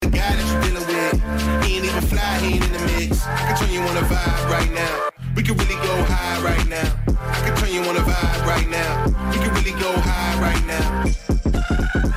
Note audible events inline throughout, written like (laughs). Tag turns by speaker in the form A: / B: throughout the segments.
A: the guy that you dealing with. He ain't even fly, he ain't in the mix. I can turn you on a vibe right now. We can really go high right now. I can turn you on a vibe right now. We can really go high right now.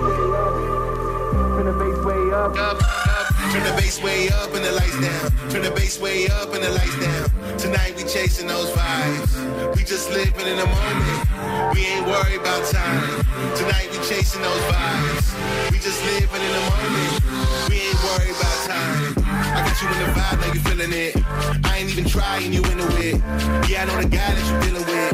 B: Turn the bass way up.
A: Up, up. Turn the bass way up and the lights down. Turn the bass way up and the lights down. Tonight we chasing those vibes. We just living in the moment. We ain't worried about time. Tonight we chasing those vibes. We just living in the moment. We ain't worried about time. I got you in the vibe, now you feeling it. I ain't even trying, you into it. Yeah, I know the guy that you dealing with.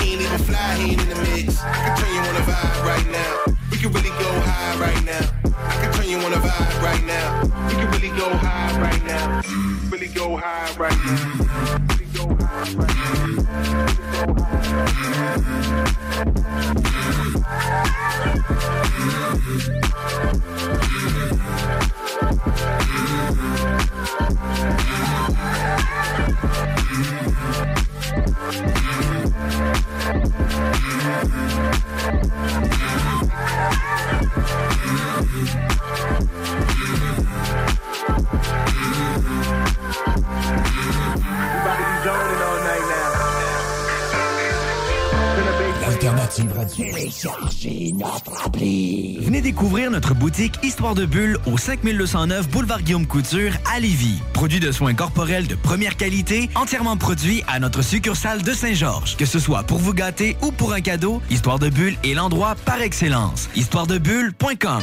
A: He ain't even fly, he ain't in the mix. I can turn you on a vibe right now. We can really go high right now. I can turn you on a vibe right now. We can really go high right now. Really go high right now. Really go high right now.
B: We about to be zoning all night now. Turn the bass way up.
C: L'alternative radio. Téléchargez notre appli. Venez découvrir notre boutique Histoire de Bulle au 5209 boulevard Guillaume Couture à Lévis. Produit de soins corporels de première qualité, entièrement produit à notre succursale de Saint-Georges. Que ce soit pour vous gâter ou pour un cadeau, Histoire de Bulle est l'endroit par excellence. Histoiredebulle.com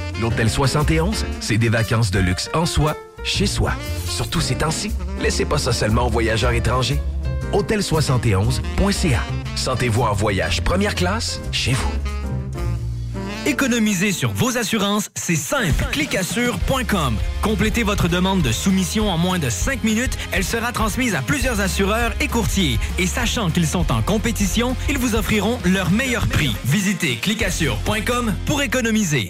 D: L'Hôtel 71, c'est des vacances de luxe en soi, chez soi. Surtout ces temps-ci, laissez pas ça seulement aux voyageurs étrangers. Hôtel71.ca Sentez-vous en voyage première classe chez vous.
C: Économiser sur vos assurances, c'est simple. Clicassure.com. Complétez votre demande de soumission en moins de 5 minutes. Elle sera transmise à plusieurs assureurs et courtiers. Et sachant qu'ils sont en compétition, ils vous offriront leur meilleur prix. Visitez clicassure.com pour économiser.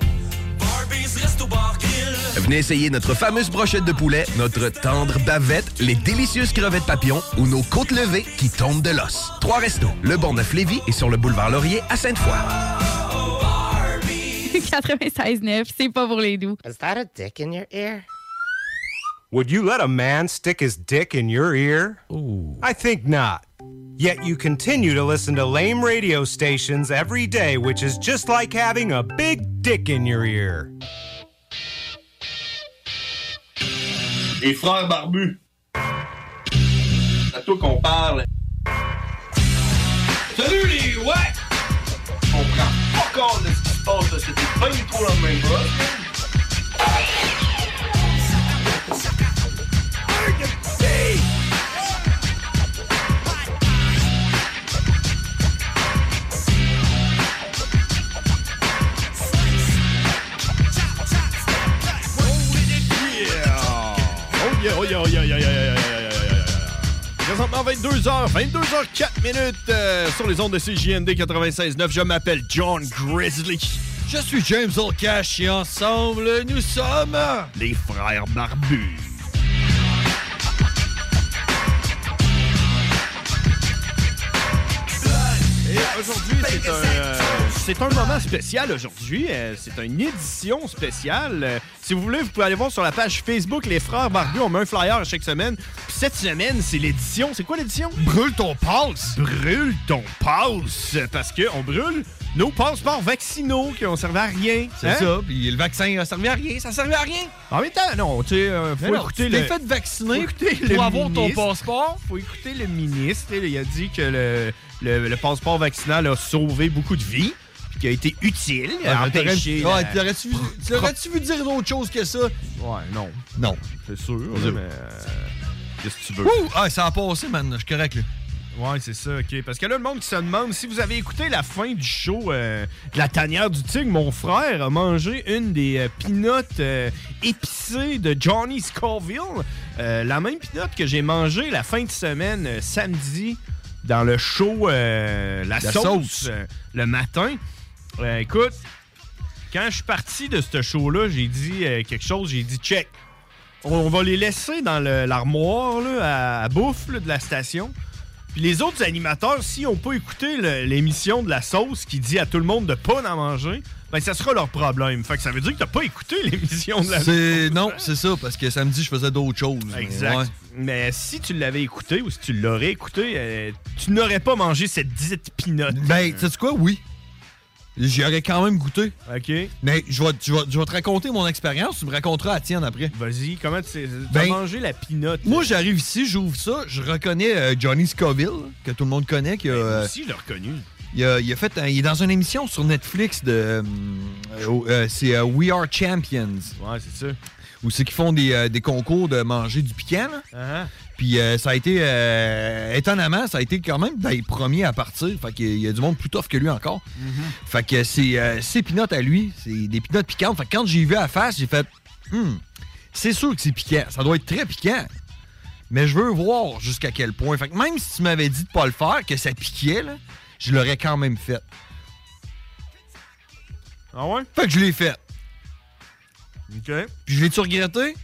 D: Venez essayer notre fameuse brochette de poulet, notre tendre bavette, les délicieuses crevettes papillons ou nos côtes levées qui tombent de l'os. Trois restos, le Bonneuf Lévis et sur le boulevard Laurier à Sainte-Foy.
E: 96.9, c'est pas pour les doux.
F: Is that a dick in your ear?
G: Would you let a man stick his dick in your ear? I think not. Yet you continue to listen to lame radio stations every day, which is just like having a big dick in your ear.
H: Les frères barbus. C'est à toi qu'on parle. Salut les ouais! On prend pas compte de ce qui se passe là, c'était pas du tout la même chose. aïe, aïe, aïe, aïe, aïe, aïe, aïe, aïe, aïe, aïe. Présentement 22h, 22h04 minutes euh, sur les ondes de CJND 96.9. Je m'appelle John Grizzly. Je suis James Olcash et ensemble, nous sommes les frères barbus. Et aujourd'hui, c'est un, euh, c'est un moment spécial aujourd'hui. euh, c'est une édition spéciale. Euh, si vous voulez, vous pouvez aller voir sur la page Facebook Les Frères Barbus. On met un flyer à chaque semaine. Puis cette semaine, c'est l'édition. C'est quoi l'édition? Brûle ton passe! Brûle ton passe! Parce qu'on brûle nos passeports vaccinaux qui ont servi à rien.
I: C'est
H: Hein?
I: ça. Puis le vaccin a servi à rien. Ça servait à rien.
H: En même temps, non, tu sais, euh, faut
I: Mais non,
H: écouter
I: tu
H: le...
I: t'es fait vacciner
H: faut écouter
I: pour
H: le
I: avoir ton
H: ministre.
I: passeport.
H: Faut écouter le ministre. Il a dit que le, le- le passeport vaccinal a sauvé beaucoup de vies, puis qu'il a été utile, a
I: Ah, mais
H: empêché...
I: t'aurais-
H: la-
I: ouais, t'aurais-tu vu- tu l'aurais-tu vu dire autre chose que ça?
H: Ouais, non.
I: Non.
H: C'est sûr,
I: C'est sûr.
H: mais... euh, Qu'est-ce que tu veux?
I: Ouh! Ah, ça a passé, man. Je suis correct, là.
H: Ouais, c'est ça, ok. Parce que là, le monde qui se demande, si vous avez écouté la fin du show euh, de La Tanière du Tigre, mon frère a mangé une des euh, peanuts euh, épicées de Johnny Scoville. Euh, la même peanut que j'ai mangée la fin de semaine, euh, samedi, dans le show euh, La,
I: La
H: sauce,
I: Sauce.
H: euh, le matin. Euh, écoute, quand je suis parti de ce show-là, j'ai dit euh, quelque chose, j'ai dit check. On, on va les laisser dans le- l'armoire là, à, à bouffe là, de la station. Puis les autres animateurs, s'ils n'ont pas écouté le- l'émission de la sauce qui dit à tout le monde de pas en manger, ben ça sera leur problème. Fait que ça veut dire que t'as pas écouté (laughs) l'émission de la
I: C'est- Non, c'est ça, parce que samedi, je faisais d'autres choses. mais
H: Exact.
I: ouais.
H: Mais si tu l'avais écouté ou si tu l'aurais écouté, euh, tu n'aurais pas mangé cette dite pinotte.
I: Ben, sais-tu quoi? Oui. J'y aurais quand même goûté.
H: OK.
I: Mais je vais, je vais- je vais te raconter mon expérience. Tu me raconteras la tienne après.
H: Vas-y, comment tu sais- tu as
I: Ben,
H: mangé la pinotte?
I: Moi, j'arrive ici, j'ouvre ça, je reconnais euh, Johnny Scoville, que tout le monde connaît. Qui a, euh,
H: Si, je l'ai reconnu.
I: il, a- il a fait un- il est dans une émission sur Netflix de. euh, euh, euh, c'est euh, We Are Champions.
H: Ouais, c'est ça.
I: Où c'est qu'ils font des, euh, des concours de manger du piquant, là.
H: Ah,
I: Puis euh, ça a été, euh, étonnamment, ça a été quand même dans les premiers à partir. Fait qu'il y a du monde plus tough que lui encore. Fait que c'est euh, ses pinottes à lui. C'est des pinottes piquantes. Fait que quand j'ai vu à la face, j'ai fait Hum, c'est sûr que c'est piquant. Ça doit être très piquant. Mais je veux voir jusqu'à quel point. Fait que même si tu m'avais dit de pas le faire, que ça piquait, là, je l'aurais quand même fait.
H: Ah ouais?
I: Fait que je l'ai fait.
H: OK.
I: Puis je l'ai-tu regretté?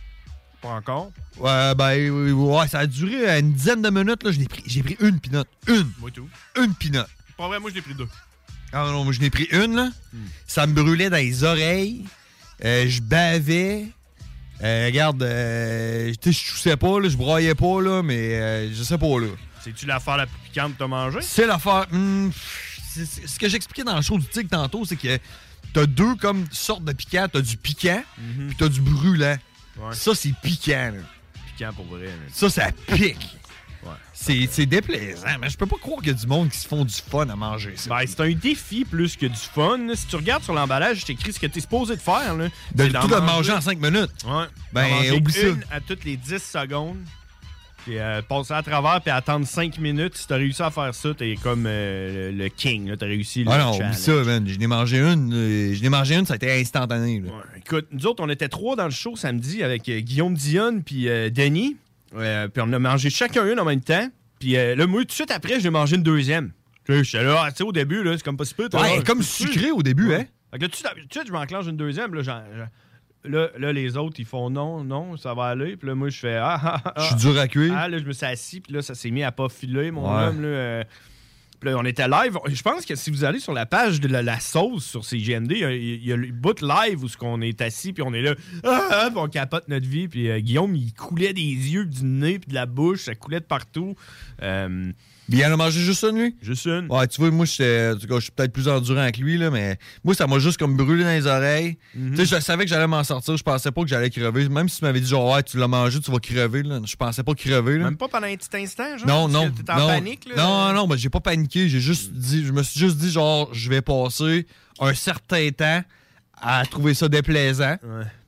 H: Pas encore.
I: Ouais, ben, ouais, ouais, ça a duré euh, une dizaine de minutes. Là, je l'ai pris- j'ai pris, une pinotte. Une.
H: Moi tout.
I: Une pinotte.
H: Pas vrai, moi, je l'ai pris deux.
I: Ah non, moi, je n'ai pris une, là. Ça me brûlait dans les oreilles. Euh, je bavais. Euh, regarde, euh, tu sais, je toussais pas, là, je broyais pas, là, mais euh, je sais pas, là.
H: C'est-tu l'affaire la plus piquante que t'as mangé?
I: C'est l'affaire. hum, c'est- c'est- ce que j'expliquais dans le show du tigre tantôt, c'est que t'as deux comme sortes de piquants. T'as du piquant,
H: Mhm.
I: puis t'as du brûlant.
H: Ouais.
I: Ça, c'est piquant, là.
H: Piquant pour vrai. là.
I: Ça, ça pique. C'est c'est déplaisant, mais je peux pas croire qu'il y a du monde qui se font du fun à manger ça.
H: Ben, c'est un défi plus que du fun. là. Si tu regardes sur l'emballage, c'est écrit ce que t'es supposé de faire. Là.
I: De
H: C'est
I: tout
H: d'en
I: de manger en 5 minutes.
H: Ouais.
I: Ben,
H: D'en manger
I: oublie ça.
H: une à toutes les 10 secondes. Puis euh, passer à travers puis attendre 5 minutes. Si t'as réussi à faire ça, t'es comme euh, le, le king. là. T'as réussi le
I: Ah non,
H: challenge.
I: oublie ça, man. Je n'ai mangé une. euh, Je n'ai mangé une, ça a été instantané. là.
H: Écoute, nous autres, on était trois dans le show samedi avec euh, Guillaume Dionne puis euh, Denis. Euh, puis on a mangé chacun une en même temps. Puis euh, là, moi, tout de suite après, j'ai mangé une deuxième. Tu sais, J'étais là, ah, tu sais, au début, là, c'est comme pas si peu. t'as
I: Ouais,
H: l'air,
I: elle est comme
H: tu peux-tu?
I: sucrée au début, hein?
H: Fait que là, tout de suite, tout de suite, je m'enclenche une deuxième. Là, j'en- j'en- là, là, les autres, ils font non, non, ça va aller. Puis là, moi, je fais ah, ah, ah, ah.
I: Je suis dur à cuire.
H: Ah, là, je me suis assis, puis là, ça s'est mis à pas filer, mon
I: Ouais.
H: homme. Là, euh. Puis là, on était live. Je pense que si vous allez sur la page de la, la sauce sur CGMD, il y a- il y, a le bout live où ce qu'on est assis, puis on est là, ah, ah, puis on capote notre vie. Puis euh, Guillaume, il coulait des yeux, puis du nez, puis de la bouche, ça coulait de partout. Euh,
I: Puis il en a mangé juste une, lui?
H: Juste une.
I: Ouais, tu vois, moi, j'étais- en tout cas, je suis peut-être plus endurant que lui, là, mais moi, ça m'a juste comme brûlé dans les oreilles.
H: Mhm.
I: Tu sais, je savais que j'allais m'en sortir. Je pensais pas que j'allais crever. Même si tu m'avais dit, genre, ouais, tu l'as mangé, tu vas crever, là. Je pensais pas crever, là.
H: même pas pendant un petit instant, genre.
I: Non,
H: parce
I: non.
H: que T'es en
I: non,
H: panique, là.
I: Non, non, mais j'ai pas paniqué. J'ai juste dit, je me suis juste dit, genre, je vais passer un certain temps à trouver ça déplaisant.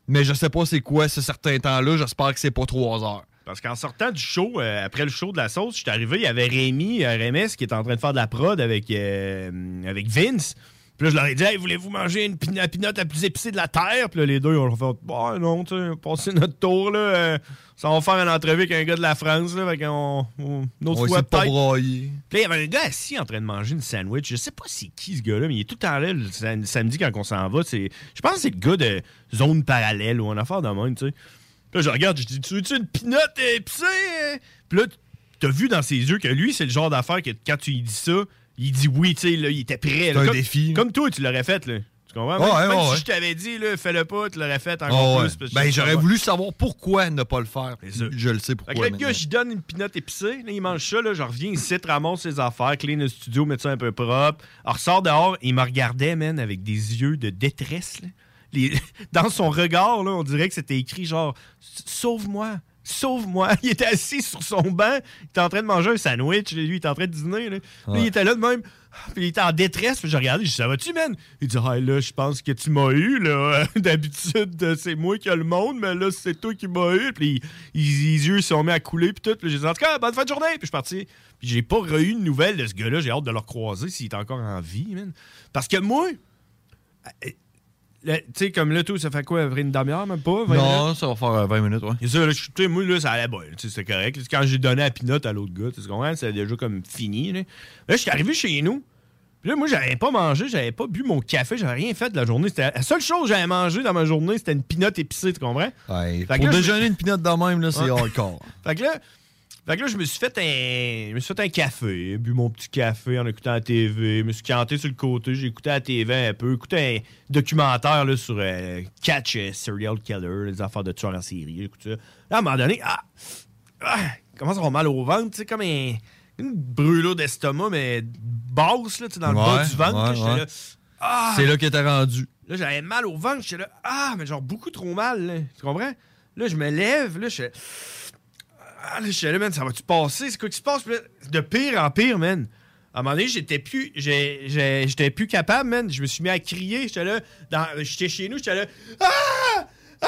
I: Mais je sais pas c'est quoi ce certain temps-là. J'espère que c'est pas trois heures.
H: Parce qu'en sortant du show, euh, après le show de la sauce, je suis arrivé, il y avait Rémi, euh, Rémes, qui était en train de faire de la prod avec, euh, avec Vince. Puis là, je leur ai dit, hey, voulez-vous manger une pina- pinotte la plus épicée de la terre? Puis là, les deux, ils ont fait, bah non, tu sais, passer notre tour, là. euh, ça va faire une entrevue avec un gars de la France, là. Fait qu'on. on- une autre
I: On va
H: fois,
I: essayer de pas
H: peut-être.
I: broyer.
H: Puis là, il y avait un gars assis en train de manger une sandwich. Je sais pas c'est qui ce gars-là, mais il est tout le temps là le sam- samedi quand on s'en va. C'est- Je pense que c'est le gars de zone parallèle ou en affaire de même, tu sais. Puis là, je regarde, je dis, tu veux-tu une pinotte épicée? hein? Puis là, t'as vu dans ses yeux que lui, c'est le genre d'affaire que quand tu lui dis ça, il dit oui, tu sais, là, il était prêt. là.
I: C'est un
H: comme,
I: défi.
H: Comme toi, tu l'aurais fait, là. Tu
I: Ouais,
H: comprends? même
I: ouais,
H: même si
I: ouais.
H: je t'avais dit, là, fais-le pas, tu l'aurais fait encore
I: Ah ouais.
H: plus. parce que
I: Ben,
H: je-
I: j'aurais voulu savoir pourquoi ne pas le faire. Je le sais
H: fait
I: pourquoi.
H: que là, le
I: maintenant.
H: gars, j'y donne une pinotte épicée. Là, il mange ça. Là, je reviens ici, ramasse ses affaires, clean le studio, met ça un peu propre. Alors, ressort dehors. Il me regardait, man, avec des yeux de détresse. là. Les- (laughs) Dans son regard, là, on dirait que c'était écrit genre Sauve-moi, sauve-moi. (laughs) Il était assis sur son banc. Il était en train de manger un sandwich. Lui, il était en train de dîner. Là, Là,
I: Ouais.
H: il était là de même. Ah, Puis il était en détresse. Puis je regardais, je dis Ça va-tu, man Il dit Ah, là, je pense que tu m'as eu, là. (laughs) D'habitude, euh, c'est moi qui ai le monde, mais là, c'est toi qui m'as eu. Puis il- il- les yeux se sont mis à couler, puis tout. Puis j'ai dit En tout cas, bonne fin de journée. Puis je suis parti. Puis j'ai pas re-eu de nouvelles de ce gars-là. J'ai hâte de le recroiser s'il est encore en vie, man. Parce que moi, euh, euh, tu sais, comme là, tout, ça fait quoi, une demi-heure, même pas 20 minutes?
I: Non, ça va faire euh, 20 minutes, ouais.
H: Et ça, là, je- tu sais, moi, là, ça allait bien. tu sais, C'était correct. Quand j'ai donné la pinote à l'autre gars, tu sais, tu comprends, c'était déjà comme fini. Là, Là, je suis arrivé chez nous. Puis là, moi, j'avais pas mangé, j'avais pas bu mon café, j'avais rien fait de la journée. C'était la seule chose que j'avais mangé dans ma journée, c'était une pinote épicée, tu comprends?
I: Ouais,
H: Fait que
I: Ah, pour
H: là, je-
I: déjeuner une pinotte dans même, là, c'est
H: Ouais.
I: hardcore.
H: Fait que là, fait que là, je me suis fait un. Je me suis fait un café, bu mon petit café en écoutant la TV, je me suis canté sur le côté, j'ai écouté la TV un peu, écouté un documentaire là, sur euh, Catch euh, Serial Killer, les affaires de tueurs en série, j'écoute ça. Là, à un moment donné, ah! ah comment ça va mal au ventre, tu sais, comme un, une brûlure d'estomac, mais basse, là, tu sais, dans le bas
I: Ouais,
H: du ventre,
I: ouais,
H: là, j'étais
I: ouais.
H: là. Ah!
I: C'est là que t'es rendu.
H: Là, j'avais mal au ventre. J'étais là, ah, mais genre beaucoup trop mal. là. Tu comprends? Là, je me lève. Là, je Ah, là, j'étais là, man, ça va-tu passer? C'est quoi qui se passe? Puis là, de pire en pire, man. À un moment donné, j'étais plus, j'ai- j'ai- j'étais plus capable, man. Je me suis mis à crier. J'étais là, dans- j'étais chez nous, j'étais là, ah! Ah!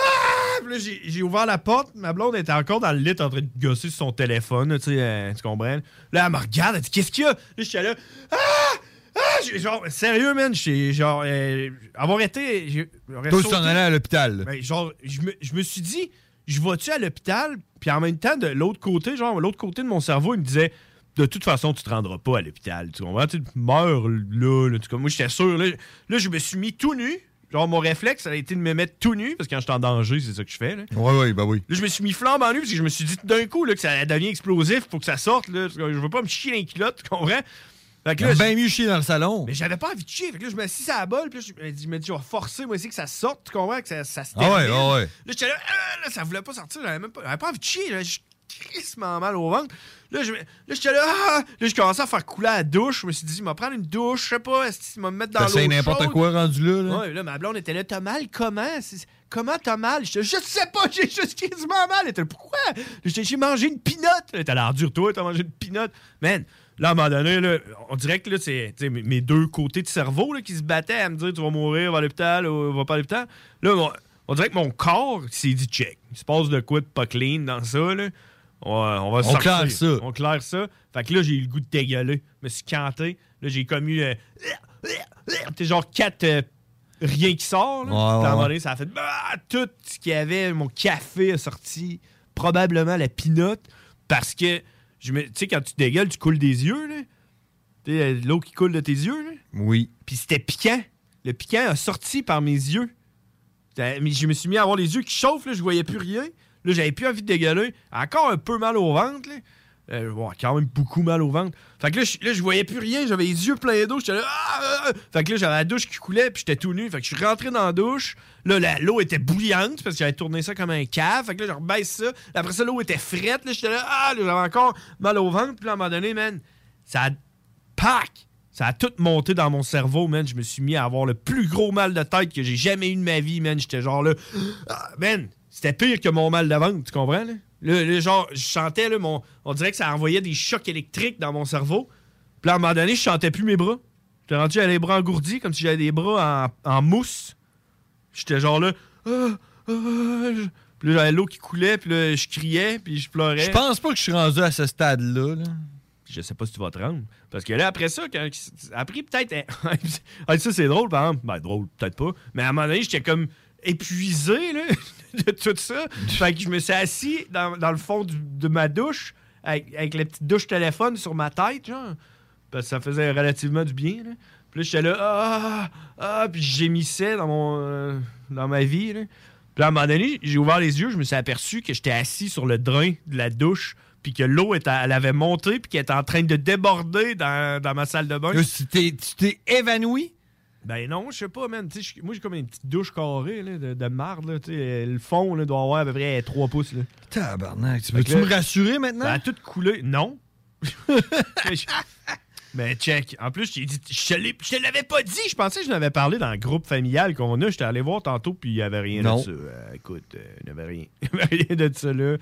H: Puis là, j'ai- j'ai ouvert la porte. Ma blonde était encore dans le lit en train de gosser sur son téléphone, là, tu sais, euh, tu comprends? Là, elle me regarde, elle dit, qu'est-ce qu'il y a? Là, j'étais là, ah! Ah, j'ai- genre, sérieux, man, j'ai, genre, euh, avoir été. j'ai- j'aurais
I: Toi, tu
H: sauté.
I: t'en allais à l'hôpital.
H: Ben, genre, je me, je me suis dit, je vais-tu à l'hôpital? Puis en même temps, de l'autre côté, genre, l'autre côté de mon cerveau, il me disait, de toute façon, tu te rendras pas à l'hôpital. Tu comprends? Tu meurs là. là. Tu comprends? moi, j'étais sûr. Là, là, je me suis mis tout nu. Genre, mon réflexe, ça a été de me mettre tout nu, parce que quand je suis en danger, c'est ça que je fais. Là.
I: Ouais, ouais, bah oui.
H: Là, je me suis mis flambe en nu parce que je me suis dit tout d'un coup là, que ça devient explosif pour que ça sorte. Là, Parce que je veux pas me chier dans les culottes, tu comprends? Fait que là,
I: J'aime
H: je-
I: bien mieux chier dans le salon.
H: mais j'avais pas envie de chier. Fait que là, je m'assis à la bolle. Puis là, je me dis- je me dis, je vais forcer, moi, aussi, que ça sorte. Tu comprends? Que ça, ça se
I: Ah ouais,
H: termine.
I: ah ouais.
H: Là, j'étais là, Ah, là, ça voulait pas sortir. J'avais même pas, j'avais pas envie de chier. J'avais juste crissement mal au ventre. Là, je me- là, j'étais là, ah! Là, je commençais à faire couler à la douche. Je me suis dit, il m'a prendre une douche. Je sais pas, est-ce qu'il m'a mettre dans l'eau.
I: T'essayes n'importe
H: chaude?
I: quoi rendu là. là.
H: Ouais, là, ma blonde était là, t'as mal comment? C'est- Comment t'as mal? J'étais, je sais pas, j'ai juste quasiment mal. Elle était là, pourquoi? J'étais, j'ai mangé une pinotte. Elle était l'air dure, toi, t'as mangé une pinotte. Man, là, à un moment donné, là, on dirait que là, c'est tu sais, mes mes deux côtés de cerveau là, qui se battaient à me dire, tu vas mourir, va à l'hôpital ou va pas à l'hôpital. Là, on, on dirait que mon corps s'est dit, check, il se passe de quoi de pas clean dans ça, là. On va, on va
I: On
H: sortir.
I: claire ça.
H: On claire ça. Fait que là, j'ai eu le goût de dégueuler. Je me suis canté. Là, j'ai commis. euh, T'es genre quatre euh, rien qui sort. Là.
I: Ouais,
H: Puis à un
I: ouais,
H: moment
I: ouais.
H: donné, ça a fait bah, tout ce qu'il y avait. Mon café a sorti. Probablement la pinotte. Parce que, je me- tu sais, quand tu dégueules, tu coules des yeux. là. Tu sais, l'eau qui coule de tes yeux. Là.
I: Oui.
H: Puis c'était piquant. Le piquant a sorti par mes yeux. T'as- Mais je me suis mis à avoir les yeux qui chauffent, là, je voyais plus rien. Là, j'avais plus envie de dégueuler. Encore un peu mal au ventre, là. Euh, ouais, quand même beaucoup mal au ventre. Fait que là, je, là, je voyais plus rien. J'avais les yeux pleins d'eau. J'étais là. Ah, ah, ah. Fait que là, j'avais la douche qui coulait. Puis j'étais tout nu. Fait que je suis rentré dans la douche. Là, la- l'eau était bouillante parce que j'avais tourné ça comme un cave. Fait que là, je rebaisse ça. Après ça, l'eau était frette. Là, j'étais là. Ah, là, j'avais encore mal au ventre. Puis là, à un moment donné, man, ça a. Pac! Ça a tout monté dans mon cerveau, man. Je me suis mis à avoir le plus gros mal de tête que j'ai jamais eu de ma vie, man. J'étais genre là. Ah, man, c'était pire que mon mal de ventre, tu comprends, là? Là, là, genre, je chantais, là, mon... on dirait que ça envoyait des chocs électriques dans mon cerveau. Puis là, à un moment donné, je chantais plus mes bras. J'étais rendu, j'avais les bras engourdis, comme si j'avais des bras en, en mousse. J'étais genre là. Ah, ah, je- Puis là, j'avais l'eau qui coulait, puis là, je criais, puis je pleurais.
I: Je pense pas que je suis rendu à ce stade-là. là.
H: je sais pas si tu vas te rendre. Parce que là, après ça, quand elle a pris peut-être. un- (laughs) Ah, ça, c'est drôle, par exemple. Ben, drôle, peut-être pas. Mais à un moment donné, j'étais comme épuisé là, (laughs) de tout ça. Fait que je me suis assis dans, dans le fond du- de ma douche avec, avec la petite douche téléphone sur ma tête, genre. Parce que ça faisait relativement du bien. Là. Puis là, j'étais là, ah, ah, puis j'émissais dans, mon, euh, dans ma vie. Là. Puis à un moment donné, j'ai ouvert les yeux, je me suis aperçu que j'étais assis sur le drain de la douche, puis que l'eau, était- elle avait monté, puis qu'elle était en train de déborder dans, dans ma salle de bain.
I: Tu t'es- tu t'es évanoui?
H: Ben non, je sais pas, man. Tu sais, je- Moi, j'ai comme une petite douche carrée là, de, de marde. là, tu sais. Le fond là, doit avoir à peu près 3 pouces. Là.
I: Tabarnak, tu
H: Fait
I: veux-tu
H: que là-
I: me rassurer maintenant?
H: Ça a tout coulé. (laughs) Non. Mais je- Mais Ben, check. En plus, j'ai dit, je, l'ai- je te l'avais pas dit. Je pensais que je l'avais parlé dans le groupe familial qu'on a. J'étais allé voir tantôt, puis il n'y avait rien
I: Non.
H: de ça. (laughs) Euh, écoute, euh, il n'y avait rien. Il n'y avait rien de ça, là. Euh,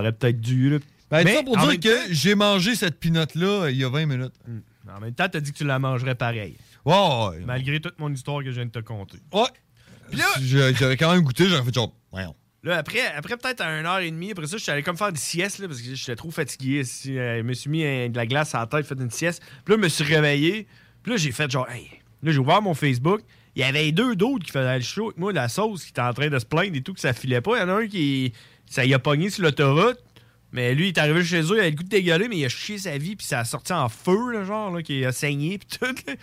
H: aurait peut-être dû, là.
I: Ben,
H: Mais
I: ça pour
H: en
I: dire
H: même Hmm.
I: que j'ai mangé cette pinotte-là euh, il y a 20 minutes.
H: temps- en même temps, t'as dit que tu la mangerais pareil.
I: Ouais, ouais.
H: Malgré toute mon histoire que je viens de te conter.
I: Ouais. Je- J'avais quand même goûté, j'aurais fait genre, voyons.
H: Là, après, après peut-être à 1h30, après ça, je suis allé comme faire des siestes là, parce que j'étais trop fatigué. Si, euh, je me suis mis euh, de la glace à la tête, fait une sieste. Puis là, je me suis réveillé. Puis là, j'ai fait genre, hey. Là, j'ai ouvert mon Facebook. Il y avait deux d'autres qui faisaient le show avec moi, la sauce, qui était en train de se plaindre et tout, que ça filait pas. Il y en a un qui. Ça y a pogné sur l'autoroute. Mais lui, il est arrivé chez eux, il avait le goût de dégueuler, mais il a chié sa vie, puis ça a sorti en feu, là, genre, là, qui a saigné, puis tout. là.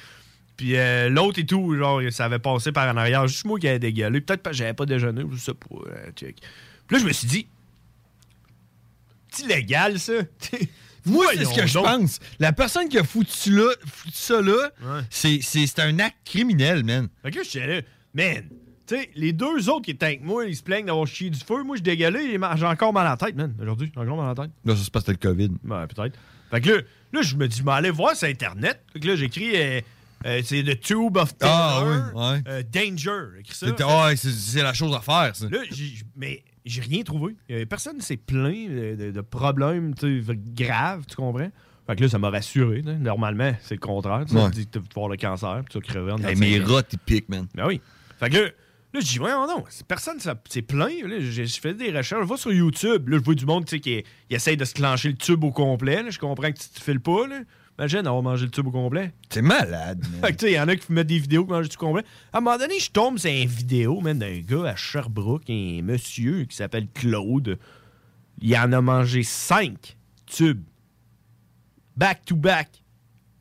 H: Puis euh, l'autre et tout, genre, ça avait passé par en arrière. Juste moi qui avais dégueulé. Peut-être parce que j'avais pas déjeuné, ou je sais pas. euh, check. Puis là, je me suis dit, c'est illégal, ça. (laughs)
I: Moi, c'est
H: Voyons
I: ce que je
H: donc.
I: pense. La personne qui a foutu, là, foutu ça là, c'est- c'est c'est un acte criminel, man.
H: Fait que là, j'étais là, man. Tu sais, les deux autres qui étaient avec moi, ils se plaignent d'avoir chié du feu. Moi, je dégueulais, et j'ai encore mal à la tête, man. Aujourd'hui, j'ai encore mal à la tête.
I: Là, ça se passe, c'était le COVID.
H: Ouais, Ben, peut-être. Fait que là, là je me dis, je vais aller voir sur Internet. Fait que là, j'écris, euh, euh, c'est The Tube of Terror.
I: Ah, oui, ouais.
H: euh, Danger. J'écris ça.
I: C'était- ouais, c'est- c'est la chose à faire, ça.
H: Là, j'ai- j'- mais j'ai rien trouvé. Euh, Personne ne s'est plaint de, de- de problèmes tu sais, v- graves, tu comprends? Fait que là, ça m'a rassuré. là. Normalement, c'est le contraire. Tu sais,
I: Ouais.
H: on te dit que tu vas avoir le cancer, puis tu vas crever. en
I: Hey,
H: dedans de
I: mes
H: cinq ans.
I: rats, ils piquent, man.
H: Ben oui. Fait que là, là je dis, voyons non, personne ça- s'est plaint. Là, j'ai- je fais des recherches, je vais sur YouTube. Là, je vois du monde tu sais, qui qui essaye de se clencher le tube au complet. là. Je comprends que tu te files pas. Là. Imagine avoir mangé le tube au complet.
I: T'es malade,
H: (laughs) Fait que, tu sais, il y en a qui mettent des vidéos qui mangent du complet. À un moment donné, je tombe sur une vidéo, man, d'un gars à Sherbrooke, un monsieur qui s'appelle Claude. Il en a mangé cinq tubes. Back to back.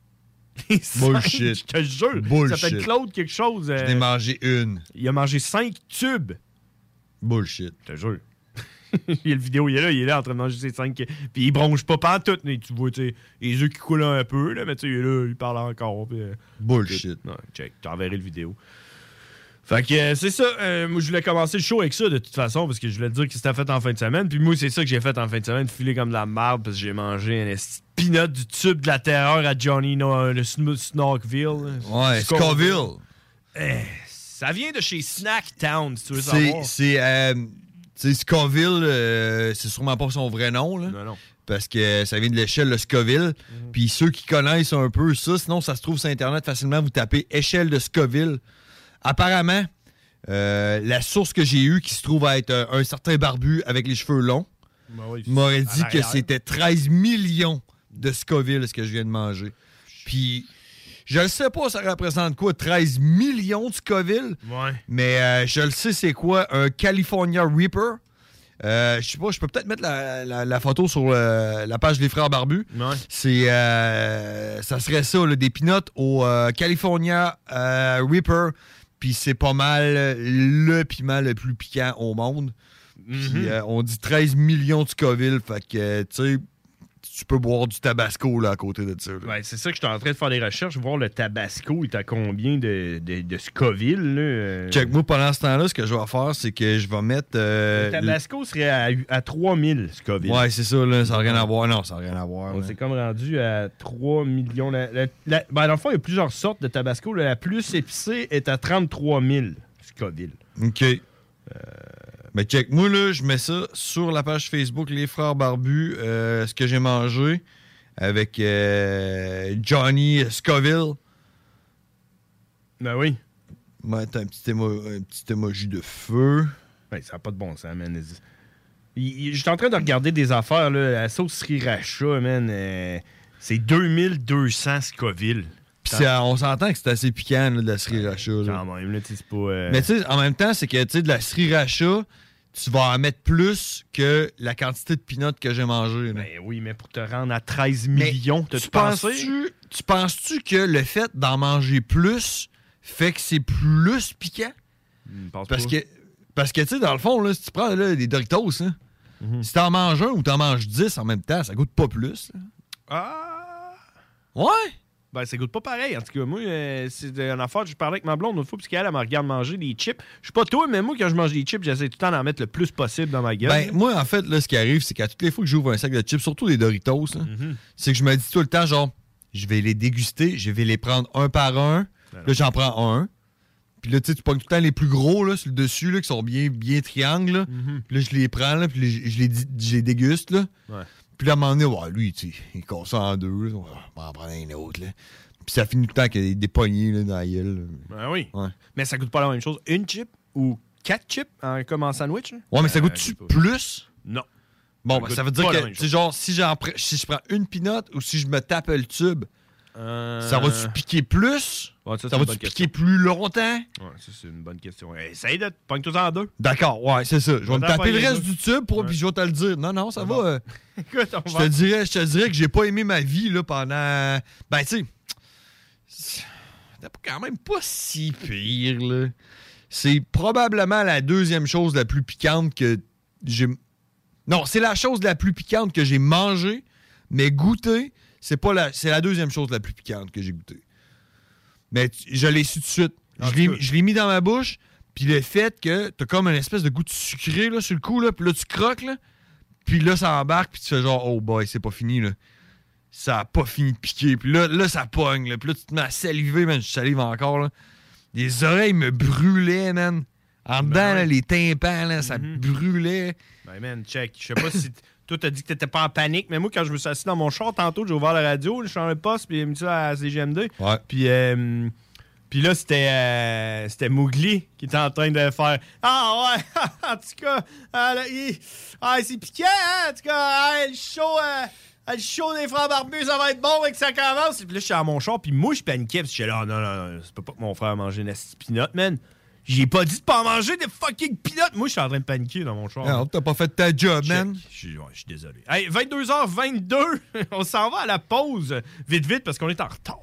H: (laughs) Les cinq,
I: Bullshit.
H: Je te jure.
I: Bullshit.
H: Ça s'appelle Claude quelque chose. euh,
I: J'en ai mangé une.
H: Il a mangé cinq tubes. (laughs)
I: Bullshit.
H: Je te jure. il y a le vidéo, il est là, il est là en train de manger ses cinq. Puis il bronche pas pantoute, mais tu vois, tu sais, les yeux qui coulent un peu, là, mais tu sais, il est là, il parle encore. puis, euh,
I: Bullshit.
H: Ouais, check, t'enverrai le vidéo. Fait que euh, c'est ça, euh, moi je voulais commencer le show avec ça de toute façon parce que je voulais te dire que c'était fait en fin de semaine. Puis moi c'est ça que j'ai fait en fin de semaine, filer comme de la merde parce que j'ai mangé un esti de peanut du tube de la terreur à Johnny no, euh, le Sno- Snorkville.
I: Ouais, Scoville.
H: Eh, ça vient de chez Snack Town si tu veux
I: C'est.
H: savoir.
I: c'est, euh, tu sais, Scoville, euh, c'est sûrement pas son vrai nom, là.
H: Non, non. Mhm.
I: Parce que ça vient de l'échelle de Scoville. Puis ceux qui connaissent un peu ça, sinon ça se trouve sur Internet facilement, vous tapez échelle de Scoville. Apparemment, euh, la source que j'ai eue qui se trouve à être euh, un certain barbu avec les cheveux longs
H: Ben oui,
I: m'aurait
H: à
I: dit que
H: l'arrière.
I: c'était 13 millions de Scoville ce que je viens de manger. Puis je ne sais pas ça représente quoi 13 millions de Scoville.
H: Ouais.
I: Mais euh, je le sais, c'est quoi un California Reaper. Euh, je sais pas, je peux peut-être mettre la, la- la photo sur le- la page des frères barbus. C'est euh, ça serait ça, là, des pinottes au euh, California euh, Reaper. Puis c'est pas mal le piment le plus piquant au monde. Puis euh, on dit 13 millions de Scoville. Fait que euh, tu sais, tu peux boire du tabasco là, à côté de ça. là.
H: Ouais, c'est ça que j'étais en train de faire des recherches, voir le Tabasco est à combien de, de, de Scoville. Là, euh.
I: Check, moi pendant ce temps-là, ce que je vais faire, c'est que je vais mettre. euh,
H: Le Tabasco serait à, à 3000 Scoville.
I: Ouais, c'est ça, là, ça n'a rien à voir. Non, ça n'a rien à voir.
H: On
I: là.
H: s'est comme rendu à 3 millions. La, la- la- ben, dans le fond, il y a plusieurs sortes de Tabasco. La plus épicée est à 33 000 Scoville.
I: OK. Mais check, moi, là, je mets ça sur la page Facebook Les Frères Barbus, euh, ce que j'ai mangé avec euh, Johnny Scoville.
H: Ben oui.
I: Mettre un petit, émo un petit emoji de feu.
H: Ouais, Ben, ça n'a pas de bon sens, man. Il- il- J'étais en train de regarder des affaires, là, la sauce sriracha, man. euh, C'est 2200 Scoville.
I: Puis c'est- on s'entend que c'est assez piquant là, de la sriracha. là.
H: Quand même, là, tu sais, c'est pas. euh,
I: Mais tu sais, en même temps, c'est que tu sais, de la sriracha, tu vas en mettre plus que la quantité de peanuts que j'ai mangé.
H: Ben oui, mais pour te rendre à 13 millions, t'as-tu
I: tu penses-tu,
H: pensé?
I: tu penses-tu que le fait d'en manger plus fait que c'est plus piquant? Parce
H: Hmm, pas.
I: que, parce que tu sais, dans le fond, là, si tu prends là, des Doritos, hein,
H: Mhm.
I: si t'en manges un ou t'en manges 10 en même temps, ça goûte pas plus. là. Ouais!
H: Ben, ça goûte pas pareil. En tout cas, moi, euh, c'est de- en affaire, je parlais avec ma blonde l'autre fois, parce qu'elle, elle me regarde manger des chips. Je suis pas toi, mais moi, quand je mange des chips, j'essaie tout le temps d'en mettre le plus possible dans ma gueule.
I: Ben, moi, en fait, là, ce qui arrive, c'est qu'à toutes les fois que j'ouvre un sac de chips, surtout les Doritos, là,
H: Mm-hmm.
I: c'est que je me dis tout le temps, genre, je vais les déguster, je vais les prendre un par un.
H: Ben
I: là, j'en prends un. Puis là, tu sais, tu pognes tout le temps les plus gros, là, sur le dessus, là, qui sont bien, bien triangles, là.
H: Mm-hmm.
I: Puis là, je les prends, là, puis les- je les, di- je les déguste, là.
H: Ouais.
I: Puis là, à un moment donné, ouais, lui, tu sais, il casse ça en deux, là. Ouais, on va en prendre un autre, là. Puis ça finit tout le temps qu'il y a des poignées, là, dans la gueule. là.
H: Ben oui.
I: Ouais.
H: Mais ça goûte pas la même chose. Une chip ou quatre chips en, comme en sandwich? hein?
I: Ouais, mais ça
H: Euh,
I: goûte-tu plus?
H: Non.
I: Bon,
H: Ça
I: ben,
H: goûte
I: ça veut dire
H: pas la
I: que,
H: même
I: tu sais, genre, si, j'en pre- si je prends une pinotte ou si je me tape le tube,
H: Euh,
I: ça va-tu piquer plus?
H: Ouais,
I: ça
H: c'est une bonne
I: va-tu
H: question.
I: piquer plus longtemps?
H: Ouais, ça, c'est une bonne question. Essaye de te pogne tout en deux.
I: D'accord, ouais, c'est ça. Je vais
H: Va
I: me
H: t'en
I: taper le
H: pogner
I: reste
H: deux.
I: du tube, pour, puis je vais te le dire. Non, non, ça va. euh,
H: (laughs) Écoute, on
I: je,
H: va-
I: te dirais, je te dirais que j'ai pas aimé ma vie là, pendant. Ben, tu sais, c'était quand même pas si pire. là. C'est probablement la deuxième chose la plus piquante que j'ai. Non, c'est la chose la plus piquante que j'ai mangée, mais goûtée, c'est pas la. C'est la deuxième chose la plus piquante que j'ai goûtée. Mais tu- je l'ai su tout de suite. Je l'ai- je l'ai mis dans ma bouche, puis le fait que t'as comme une espèce de goût de sucré là, sur le coup, là, puis là, tu croques, là, puis là, ça embarque, puis tu fais genre, oh boy, c'est pas fini, là. Ça a pas fini de piquer, puis là, là, ça pogne, là, puis là, tu te mets à saliver, man, je salive encore, là. Les oreilles me brûlaient, man. En dedans, là, les tympans, là, ça brûlait.
H: Ben Mm-hmm. man, check. Je sais pas si. t- (coughs) Toi, t'as dit que t'étais pas en panique, mais moi, quand je me suis assis dans mon char, tantôt, j'ai ouvert la radio, je suis en poste, puis il me dit à CGMD.
I: Ouais.
H: Puis, euh, puis là, c'était, euh, c'était Mowgli qui était en train de faire Ah
I: (laughs)
H: ouais, en tout cas, ah, là, il- ah, c'est piquant, hein? en tout cas, ah, le show, euh, ah, le show des frères barbus, ça va être bon et que ça commence. Puis là, je suis à mon char, puis moi, je paniquais, parce que j'étais là, Ah, non, non, non, c'est pas, pas que mon frère a mangé une assiette peanut, man. J'ai pas dit de pas manger des fucking peanuts. Moi, je suis en train de paniquer dans mon char.
I: Ah, t'as pas fait ta job, man.
H: Je suis ouais, je suis désolé. Hey, 22h22, (laughs) on s'en va à la pause. Vite, vit parce qu'on est en retard.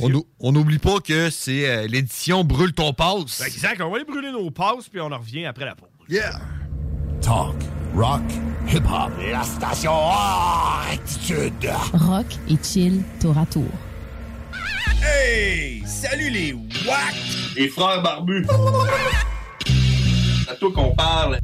I: On ou- On n'oublie pas que c'est euh, l'édition Brûle ton passe.
H: Exact, on va aller brûler nos passes, puis on en revient après la pause.
I: Yeah!
J: Talk, rock, hip-hop, la station Attitude.
K: Rock et chill tour à tour.
L: Hey! Salut les WAC! Les frères barbus! C'est à toi qu'on parle.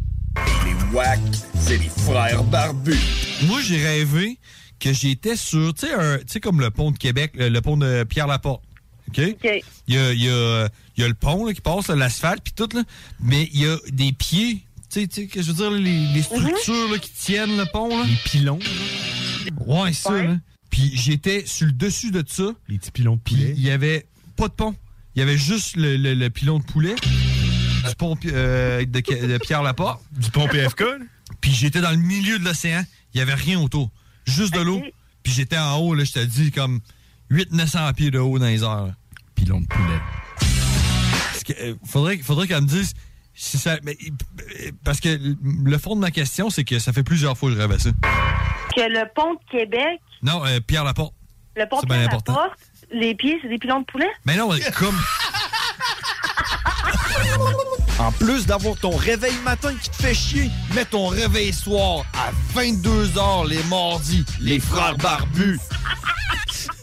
L: Les WAC, c'est les frères barbus.
I: Moi, j'ai rêvé que j'étais sur, tu sais, un- tu sais, comme le pont de Québec, le, le pont de Pierre-Laporte. OK? Il y a, il y a- il y a le pont là, qui passe, là, l'asphalte, puis tout, là. Mais il y a des pieds, tu sais, tu sais, que je veux dire, les, les structures là, qui tiennent le pont. Là. Les pilons. Ouais, ça, là. Puis j'étais sur le dessus de ça. Les petits pilons de poulet. Il y avait pas de pont. Il y avait juste le, le- le pilon de poulet. Du pont euh, de, de Pierre Laporte. Du pont PFK. Puis j'étais dans le milieu de l'océan. Il y avait rien autour. Juste de l'eau. Puis j'étais en haut, là, je te dis, comme 800-900 pieds de haut dans les airs. Pilon de poulet. Parce que, euh, faudrait, faudrait qu'elle me dise si ça. mais, euh, parce que le fond de ma question, c'est que ça fait plusieurs fois que je rêve à ça.
E: Que le pont de Québec,
I: Non, euh, Pierre Laporte.
E: le pont
I: C'est
E: de
I: bien
E: Québec,
I: important.
E: porte, les pieds, c'est des pilons de poulet? (laughs)
I: Mais non, euh, comme.
M: (laughs) En plus d'avoir ton réveil matin qui te fait chier, mets ton réveil soir à 22h les mardis. Les frères
H: (laughs)
M: barbus.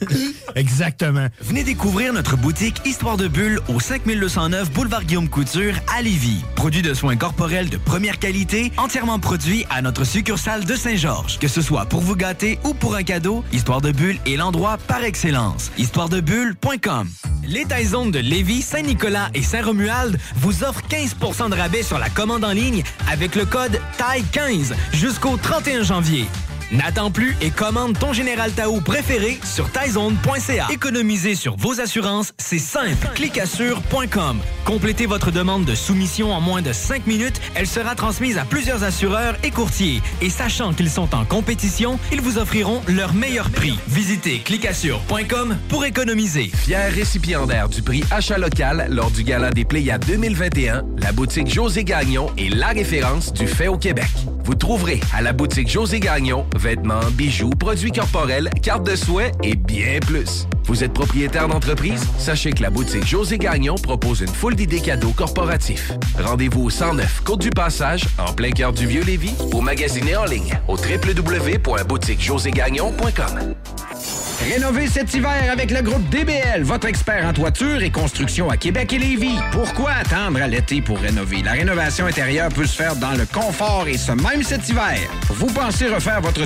C: (laughs) Exactement. Venez découvrir notre boutique Histoire de Bulle au 5209 Boulevard Guillaume Couture à Lévis. Produit de soins corporels de première qualité, entièrement produit à notre succursale de Saint-Georges. Que ce soit pour vous gâter ou pour un cadeau, Histoire de Bulle est l'endroit par excellence. Histoiredebulle.com Les Taizones de Lévis, Saint-Nicolas et Saint-Romuald vous offrent 15 de rabais sur la commande en ligne avec le code TAI15 jusqu'au 31 janvier. N'attends plus et commande ton Général Tao préféré sur taizone.ca. Économiser sur vos assurances, c'est simple. Clicassure.com. Complétez votre demande de soumission en moins de 5 minutes. Elle sera transmise à plusieurs assureurs et courtiers. Et sachant qu'ils sont en compétition, ils vous offriront leur meilleur prix. Visitez clicassure.com pour économiser.
D: Fier récipiendaire du prix Achat local lors du Gala des Pléiades 2021, la boutique José Gagnon est la référence du fait au Québec. Vous trouverez à la boutique José Gagnon vêtements, bijoux, produits corporels, cartes de soins et bien plus. Vous êtes propriétaire d'entreprise? Sachez que la boutique José Gagnon propose une foule d'idées cadeaux corporatifs. Rendez-vous au 109 Côte du Passage, en plein cœur du Vieux-Lévis, ou magasinez en ligne au www.boutiquejoségagnon.com.
B: Rénovez cet hiver avec le groupe DBL, votre expert en toiture et construction à Québec et Lévis. Pourquoi attendre à l'été pour rénover? La rénovation intérieure peut se faire dans le confort et ce même cet hiver. Vous pensez refaire votre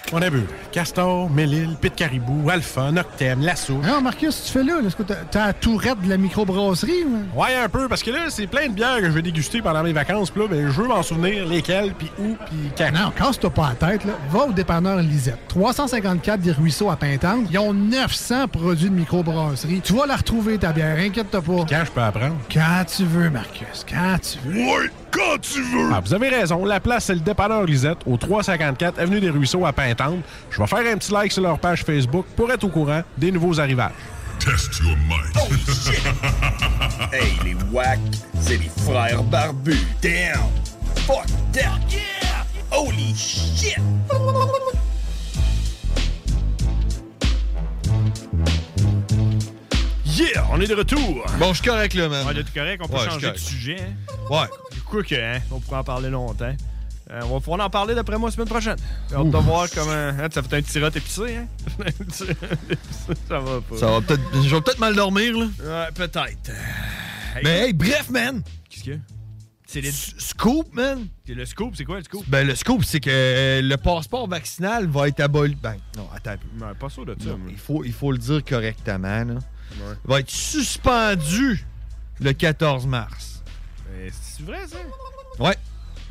N: On a bu Castor, Mélile, Pit Caribou, Alpha, Noctem, Lasso.
O: Non, Marcus, tu fais là. là, Est-ce que t'as t'as la tourette de la microbrasserie? ou-
N: Ouais, un peu, parce que là, c'est plein de bières que je vais déguster pendant mes vacances. Puis là, ben, je veux m'en souvenir lesquelles, puis où, puis quand.
O: Non, casse-toi pas la tête. Là. Va au dépanneur Lisette. 354 des Ruisseaux à Pintendre. Ils ont 900 produits de microbrasserie. Tu vas la retrouver, ta bière. Inquiète-toi pas.
N: Quand je peux apprendre?
O: Quand tu veux, Marcus. Quand tu veux.
N: Ouais, quand tu veux! Ah, vous avez raison. La place, c'est le dépanneur Lisette, au 354 Avenue des Ruisseaux à Pintante. Je vais faire un petit like sur leur page Facebook pour être au courant des nouveaux arrivages.
L: Test your mind. Oh (laughs) shit! hey, les wack, c'est les frères barbus. Damn! Fuck that! Yeah! Holy shit!
H: Yeah, on est de retour.
I: Bon, je suis correct là, man.
H: On est correct, on peut
I: Ouais, je suis
H: changer de
I: correct.
H: sujet. hein? Ouais. Du coup, que, hein, on pourrait en parler longtemps. Euh, on va pouvoir en parler d'après moi la semaine prochaine. J'ai hâte de
I: Ouh.
H: voir comment. hein, ça fait un petit rot épicé, hein? (laughs) ça va pas.
I: Ça va peut-être. Je vais peut-être mal dormir, là.
H: Ouais, peut-être.
I: Mais hey, bref, man!
H: Qu'est-ce que? C'est les...
I: Scoop, man!
H: le scoop, c'est quoi le scoop?
I: Ben, le scoop, c'est que euh, le passeport vaccinal va être aboli. Ben, non, attends un peu.
H: Non, pas sûr de ça.
I: Non,
H: moi.
I: il, faut, il faut le dire correctement, là. Va être suspendu le 14 mars.
H: Mais Euh, C'est vrai, ça?
I: Ouais.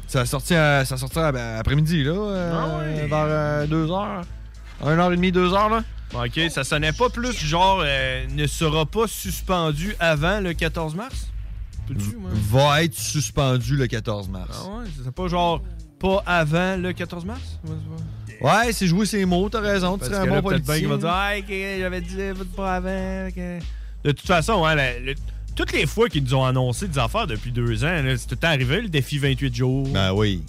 I: Ça sortit, à- ça sortira ben, après-midi, là.
H: Ah
I: euh, Vers 2h. 1h30, 2h, là.
H: Ok, ça sonnait pas plus genre euh, ne sera pas suspendu avant le 14 mars? Peux-tu, moi?
I: Va être suspendu le 14 mars.
H: Ah ouais, c'est pas genre pas avant le 14 mars? Ouais, c'est pas-
I: Ouais, c'est jouer ses mots, t'as raison. Tu
H: Parce
I: serais
H: que
I: un
H: là,
I: bon
H: peut-être bien qu'il
I: politicien.
H: va dire, Hey, que j'avais dit, vote pas avant. que- De toute façon, hein, la- le- toutes les fois qu'ils nous ont annoncé des affaires depuis deux ans, là, c'est tout le temps arrivé, le défi 28 jours.
I: Ben oui.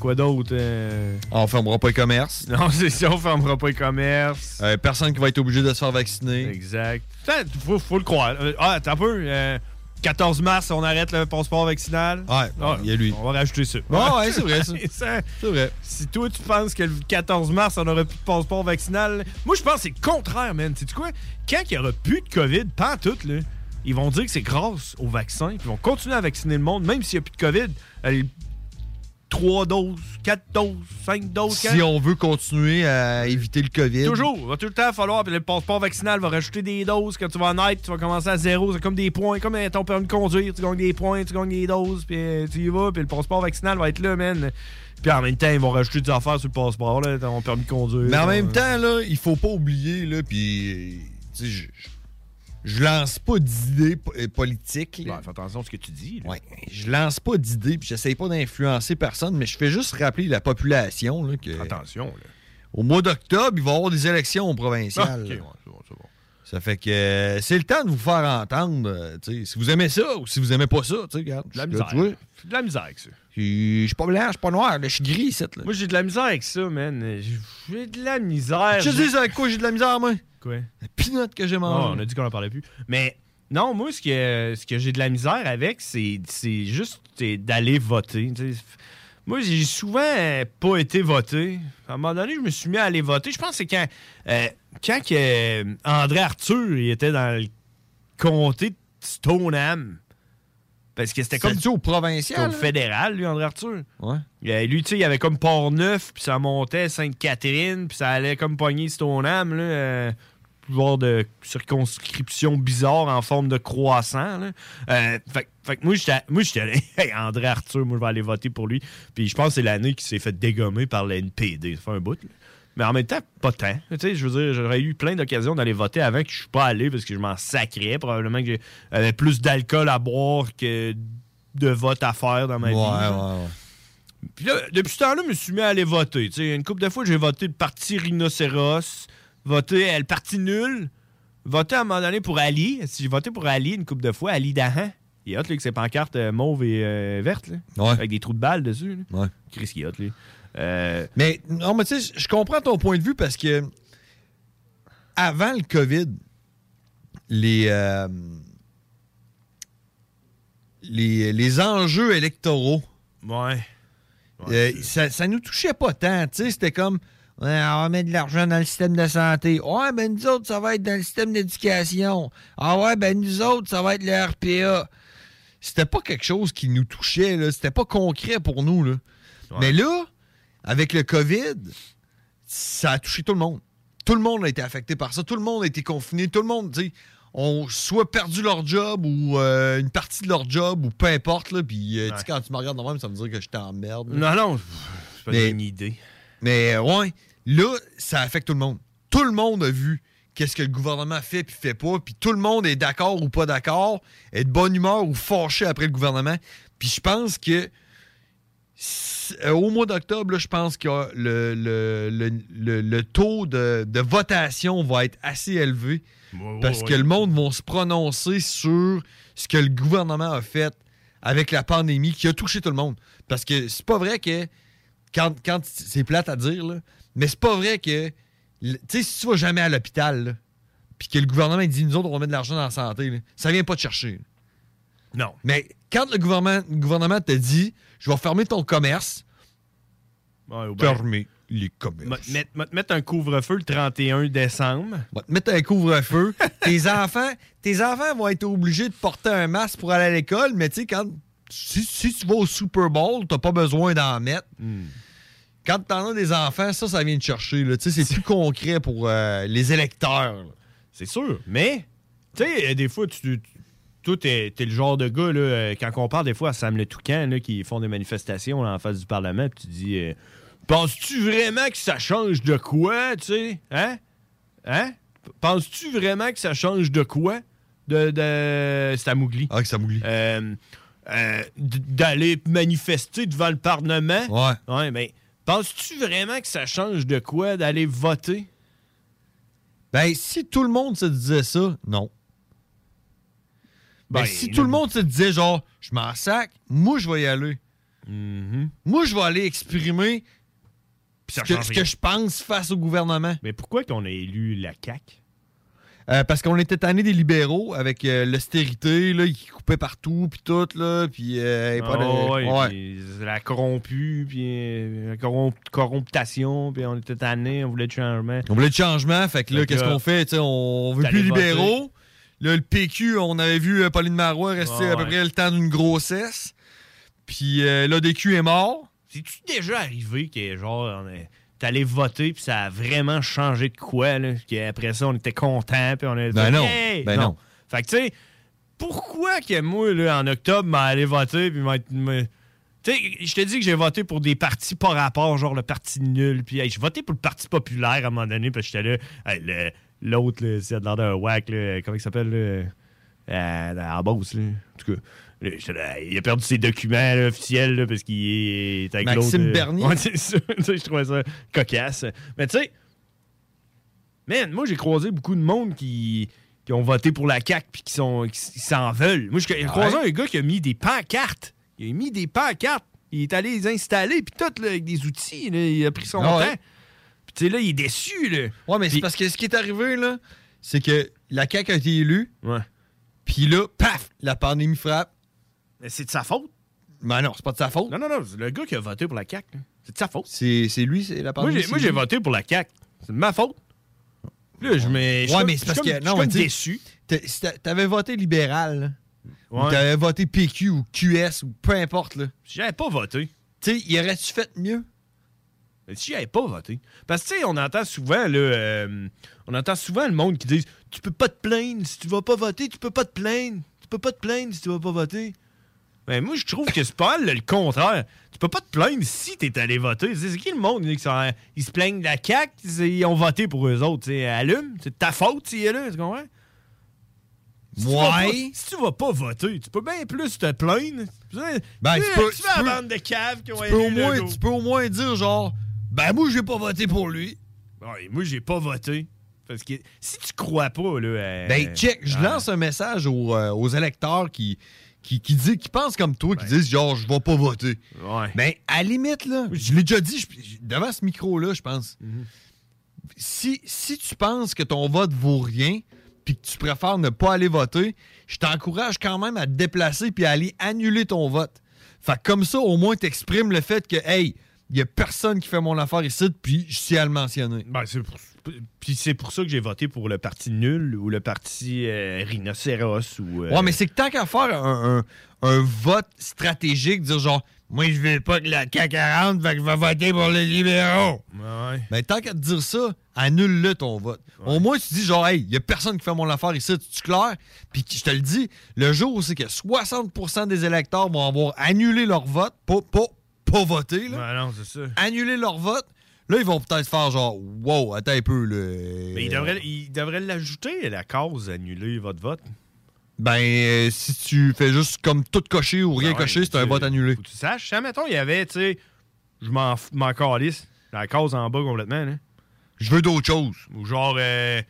H: quoi d'autre? euh?
I: On fermera pas les commerces.
H: Non, (laughs) c'est ça, on fermera pas les commerces.
I: Euh, personne qui va être obligé de se faire vacciner.
H: Exact. Putain, Faut, faut le croire. Euh, ah, attends un peu. euh, 14 mars, on arrête le passeport vaccinal.
I: Ouais,
H: Ah,
I: il y a lui.
H: On va rajouter ça.
I: Ah ouais, c'est vrai,
H: (laughs)
I: ça.
H: c'est
I: vrai.
H: Si toi, tu penses que le 14 mars, on n'aura plus de passeport vaccinal, moi, je pense que c'est le contraire, man. Sais-tu quoi? Quand il n'y aura plus de COVID, pas en tout, là, ils vont dire que c'est grâce au vaccin, puis ils vont continuer à vacciner le monde, même s'il n'y a plus de COVID. Euh, Trois doses, quatre doses, cinq doses,
I: Si
H: quatre-
I: on veut continuer à éviter le COVID.
H: Toujours. Il va tout le temps falloir. Puis le passeport vaccinal va rajouter des doses. Quand tu vas en être, tu vas commencer à zéro. C'est comme des points. Comme euh, ton permis de conduire. Tu gagnes des points, tu gagnes des doses. Puis euh, tu y vas. Puis le passeport vaccinal va être là, man. Puis en même temps, ils vont rajouter des affaires sur le passeport, là, ton permis de conduire.
I: Mais en
H: ton-
I: même temps, là, il faut pas oublier, là, puis. tu sais, Je, je- je lance pas d'idées po- euh, politiques. là.
H: fais attention à ce que tu dis.
I: Ouais. Je lance pas d'idées, puis j'essaye pas d'influencer personne, mais je fais juste rappeler la population là, que.
H: Attention, là.
I: Au mois d'octobre, il va y avoir des élections
H: Ah,
I: provinciales.
H: ok, ouais,
I: là.
H: c'est bon, c'est bon.
I: Ça fait que euh, c'est le temps de vous faire entendre. euh, tu sais, si vous aimez ça ou si vous aimez pas ça, tu sais, regarde.
H: De la
I: je suis là,
H: misère.
I: tu vois.
H: De la misère avec ça.
I: Puis, Je suis pas blanc, je suis pas noir, là, je suis gris, cette.
H: Moi, j'ai de la misère avec ça, man. J'ai de la misère.
I: Je te dis avec quoi j'ai de la misère, moi.
H: Quoi?
I: La pinotte que j'ai mangée.
H: on a dit qu'on en parlait plus. Mais non, moi, ce que, ce que j'ai de la misère avec, c'est c'est juste c'est d'aller voter. tu sais. Moi, j'ai souvent euh, pas été voté. À un moment donné, je me suis mis à aller voter. Je pense que c'est quand, euh, quand que, euh, André Arthur il était dans le comté de Stoneham. Parce que c'était comme.
I: C'était-tu au provincial, hein?
H: C'était
I: là?
H: Au fédéral, lui, André Arthur. Ouais. lui, tu sais, il avait comme Port-Neuf, puis ça montait Sainte-Catherine, puis ça allait comme pogner Stoneham, là. euh, genre de circonscription bizarre en forme de croissant. là. Euh, fait, fait que moi, j'étais moi, j'étais allé, (laughs) hey, André Arthur, moi, je vais aller voter pour lui. Puis je pense que c'est l'année qu'il s'est fait dégommer par la NPD. Ça fait un bout. là. Mais en même temps, pas tant. Tu sais, je veux dire, j'aurais eu plein d'occasions d'aller voter avant que je suis pas allé parce que je m'en sacrais. Probablement que j'avais plus d'alcool à boire que de vote à faire dans ma vie. là. Puis là, depuis ce temps-là, je me suis mis à aller voter. Tu sais, une couple de fois, j'ai voté le parti rhinocéros, voté euh, le parti nul, voté à un moment donné pour Ali. Si j'ai voté pour Ali une couple de fois, Ali Dahan. Il est hot, là, avec ses pancartes euh, mauves et euh, vertes, là, avec des trous de balles dessus. là. Chris, il est hot, lui. Euh,
I: Mais non, mais tu sais, je- je comprends ton point de vue parce que avant le COVID, les, euh, les, les enjeux électoraux,
H: ouais.
I: euh, ça, ça nous touchait pas tant. Tu sais, c'était comme Ouais, on va mettre de l'argent dans le système de santé. Ouais, ben nous autres, ça va être dans le système d'éducation. Ah ouais, ben nous autres, ça va être le RPA. C'était pas quelque chose qui nous touchait, là. C'était pas concret pour nous, là. Mais là, avec le COVID, ça a touché tout le monde. Tout le monde a été affecté par ça. Tout le monde a été confiné. Tout le monde, tu sais, ont soit perdu leur job ou euh, une partie de leur job ou peu importe, là. Puis, euh, tu sais,
H: Ouais.
I: quand tu me regardes de même, ça me dit que je t'emmerde.
H: Non, non, c'est pas
I: Mais-
H: une idée.
I: mais euh, ouais, là, ça affecte tout le monde. Tout le monde a vu qu'est-ce que le gouvernement fait puis fait pas, puis tout le monde est d'accord ou pas d'accord, est de bonne humeur ou fâché après le gouvernement. Puis je pense que s- euh, au mois d'octobre, là, je pense que euh, le, le- le- le- le taux de, de votation va être assez élevé
H: ouais,
I: parce que
H: ouais.
I: le monde va se prononcer sur ce que le gouvernement a fait avec la pandémie qui a touché tout le monde. Parce que c'est pas vrai que quand, quand c'est plate à dire, là, mais c'est pas vrai que. le- Tu sais, si tu vas jamais à l'hôpital, là, puis que le gouvernement il dit nous autres, on va mettre de l'argent dans la santé, là, ça vient pas te chercher.
H: Non.
I: Mais quand le gouvernement, le gouvernement te dit je vais fermer ton commerce,
H: Ouais, ou ben-
I: fermer les commerces.
H: Va te mettre- va te mettre un couvre-feu le 31 décembre.
I: Va te mettre un
H: (laughs)
I: couvre-feu. tes enfants, tes enfants vont être obligés de porter un masque pour aller à l'école, mais tu sais, quand si, si tu vas au Super Bowl, t'as pas besoin d'en mettre.
H: Hmm.
I: Quand t'en as des enfants, ça, ça vient te chercher. là. Tu sais,
H: (laughs)
I: c'est plus concret pour euh, les électeurs.
H: C'est sûr, mais, tu sais, euh, des fois, tu. tu- toi, t'es t'es le genre de gars, là, euh, quand on parle des fois à Sam Le Toucan, là, qui font des manifestations là, en face du Parlement, puis tu dis euh, Penses-tu vraiment que ça change de quoi, tu sais Hein Hein P- Penses-tu vraiment que ça change de quoi de, de... C'est à Mougli.
I: Ah, que c'est à Mougli.
H: Euh, euh, d- D'aller manifester devant le Parlement. Ouais. Ouais, mais penses-tu vraiment que ça change de quoi d'aller voter
I: Ben, si tout le monde se disait ça, non. Ben,
H: Ben,
I: si tout le monde se disait genre, je m'en sac, moi, je vais y aller. Moi, je vais aller exprimer
H: Mm-hmm. ça
I: ce que,
H: change
I: ce
H: rien.
I: que je pense face au gouvernement.
H: Mais pourquoi qu'on a élu la CAQ?
I: Euh, parce qu'on était tanné des libéraux avec euh, l'austérité, là, qui coupait partout, puis tout, là, puis euh, pas de-
H: Ah ouais,
I: ouais.
H: puis la corrompue, puis euh, la corromp- corromptation, puis on était tannés, on voulait du changement.
I: On voulait du changement, fait que là,
H: Fait que
I: qu'est-ce
H: là,
I: qu'on fait? tu sais, on veut
H: t'allais
I: plus
H: voter.
I: libéraux. Là, le PQ, on avait vu euh, Pauline Marois rester
H: Ouais,
I: à peu
H: Ah ouais.
I: près le temps d'une grossesse. Puis euh, l'ADQ est mort.
H: C'est-tu déjà arrivé que, genre, on est- t'allais voter, puis ça a vraiment changé de quoi, là? Que après ça, on était content, puis on a
I: Ben
H: fait,
I: non,
H: Hey!
I: ben non.
H: Fait que, tu sais, pourquoi que moi, là, en octobre, m'aller voter, puis m'être- me- Tu sais, je te dis que j'ai voté pour des partis par rapport, genre le parti nul, puis hey, j'ai voté pour le Parti populaire à un moment donné, parce que j'étais là, hey, le- l'autre, là, c'est dans un whack, là, comment il s'appelle, là? euh, à, à Beauce, là. En tout cas, là, j'étais là, il a perdu ses documents là, officiels là, parce qu'il est avec
I: Maxime
H: (laughs) l'autre, euh,
I: Bernier.
H: ouais, c'est ça. Tu sais, je trouvais ça cocasse. Mais tu sais, Man, moi, j'ai croisé beaucoup de monde qui, qui ont voté pour la CAQ puis qui sont qui s'en veulent. Moi, j'ai croisé un gars qui a mis des pancartes. Il a mis des pancartes. Il est allé les installer, puis tout, là, avec des outils. là, il a pris son
I: Ah
H: temps.
I: ouais?
H: Puis, tu sais, là, il est déçu, là.
I: Ouais, mais c'est parce que ce qui est arrivé, là, c'est que la CAQ a été élue.
H: Ouais.
I: Puis là, paf, la pandémie frappe.
H: Mais c'est de sa faute.
I: Ben non, c'est pas de sa faute.
H: Non, non, non, c'est le gars qui a voté pour la CAQ, là. c'est de sa faute.
I: C'est c'est lui, c'est la
H: Moi,
I: pandémie.
H: j'ai, moi, j'ai voté pour la CAQ. C'est de ma faute. Là, je me. je suis
I: Ouais,
H: comme-
I: mais c'est parce
H: je suis
I: que.
H: comme-
I: Non, mais
H: je suis comme
I: tu sais,
H: déçu.
I: t'as- si t'a- T'avais voté libéral, là.
H: Ouais.
I: Ou t'avais voté PQ ou QS ou peu importe, là.
H: Si j'avais pas voté.
I: Tu sais, il aurait-tu fait mieux?
H: Mais si j'avais pas voté. Parce que, tu sais, on entend souvent, là, euh, on entend souvent le monde qui dit Tu peux pas te plaindre si tu vas pas voter, tu peux pas te plaindre. Tu peux pas te plaindre si tu vas pas voter. Mais moi, je trouve que c'est pas mal, là, le contraire. Tu peux pas te plaindre si t'es allé voter. Tu sais, C'est qui le monde là, qui sont- euh, ils se plaignent de la CAQ, c'est- ils ont voté pour eux autres. tu sais, Allume, c'est de ta faute s'il est là, tu comprends? Si tu vas pas-
I: Ouais.
H: si tu vas pas voter, tu peux bien plus te plaindre. Tu sais,
I: Ben,
H: tu
I: tu
H: sais,
I: peux-
H: tu
I: tu
H: vas à
I: peux-
H: la bande de caves qui ont
I: Tu peux, au
H: élu
I: moins,
H: Legault.
I: tu peux au moins dire, genre, ben moi, j'ai pas voté pour lui.
H: Ouais, moi, j'ai pas voté. Parce que si tu crois pas, là. euh,
I: Ben, check, je
H: ah,
I: lance un message aux, euh, aux électeurs qui, qui, qui, dit- qui pensent comme toi, qui disent genre, je vais pas voter.
H: Ouais.
I: Ben, à la limite, là, je l'ai déjà dit je- je- devant ce micro-là, je pense. si, si tu penses que ton vote vaut rien, puis que tu préfères ne pas aller voter, je t'encourage quand même à te déplacer puis à aller annuler ton vote. Fait que comme ça, au moins, t'exprimes le fait que, hey, il y a personne qui fait mon affaire ici, puis je tiens à le mentionner.
H: Ben, c'est pour... Puis c'est pour ça que j'ai voté pour le parti nul ou le parti euh, rhinocéros ou. euh,
I: Ouais, mais c'est que tant qu'à faire un, un- un vote stratégique, dire genre, moi, je veux pas que la CAQ rentre, fait que je vais voter pour les libéraux.
H: Ouais.
I: Ben, tant qu'à te dire ça, annule-le ton vote. Au moins, tu dis genre, hey, il a personne qui fait mon affaire ici, tu clair? Puis je te le dis, le jour où c'est que 60% des électeurs vont avoir annulé leur vote, pas, pas, pas voter, là,
H: Ben non, c'est ça.
I: annuler leur vote, là, ils vont peut-être faire genre, wow, attends un peu, là.
H: Mais ben, il devrait, il devrait l'ajouter, la cause annuler votre vote.
I: Ben, euh, si tu fais juste comme tout cocher ou rien
H: Ben ouais,
I: cocher, c'est un
H: tu-
I: vote annulé.
H: Tu saches, ça, mettons, il y avait, tu sais, je m'en f- m'en calisse, la cause en bas complètement, là.
I: Je veux d'autres choses.
H: Ou genre, euh,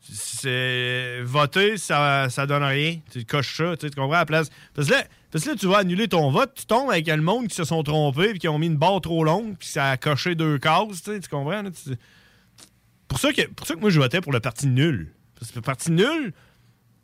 H: c'est- voter, ça, ça donne rien. Tu coches ça, tu sais, tu comprends, à la place. Parce que, là, parce que là, tu vas annuler ton vote, tu tombes avec le monde qui se sont trompés, puis qui ont mis une barre trop longue, puis ça a coché deux cases, tu sais, tu comprends, là, tu- Pour ça, que, pour ça que moi, je votais pour le parti nul. Parce que le parti nul,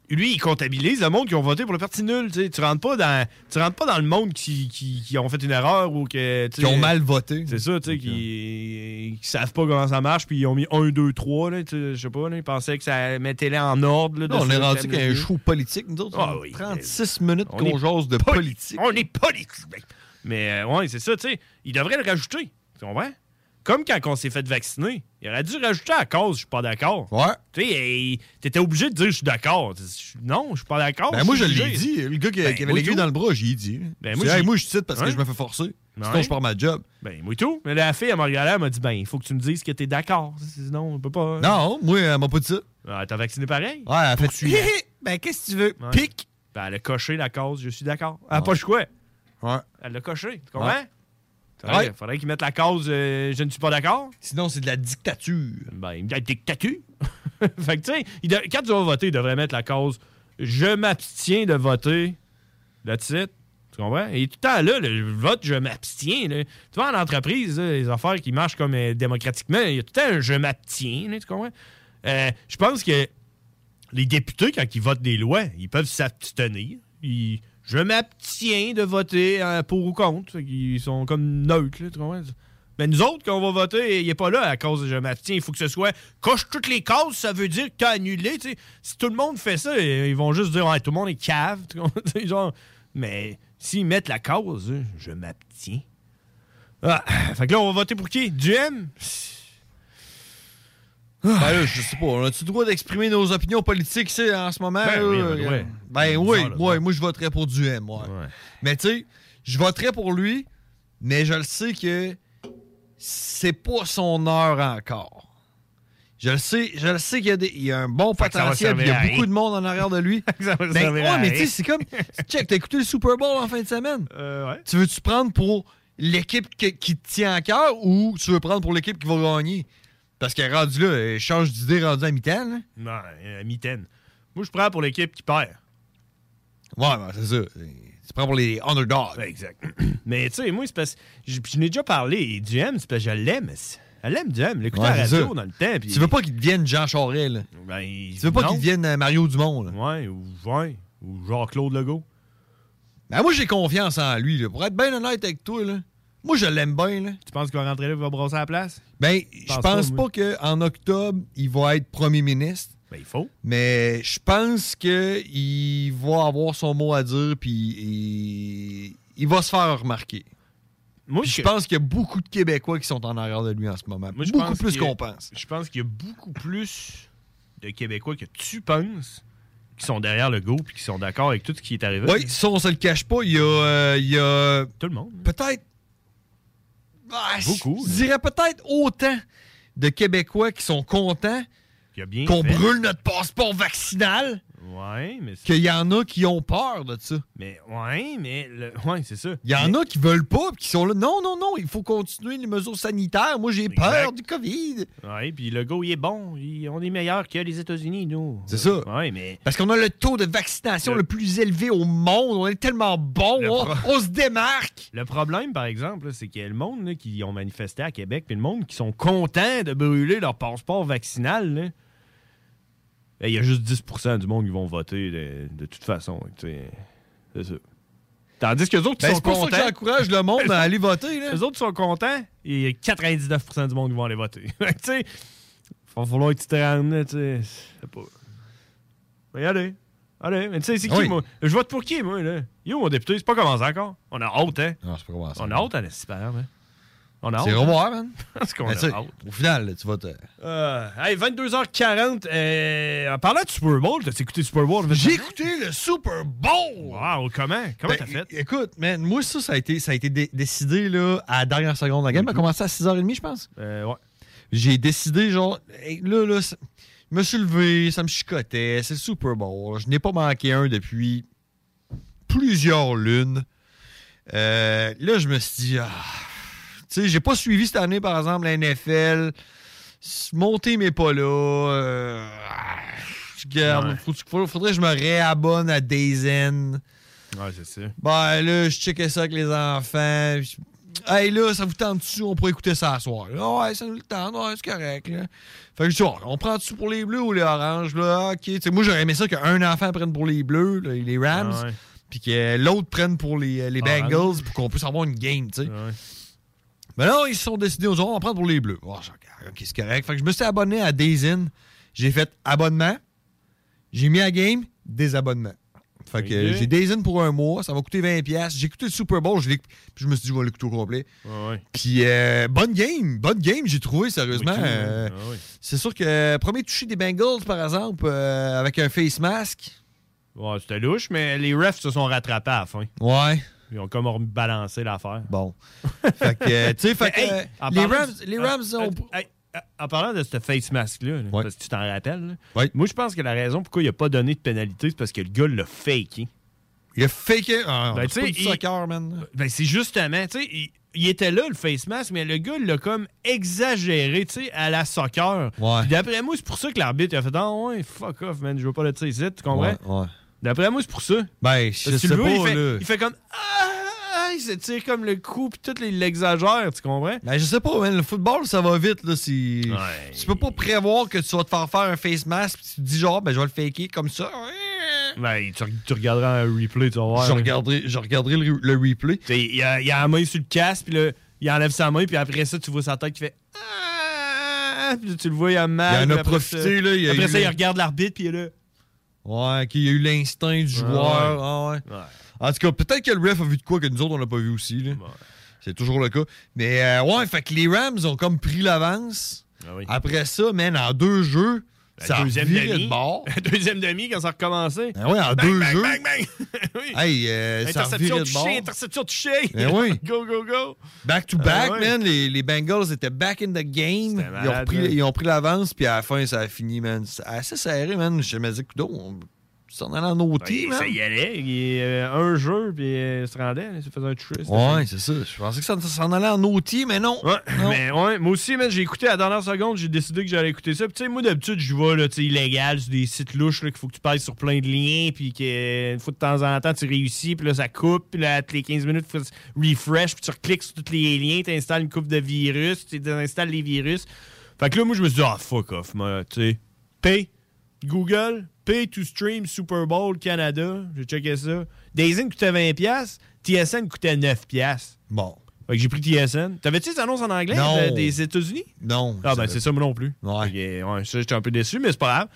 H: lui, il comptabilise le monde qui ont voté pour le parti nul. Tu sais. Tu rentres pas dans, tu rentres pas dans le monde qui, qui, qui ont fait une erreur ou que, tu
I: Qui
H: sais,
I: ont mal voté.
H: C'est ça, tu sais, qui, qui savent pas comment ça marche, puis ils ont mis 1, 2, 3, là, tu sais, je sais pas, là, ils pensaient que ça mettait les en ordre. là,
I: Là,
H: de
I: on
H: ce
I: est
H: que
I: rendu
H: ça
I: qu'à un
H: faisait.
I: show politique, nous autres.
H: Ah
I: on a
H: oui,
I: 36 minutes
H: on
I: qu'on
H: est
I: jase de
H: poli-
I: politique.
H: On est politique. Mais euh, ouais, c'est ça, tu sais. Il devrait le rajouter. Tu comprends? Comme quand on s'est fait vacciner. Il aurait dû rajouter à cause, je suis pas d'accord.
I: Ouais.
H: Tu sais, euh, t'étais obligé de dire je suis d'accord. Tu dis, Non, je suis pas d'accord.
I: Ben moi, je l'ai
H: Ah, obligé.
I: dit. Le gars qui,
H: Ben,
I: qui avait
H: moi
I: l'aiguille
H: tout.
I: dans le bras, j'y ai dit.
H: Ben,
I: moi,
H: moi, j'ai-
I: moi, je cite parce
H: Hein?
I: que je me fais forcer.
H: Ouais.
I: Sinon, je pars ma job.
H: Ben, moi tout. Mais la fille, elle m'a regardé, elle m'a dit ben, il faut que tu me dises que t'es d'accord. Sinon, on peut pas.
I: Non, moi, elle m'a pas dit ça.
H: Ah, t'as vacciné pareil?
I: Ouais, elle a
H: (laughs)
I: fait
H: Poursuivant.
I: Ben, qu'est-ce que tu veux?
H: Ouais.
I: Pic!
H: Ben, elle a coché la cause, je suis d'accord. Elle a pas quoi?
I: Ouais.
H: Elle l'a coché, tu comprends?
I: Ouais.
H: Faudrait,
I: Ah Ouais.
H: faudrait qu'ils mettent la cause euh, je ne suis pas d'accord.
I: Sinon, c'est de la dictature.
H: Ben, de la dictature. (laughs) fait que, tu sais, il de- quand tu vas voter, il devrait mettre la cause je m'abstiens de voter. That's it. Tu comprends? Et tout le temps, là, le vote, je m'abstiens. là. Tu vois, en entreprise, là, les affaires qui marchent comme euh, démocratiquement, il y a tout le temps un je m'abstiens. là, Tu comprends? Euh, je pense que les députés, quand ils votent des lois, ils peuvent s'abstenir. Ils- je m'abstiens de voter euh, pour ou contre. Fait qu'ils sont comme neutres, là, tu comprends? Mais nous autres, quand on va voter, il n'est pas là à cause de je m'abstiens. Il faut que ce soit coche toutes les cases, ça veut dire que t'as annulé. tu sais. Si tout le monde fait ça, euh, ils vont juste dire Ouais, tout le monde est cave. tu comprends? (laughs) Tu sais, genre, mais s'ils mettent la cause, euh, je m'abstiens. Ah, fait que là, on va voter pour qui? Du M?
I: Ben là, je sais pas. On a-tu le droit d'exprimer nos opinions politiques ici en ce moment?
H: Ben
I: là?
H: oui, on a le droit.
I: Ben oui, moi, moi, je voterais pour du M, ouais. Mais tu sais, je voterais pour lui, mais je le sais que c'est pas son heure encore. Je le sais, je le sais qu'il y a, des- il y a un bon
H: Fait que ça va
I: potentiel, puis il y
H: servir
I: a
H: à
I: beaucoup
H: rien.
I: de monde en arrière de
H: (laughs)
I: lui.
H: va
I: Ben,
H: servir à
I: ouais, mais
H: rien.
I: tu sais, c'est comme.
H: (laughs)
I: Check, t'as écouté le Super Bowl en fin de semaine.
H: Euh, ouais.
I: Tu veux-tu prendre pour l'équipe que- qui te tient à cœur ou tu veux prendre pour l'équipe qui va gagner? Parce que rendu là, euh, change d'idée rendu à mi-temps. là.
H: Non, euh, mitaine. Moi, je prends pour l'équipe qui perd.
I: Ouais, ben, c'est ça. Tu prends pour les underdogs.
H: exact. (clears throat) Mais tu sais, moi, c'est parce que. Je, puis je n'ai déjà parlé. Et du M, c'est parce que je l'aime. c'est- Elle aime du M. L'écouter
I: Ouais,
H: à la
I: c'est ça.
H: radio dans le temps. Puis,
I: Tu veux pas qu'ils deviennent Jean Charest, là.
H: ben,
I: Tu veux pas
H: non.
I: qu'ils deviennent euh, Mario Dumont, là.
H: Ouais, ou, ouais, ou Jean-Claude Legault.
I: Ben, moi, j'ai confiance en lui, là. Pour être bien honnête avec toi, là. Moi, je l'aime bien, là.
H: Tu penses qu'il va rentrer là, il va brosser la place?
I: Ben, je
H: pense
I: pense
H: pas,
I: pas,
H: moi.
I: qu'en octobre, il va être premier ministre.
H: Ben, il faut.
I: Mais je pense qu'il va avoir son mot à dire, puis il, il va se faire remarquer.
H: Moi,
I: Puis je pense qu'il y a beaucoup de Québécois qui sont en arrière de lui en ce moment.
H: Moi, je
I: beaucoup
H: pense
I: plus
H: qu'il y a-
I: qu'on pense.
H: Je pense qu'il y a beaucoup plus de Québécois que tu penses qui sont derrière le go puis qui sont d'accord avec tout ce qui est arrivé.
I: Oui, ça, on se le cache pas. Il y a. euh, il y a
H: tout le monde.
I: Peut-être. hein. Beaucoup. Je dirais peut-être autant de Québécois qui sont contents
H: Il y a bien
I: qu'on
H: fait.
I: brûle notre passeport vaccinal
H: Ouais, mais c'est-
I: qu'il y en a qui ont peur de ça.
H: mais ouais, mais le- ouais, c'est ça.
I: Il y en a qui veulent pas, puis qui sont là. Non, non, non, il faut continuer les mesures sanitaires. Moi, j'ai peur du COVID.
H: Ouais, puis le go il est bon, Il- on est meilleur que les États-Unis nous.
I: C'est ça.
H: Ouais, mais
I: Parce qu'on a le taux de vaccination le, plus élevé au monde. On est tellement bon.
H: Le
I: On,
H: pro-
I: on se démarque.
H: Le problème, par exemple, là, c'est qu'il y a le monde là, qui ont manifesté à Québec, puis le monde qui sont contents de brûler leur passeport vaccinal. là. Ben, Il y a juste 10 du monde qui vont voter de, de toute façon. tu sais. C'est ça. Tandis que les autres qui
I: Ben,
H: sont
I: c'est pour ça que
H: contents.
I: j'encourage le (laughs) monde à aller voter. Là.
H: Les autres qui sont contents, il y a 99 du monde qui vont aller voter. tu sais, va falloir que tu te rendes, là, tu sais. Je sais pas. Mais allez. Allez, mais tu sais, c'est qui,
I: Oui.
H: moi? Je vote pour qui, moi, là? Yo, mon député, c'est pas commencé encore. On a honte, hein?
I: Non, c'est pas commencé.
H: On a honte à l'espère, hein? On a honte.
I: C'est revoir, man.
H: (laughs) Parce qu'on
I: Mais tu sais,
H: a honte.
I: Au final, là, tu vas te.
H: Euh, hey, 22h40, euh, en parlant de Super Bowl, t'as écouté le Super Bowl? J'ai
I: écouté le Super Bowl!
H: Wow, comment? Comment
I: Ben,
H: t'as fait?
I: Écoute, man, moi, ça, ça a été, ça a été dé- décidé là, à la dernière seconde. La game a commencé à 6h30, je pense.
H: Mm-hmm. Euh, ouais.
I: J'ai décidé, genre, hey, là, là, ça- je me suis levé, ça me chicotait, c'est le Super Bowl. Je n'ai pas manqué un depuis plusieurs lunes. Euh, là, je me suis dit, ah, tu sais, j'ai pas suivi cette année, par exemple, la NFL. S- Monter mes pas là. euh, ah, je garde.
H: Ouais.
I: Faut- faut- faudrait que je me réabonne à Dazen.
H: Ouais, c'est ça.
I: Ben là, je checkais ça avec les enfants. puis je- Hey là, ça vous tente-tu? On pourrait écouter ça à soir. Là, ouais, ça nous le tente. Ouais, c'est correct. Là. Fait que je dis, oh, on prend-tu pour les bleus ou les oranges? Là? Ah, Ok. Tu sais, moi, j'aurais aimé ça qu'un enfant prenne pour les bleus, là, les Rams,
H: Ah ouais.
I: puis que l'autre prenne pour les, les
H: Orange.
I: Bengals pour qu'on puisse avoir une game. tu sais. Mais là, ils se sont décidés, on dit, on va prendre pour les bleus. Oh, je regarde, ok, c'est correct. Fait que je me suis abonné à Daisin. J'ai fait abonnement. J'ai mis à game, désabonnement. Fait que
M: Ok.
I: euh, j'ai Daisin pour un mois, ça va coûter 20$. J'ai écouté le Super Bowl, je l'ai- puis je me suis dit, je vais l'écouter au complet. Puis euh, bonne game, bonne game, j'ai trouvé sérieusement.
M: Oui, tout,
I: Euh,
M: ah oui.
I: C'est sûr que euh, premier touché des Bengals, par exemple, euh, avec un face mask.
H: Ouais, c'était louche, mais les refs se sont rattrapés à la fin.
I: Ouais.
H: Ils ont comme rebalancé l'affaire.
I: Bon. fait que, euh, tu sais,
H: (laughs)
I: fait que, euh, les Rams- les Rams ont-
H: en parlant de ce face mask-là, là, parce que tu t'en rappelles, là, moi, je pense que la raison pourquoi il n'a pas donné de pénalité, c'est parce que le gars l'a faké.
I: Il a faké? Ah,
H: Ben,
I: c'est
H: tu sais,
I: pas du
H: il-
I: soccer, man.
H: Ben, c'est justement, tu sais, il, il était là, le face mask, mais le gars l'a comme exagéré, tu sais, à la soccer.
I: Ouais.
H: Puis d'après moi, c'est pour ça que l'arbitre a fait Ah, ouais, fuck off, man, je veux pas le tirer ici, tu comprends?
I: Ouais, ouais.
H: D'après moi, c'est pour ça.
I: Ben, je
H: Parce
I: sais
H: que le
I: pas,
H: gars, il, fait,
I: là.
H: il fait comme Ah, il se tire comme le coup, puis tout, il l'exagère, tu comprends?
I: Ben, je sais pas, man, le football, ça va vite. Là, c'est- Tu peux pas prévoir que tu vas te faire faire un face mask puis tu te dis genre, ben, je vais le faker comme ça.
H: Ben, tu, tu regarderas un replay, tu vas voir.
I: Je regarderai, je regarderai le, le replay.
H: Tu sais, Il y a, il a la main sur le casque, puis là, il enlève sa main, puis après ça, tu vois sa tête qui fait Ah, puis là, tu le vois, il a mal.
I: Il en
H: puis
I: a
H: après ça-
I: profité, là, il a
H: après
I: eu
H: ça,
I: le-
H: il regarde l'arbitre, puis il est là.
I: Ouais, qu'il y a eu l'instinct du joueur. ah ouais. En tout cas, peut-être que le ref a vu de quoi que nous autres, on n'a pas vu aussi. là. C'est toujours le cas. Mais euh, ouais, fait que les Rams ont comme pris l'avance. Après ça, man, en deux jeux,
H: Ah La
I: ça a
H: deuxième
I: viré
H: demi.
I: de
H: (laughs)
I: bord.
H: La (laughs) deuxième demi, quand ça a recommencé.
I: Ben ouais, en deux jeux.
H: Bang, bang, (laughs) Oui.
I: Hey, euh, ça a
H: interception
I: reviré de bord.
H: touchée, interception touchée.
I: Ben oui.
H: (laughs) go, go, go.
I: Back to back,
H: Ah ouais.
I: man. Les, les Bengals étaient back in the game. Ils ont,
H: malade,
I: repris,
H: man.
I: ils ont pris l'avance, puis à la fin, ça a fini, man. C'est assez serré, man. Je me dis, coudonc, on- s'en allant en OT,
H: Ben,
I: man.
H: ça y allait. Il, euh, un jeu, puis euh, il se rendait. là, Il se faisait un toucher. c'était
I: Ouais, c'est ça. Je pensais que ça s'en allait en outil, mais non.
H: Mais ouais, moi aussi, man, j'ai écouté à la dernière seconde, j'ai décidé que j'allais écouter ça. Puis, tu sais, moi, d'habitude, je vois, là, tu sais, illégal, sur des sites louches, là, qu'il faut que tu passes sur plein de liens, puis qu'une fois de temps en temps, tu réussis, puis là, ça coupe, puis là, toutes les 15 minutes, faut que tu refresh, puis tu recliques sur tous les liens, tu installes une coupe de virus, tu installes les virus. Fait que là, moi, je me suis dit, ah, fuck off, moi, tu sais. Pay, Google, Pay to Stream Super Bowl Canada, j'ai checké ça. Dazen coûtait 20$, TSN coûtait 9$.
I: Bon.
H: Fait que j'ai pris TSN. T'avais-tu des annonces en anglais
I: Non.
H: euh, des États-Unis?
I: Non.
H: Ah, ben, c'est ça, moi non plus. Ouais. ouais ça, j'étais un peu déçu, mais c'est pas grave.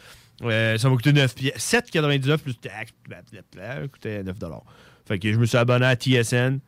H: Euh, ça m'a coûté 9 pi- 7,99 plus taxes. bla, bla, bla, Ça coûtait 9 Fait que je me suis abonné à TSN.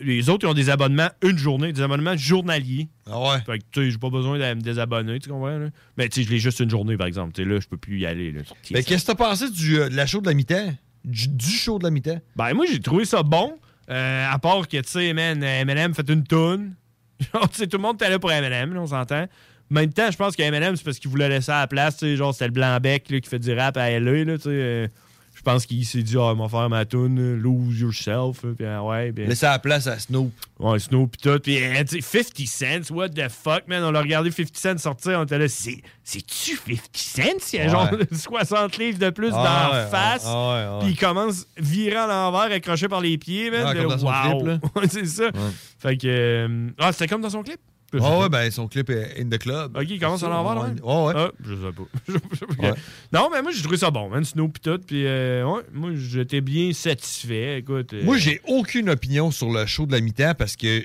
H: Les autres, ils ont des abonnements une journée, des abonnements journaliers.
I: Ah ouais?
H: Fait que, tu sais, j'ai pas besoin de me désabonner, tu comprends? Là? Mais, tu sais, je l'ai juste une journée, par exemple. Tu sais, là, je peux plus y aller. Là, sur
I: Mais
H: TSN.
I: Ben, qu'est-ce que t'as pensé du, euh, de la show de la mi-temps? Du, du show de la mi-temps?
H: Ben, moi, j'ai trouvé ça bon. euh, à part que, tu sais, man, M&M fait une toune. (laughs) Genre, tu sais, tout le monde était là pour M&M, là, on s'entend. En même temps, je pense que M&M, c'est parce qu'il voulait laisser à la place, tu sais, genre, c'était le Blanc-Bec là, qui fait du rap à LA, là, tu sais. euh, je pense qu'il s'est dit, ah, on va faire ma toune, euh, lose yourself, là, puis ah, ouais. Puis,
I: Laissez la place à Snoop.
H: Ouais, Snoop pis tout. Puis, euh, tu sais, 50 Cent, what the fuck, man. On l'a regardé 50 Cent sortir, on était là, c'est- c'est-tu 50 Cent? Il y a
I: Ouais.
H: genre (laughs) 60 livres de
I: Ah
H: plus dans
I: ouais,
H: la face.
I: ah ouais, ouais.
H: Puis il commence virant à l'envers, accroché par les pieds, man.
I: Ouais,
H: de-
I: comme dans son
H: wow.
I: clip,
H: (laughs) Ouais, c'est ça. Fait que. euh, Ah, c'était comme dans son clip?
I: Ah ouais, ben son clip est In the Club.
H: Ok, il commence à l'envers, là.
I: Ouais,
H: même?
I: ouais.
H: Ah, je sais pas. (laughs) Je sais pas. Non, mais moi, j'ai trouvé ça bon, man. Snoop pis tout. Puis, euh, ouais, moi, j'étais bien satisfait. Écoute. euh,
I: Moi, j'ai aucune opinion sur le show de la mi-temps parce que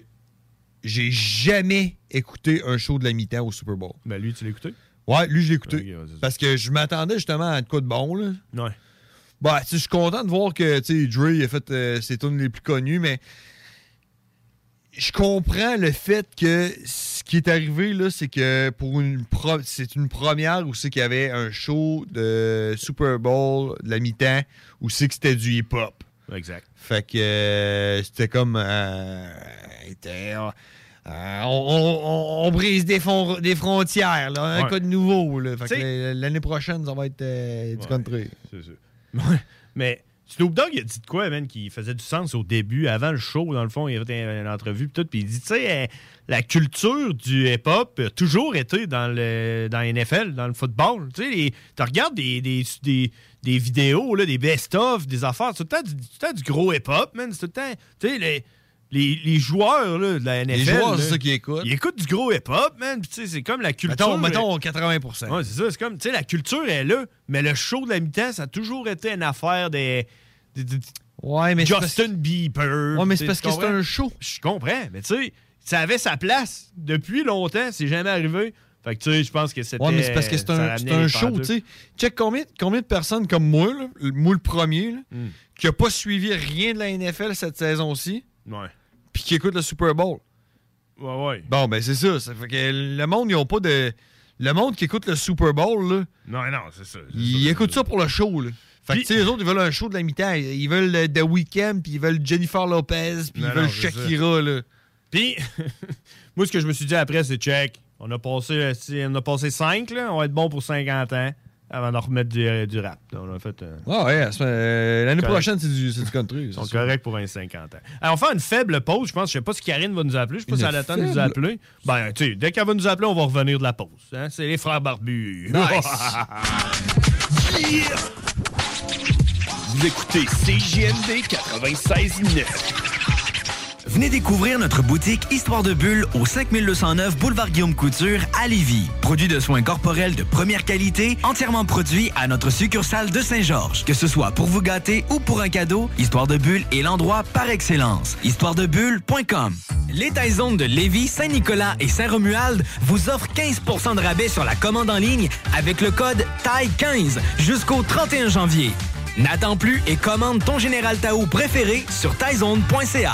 I: j'ai jamais écouté un show de la mi-temps au Super Bowl.
H: Ben, lui, tu l'as écouté?
I: Ouais, lui, j'ai écouté.
H: Ok, ouais, c'est ça.
I: parce que je m'attendais justement à de quoi de bon, là.
H: Ouais.
I: Bah, tu sais, je suis content de voir que, tu sais, Dre il a fait euh, ses tunes les plus connues, mais je comprends le fait que ce qui est arrivé, là, c'est que pour une pro- c'est une première où c'est qu'il y avait un show de Super Bowl de la mi-temps où c'est que c'était du hip-hop.
H: Exact.
I: Fait que euh, c'était comme. euh, était, euh, euh, on, on- on- on brise des, fon- des frontières, là, un
H: Ouais.
I: cas de nouveau. là. Fait que
H: T'sais-
I: l- l'année prochaine, ça va être euh, du country.
H: C'est sûr. Ouais, Mais Snoop Dogg, il a dit de quoi, man, qui faisait du sens au début, avant le show, dans le fond, il avait fait une entrevue, pis tout, puis il dit, tu sais, euh, la culture du hip-hop a toujours été dans le dans la NFL, dans le football. Tu sais, les- tu regardes des, des, des- des vidéos, là, des best-of, des affaires, c'est tout le temps du, tout le temps du gros hip-hop, man, c'est tout le temps, tu sais, les... Les, les joueurs là, de la NFL.
I: joueurs,
H: là,
I: c'est ça qu'ils écoutent.
H: Ils écoutent du gros hip-hop, man. Puis, tu sais, c'est comme la culture.
I: Mettons, mettons 80%.
H: Ouais, c'est ça. C'est comme, tu sais, la culture est là, mais le show de la mi-temps, ça a toujours été une affaire des. des- des-
I: Ouais, mais c'est parce-
H: Justin Bieber.
I: Ouais, mais c'est
H: tu
I: parce
H: sais, tu
I: que c'est
H: comprends?
I: un show.
H: Je comprends, mais tu sais, ça avait sa place depuis longtemps, c'est jamais arrivé. Fait que tu sais, je pense que c'était.
I: Ouais, mais c'est parce que c'est
H: ça
I: un,
H: ramenait
I: c'est un
H: les
I: show,
H: pendules.
I: tu sais. Check combien, combien de personnes comme moi, là, le- moi le premier, là,
H: Hmm.
I: qui a pas suivi rien de la NFL cette saison-ci,
H: Ouais.
I: puis qui écoute le Super Bowl.
H: Ouais, ouais.
I: Bon, ben c'est ça. Ça fait que le monde, ils ont pas de. Le monde qui écoute le Super Bowl, là,
H: Non, non, c'est ça.
I: ils écoutent ça pour le show, là. Fait que,
H: Puis-
I: tu sais, les autres, ils veulent un show de la mi-temps. Ils veulent euh, The Weeknd, puis ils veulent Jennifer Lopez, puis
H: Non,
I: ils veulent
H: non, c'est ça.
I: Shakira, là.
H: Puis, (laughs) moi, ce que je me suis dit après, c'est check. On a passé, euh, si- on a passé 5, là, on va être bon pour 50 ans avant de remettre du, euh, du rap. Donc, on a fait. euh,
I: Ah ouais, la semaine- euh, l'année
H: Correct.
I: prochaine, c'est du, c'est du country.
H: Ils sont corrects pour un 50 ans. Alors, on fait une faible pause. Je pense, je sais pas si Karine va nous appeler. Je sais pas si
I: Une
H: elle attend de nous
I: faible-
H: appeler. Ben, tu sais, dès qu'elle va nous appeler, on va revenir de la pause. hein. C'est les frères barbus.
L: Vous écoutez CJMD 96.9.
C: Venez découvrir notre boutique Histoire de Bulle au 5209 Boulevard Guillaume Couture à Lévis. Produit de soins corporels de première qualité, entièrement produit à notre succursale de Saint-Georges. Que ce soit pour vous gâter ou pour un cadeau, Histoire de Bulle est l'endroit par excellence. Histoiredebulle.com Les Taizones de Lévis, Saint-Nicolas et Saint-Romuald vous offrent 15 de rabais sur la commande en ligne avec le code TAILLE15 jusqu'au 31 janvier. N'attends plus et commande ton Général Tao préféré sur taizone.ca.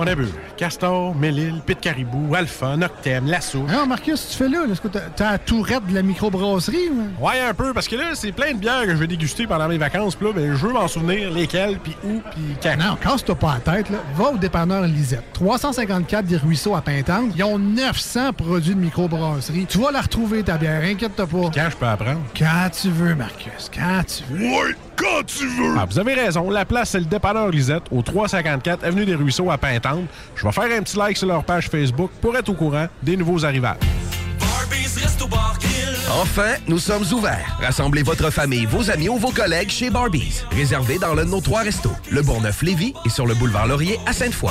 N: On a bu Castor, Mélile, Pit Caribou, Alpha, Noctem, Lasso.
O: Non, Marcus, tu fais là. là. Est-ce que t'as t'as la tourette de la microbrasserie? ou-
N: Ouais, un peu, parce que là, c'est plein de bières que je vais déguster pendant mes vacances. Puis là, ben, je veux m'en souvenir lesquelles, puis où, puis quand.
O: Non, casse-toi pas la tête, là. va au dépanneur Lisette. 354 des Ruisseaux à Pintante. Ils ont 900 produits de microbrasserie. Tu vas la retrouver, ta bière, inquiète-toi pas.
N: Quand je peux apprendre?
O: Quand tu veux, Marcus, quand tu veux.
N: Oui, quand tu veux. Ah, vous avez raison. La place, c'est le dépanneur Lisette, au 354 Avenue des Ruisseaux à Pintante. Je vais faire un petit like sur leur page Facebook pour être au courant des nouveaux arrivages.
D: Enfin, nous sommes ouverts. Rassemblez votre famille, vos amis ou vos collègues chez Barbies. Réservé dans l'un de nos trois restos, le Bourgneuf Lévis et sur le boulevard Laurier à Sainte-Foy.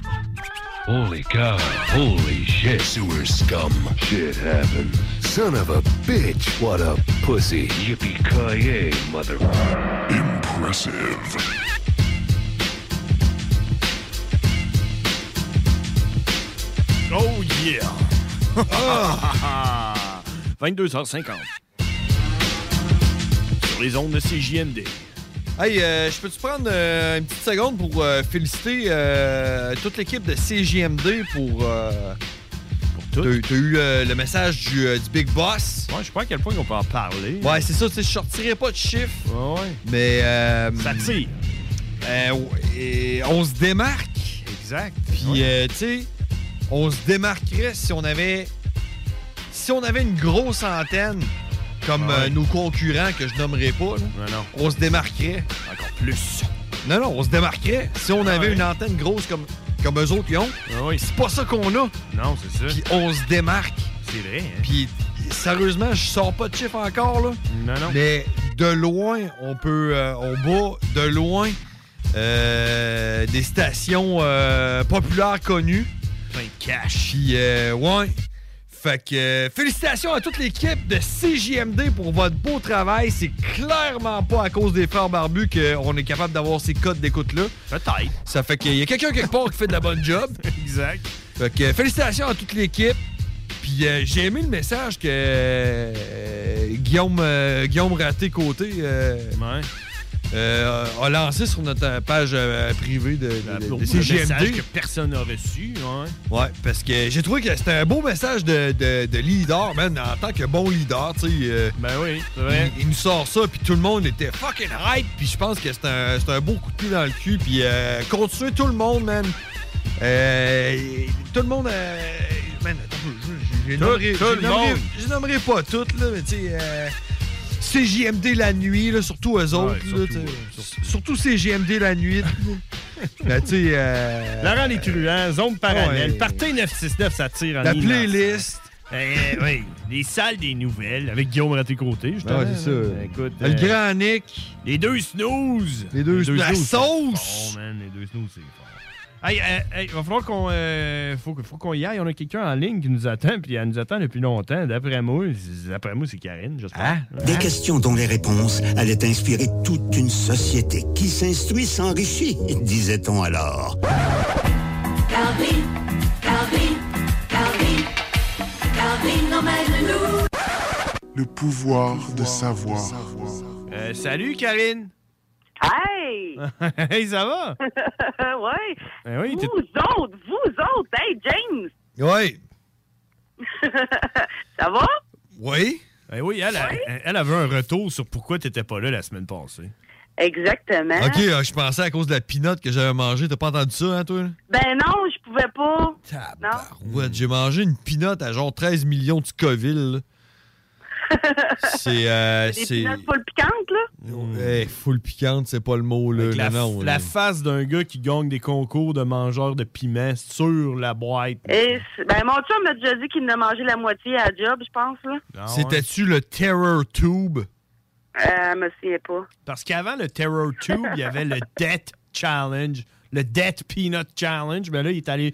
P: Holy cow. Holy shit. Sewer scum. Shit happened. Son of a bitch. What a pussy. Yippee-ki-yay, mother... Impressive.
H: Oh (laughs) yeah! Ah. 22h50. Sur les ondes de CJMD.
I: Hey, euh, je peux-tu prendre euh, une petite seconde pour euh, féliciter euh, toute l'équipe de CJMD pour. euh,
H: tout.
I: T'as t'as eu euh, le message du, euh, du Big Boss.
H: Ouais, je sais pas à quel point on peut en parler.
I: Ouais, c'est ça, tu sais, je sortirai pas de chiffres.
H: Ouais, ouais.
I: Mais. euh,
H: Ça tire.
I: euh, ouais, et on se démarque.
H: Exact.
I: Puis, euh, tu sais, on se démarquerait si on avait. Si on avait une grosse antenne, comme euh, nos concurrents que je nommerai pas, là, on se démarquerait.
H: Encore plus.
I: Non, non, on se démarquerait si on avait une antenne grosse comme, comme eux autres qui ont. C'est pas ça qu'on a.
H: Non, c'est ça.
I: Puis on se démarque.
H: C'est vrai, hein?
I: Puis, sérieusement, je sors pas de chiffres encore, là.
H: Non, non.
I: Mais de loin, on peut. euh, on bat de loin euh, des stations euh, populaires connues.
H: Plein de cash.
I: Puis, euh, ouais. Fait que euh, félicitations à toute l'équipe de CJMD pour votre beau travail. C'est clairement pas à cause des frères barbus qu'on est capable d'avoir ces codes d'écoute-là.
H: Peut-être.
I: Ça fait qu'il y a quelqu'un quelque part qui fait de la bonne job.
H: (laughs) Exact.
I: Fait que euh, félicitations à toute l'équipe. Puis euh, j'ai aimé le message que euh, Guillaume, euh, Guillaume Raté-Côté euh, euh, a lancé sur notre page euh, privée de, de- de, de
H: message
I: CJMD.
H: que personne n'a reçu, hein. ouais.
I: Ouais, parce que j'ai trouvé que c'était un beau message de, de- de leader, man, en tant que bon leader, tu sais.
H: ben oui, c'est
I: vrai. Il, il nous sort ça, puis tout le monde était fucking hype, puis je pense que c'est un, c'est un beau coup de pied dans le cul, puis euh, continuez tout le monde, man. Euh, tout le monde, euh, man, attends, je- je- je- je
H: Tout-
I: nommerai-
H: tout
I: je
H: le
I: nommerai-
H: monde.
I: Je nommerai pas toutes, là, mais tu sais, euh, CJMD la nuit, là, surtout eux autres, là,
H: Ouais, surtout,
I: tu sais.
H: ouais,
I: surtout, CJMD la
H: (laughs)
I: nuit. Ben, tu sais, euh,
H: Laurent Les Truands, Zone Parallèle,
I: Ouais.
H: Partez 969, ça tire en
I: La
H: immense.
I: playlist.
H: Eh, oui, les salles des nouvelles avec Guillaume Raté-Côté, justement.
I: Ouais, c'est
H: là.
I: ça.
H: Écoute, euh,
I: Le grand Nick.
H: Les deux snooze.
I: Les deux snooze. La
H: c'est
I: sauce.
H: fort, man, les deux snooze, c'est fort. Hey, hey, hey, il va falloir qu'on euh, faut, que- faut qu'on y aille. On a quelqu'un en ligne qui nous attend, puis elle nous attend depuis longtemps. D'après moi, c'est- d'après moi, c'est Karine, j'espère.
I: Hein?
Q: Des questions dont les réponses allaient inspirer toute une société qui s'instruit s'enrichit, disait-on alors.
R: Calvin, Calvin, Calvin, Calvin emmène-nous.
S: Le pouvoir de savoir.
H: Euh, salut, Karine.
E: Hey!
H: (laughs) hey, ça va?
E: ouais.
H: Ben oui, t'es-
E: Vous autres, vous autres, hey James!
I: Ouais.
E: ça va?
I: Oui?
H: Ben oui, elle, elle, elle avait un retour sur pourquoi t'étais pas là la semaine passée.
E: Exactement.
I: OK, euh, je pensais à cause de la pinotte que j'avais mangée. T'as pas entendu ça, hein, toi? là?
E: Ben non, je pouvais pas. Non.
I: Ouais, j'ai mangé une pinotte à genre 13 millions de Scoville. là.
E: (laughs)
I: C'est. euh,
E: Des
I: c'est-
E: pinottes full piquantes, là.
I: Hey, full Eh, piquante, c'est pas le mot, là.
H: Hmm. Avec la,
I: non, euh. non,
H: la
I: là.
H: face d'un gars qui gagne des concours de mangeurs de piment sur la boîte.
E: Et c'est- ben, mon chum m'a déjà dit qu'il en a mangé la moitié à job, je pense, là.
H: Ah
I: C'était-tu le Terror Tube?
E: Euh, me souviens pas.
H: Parce qu'avant le Terror Tube, il y avait le Death Challenge, le Death Peanut Challenge. Mais là, il est allé.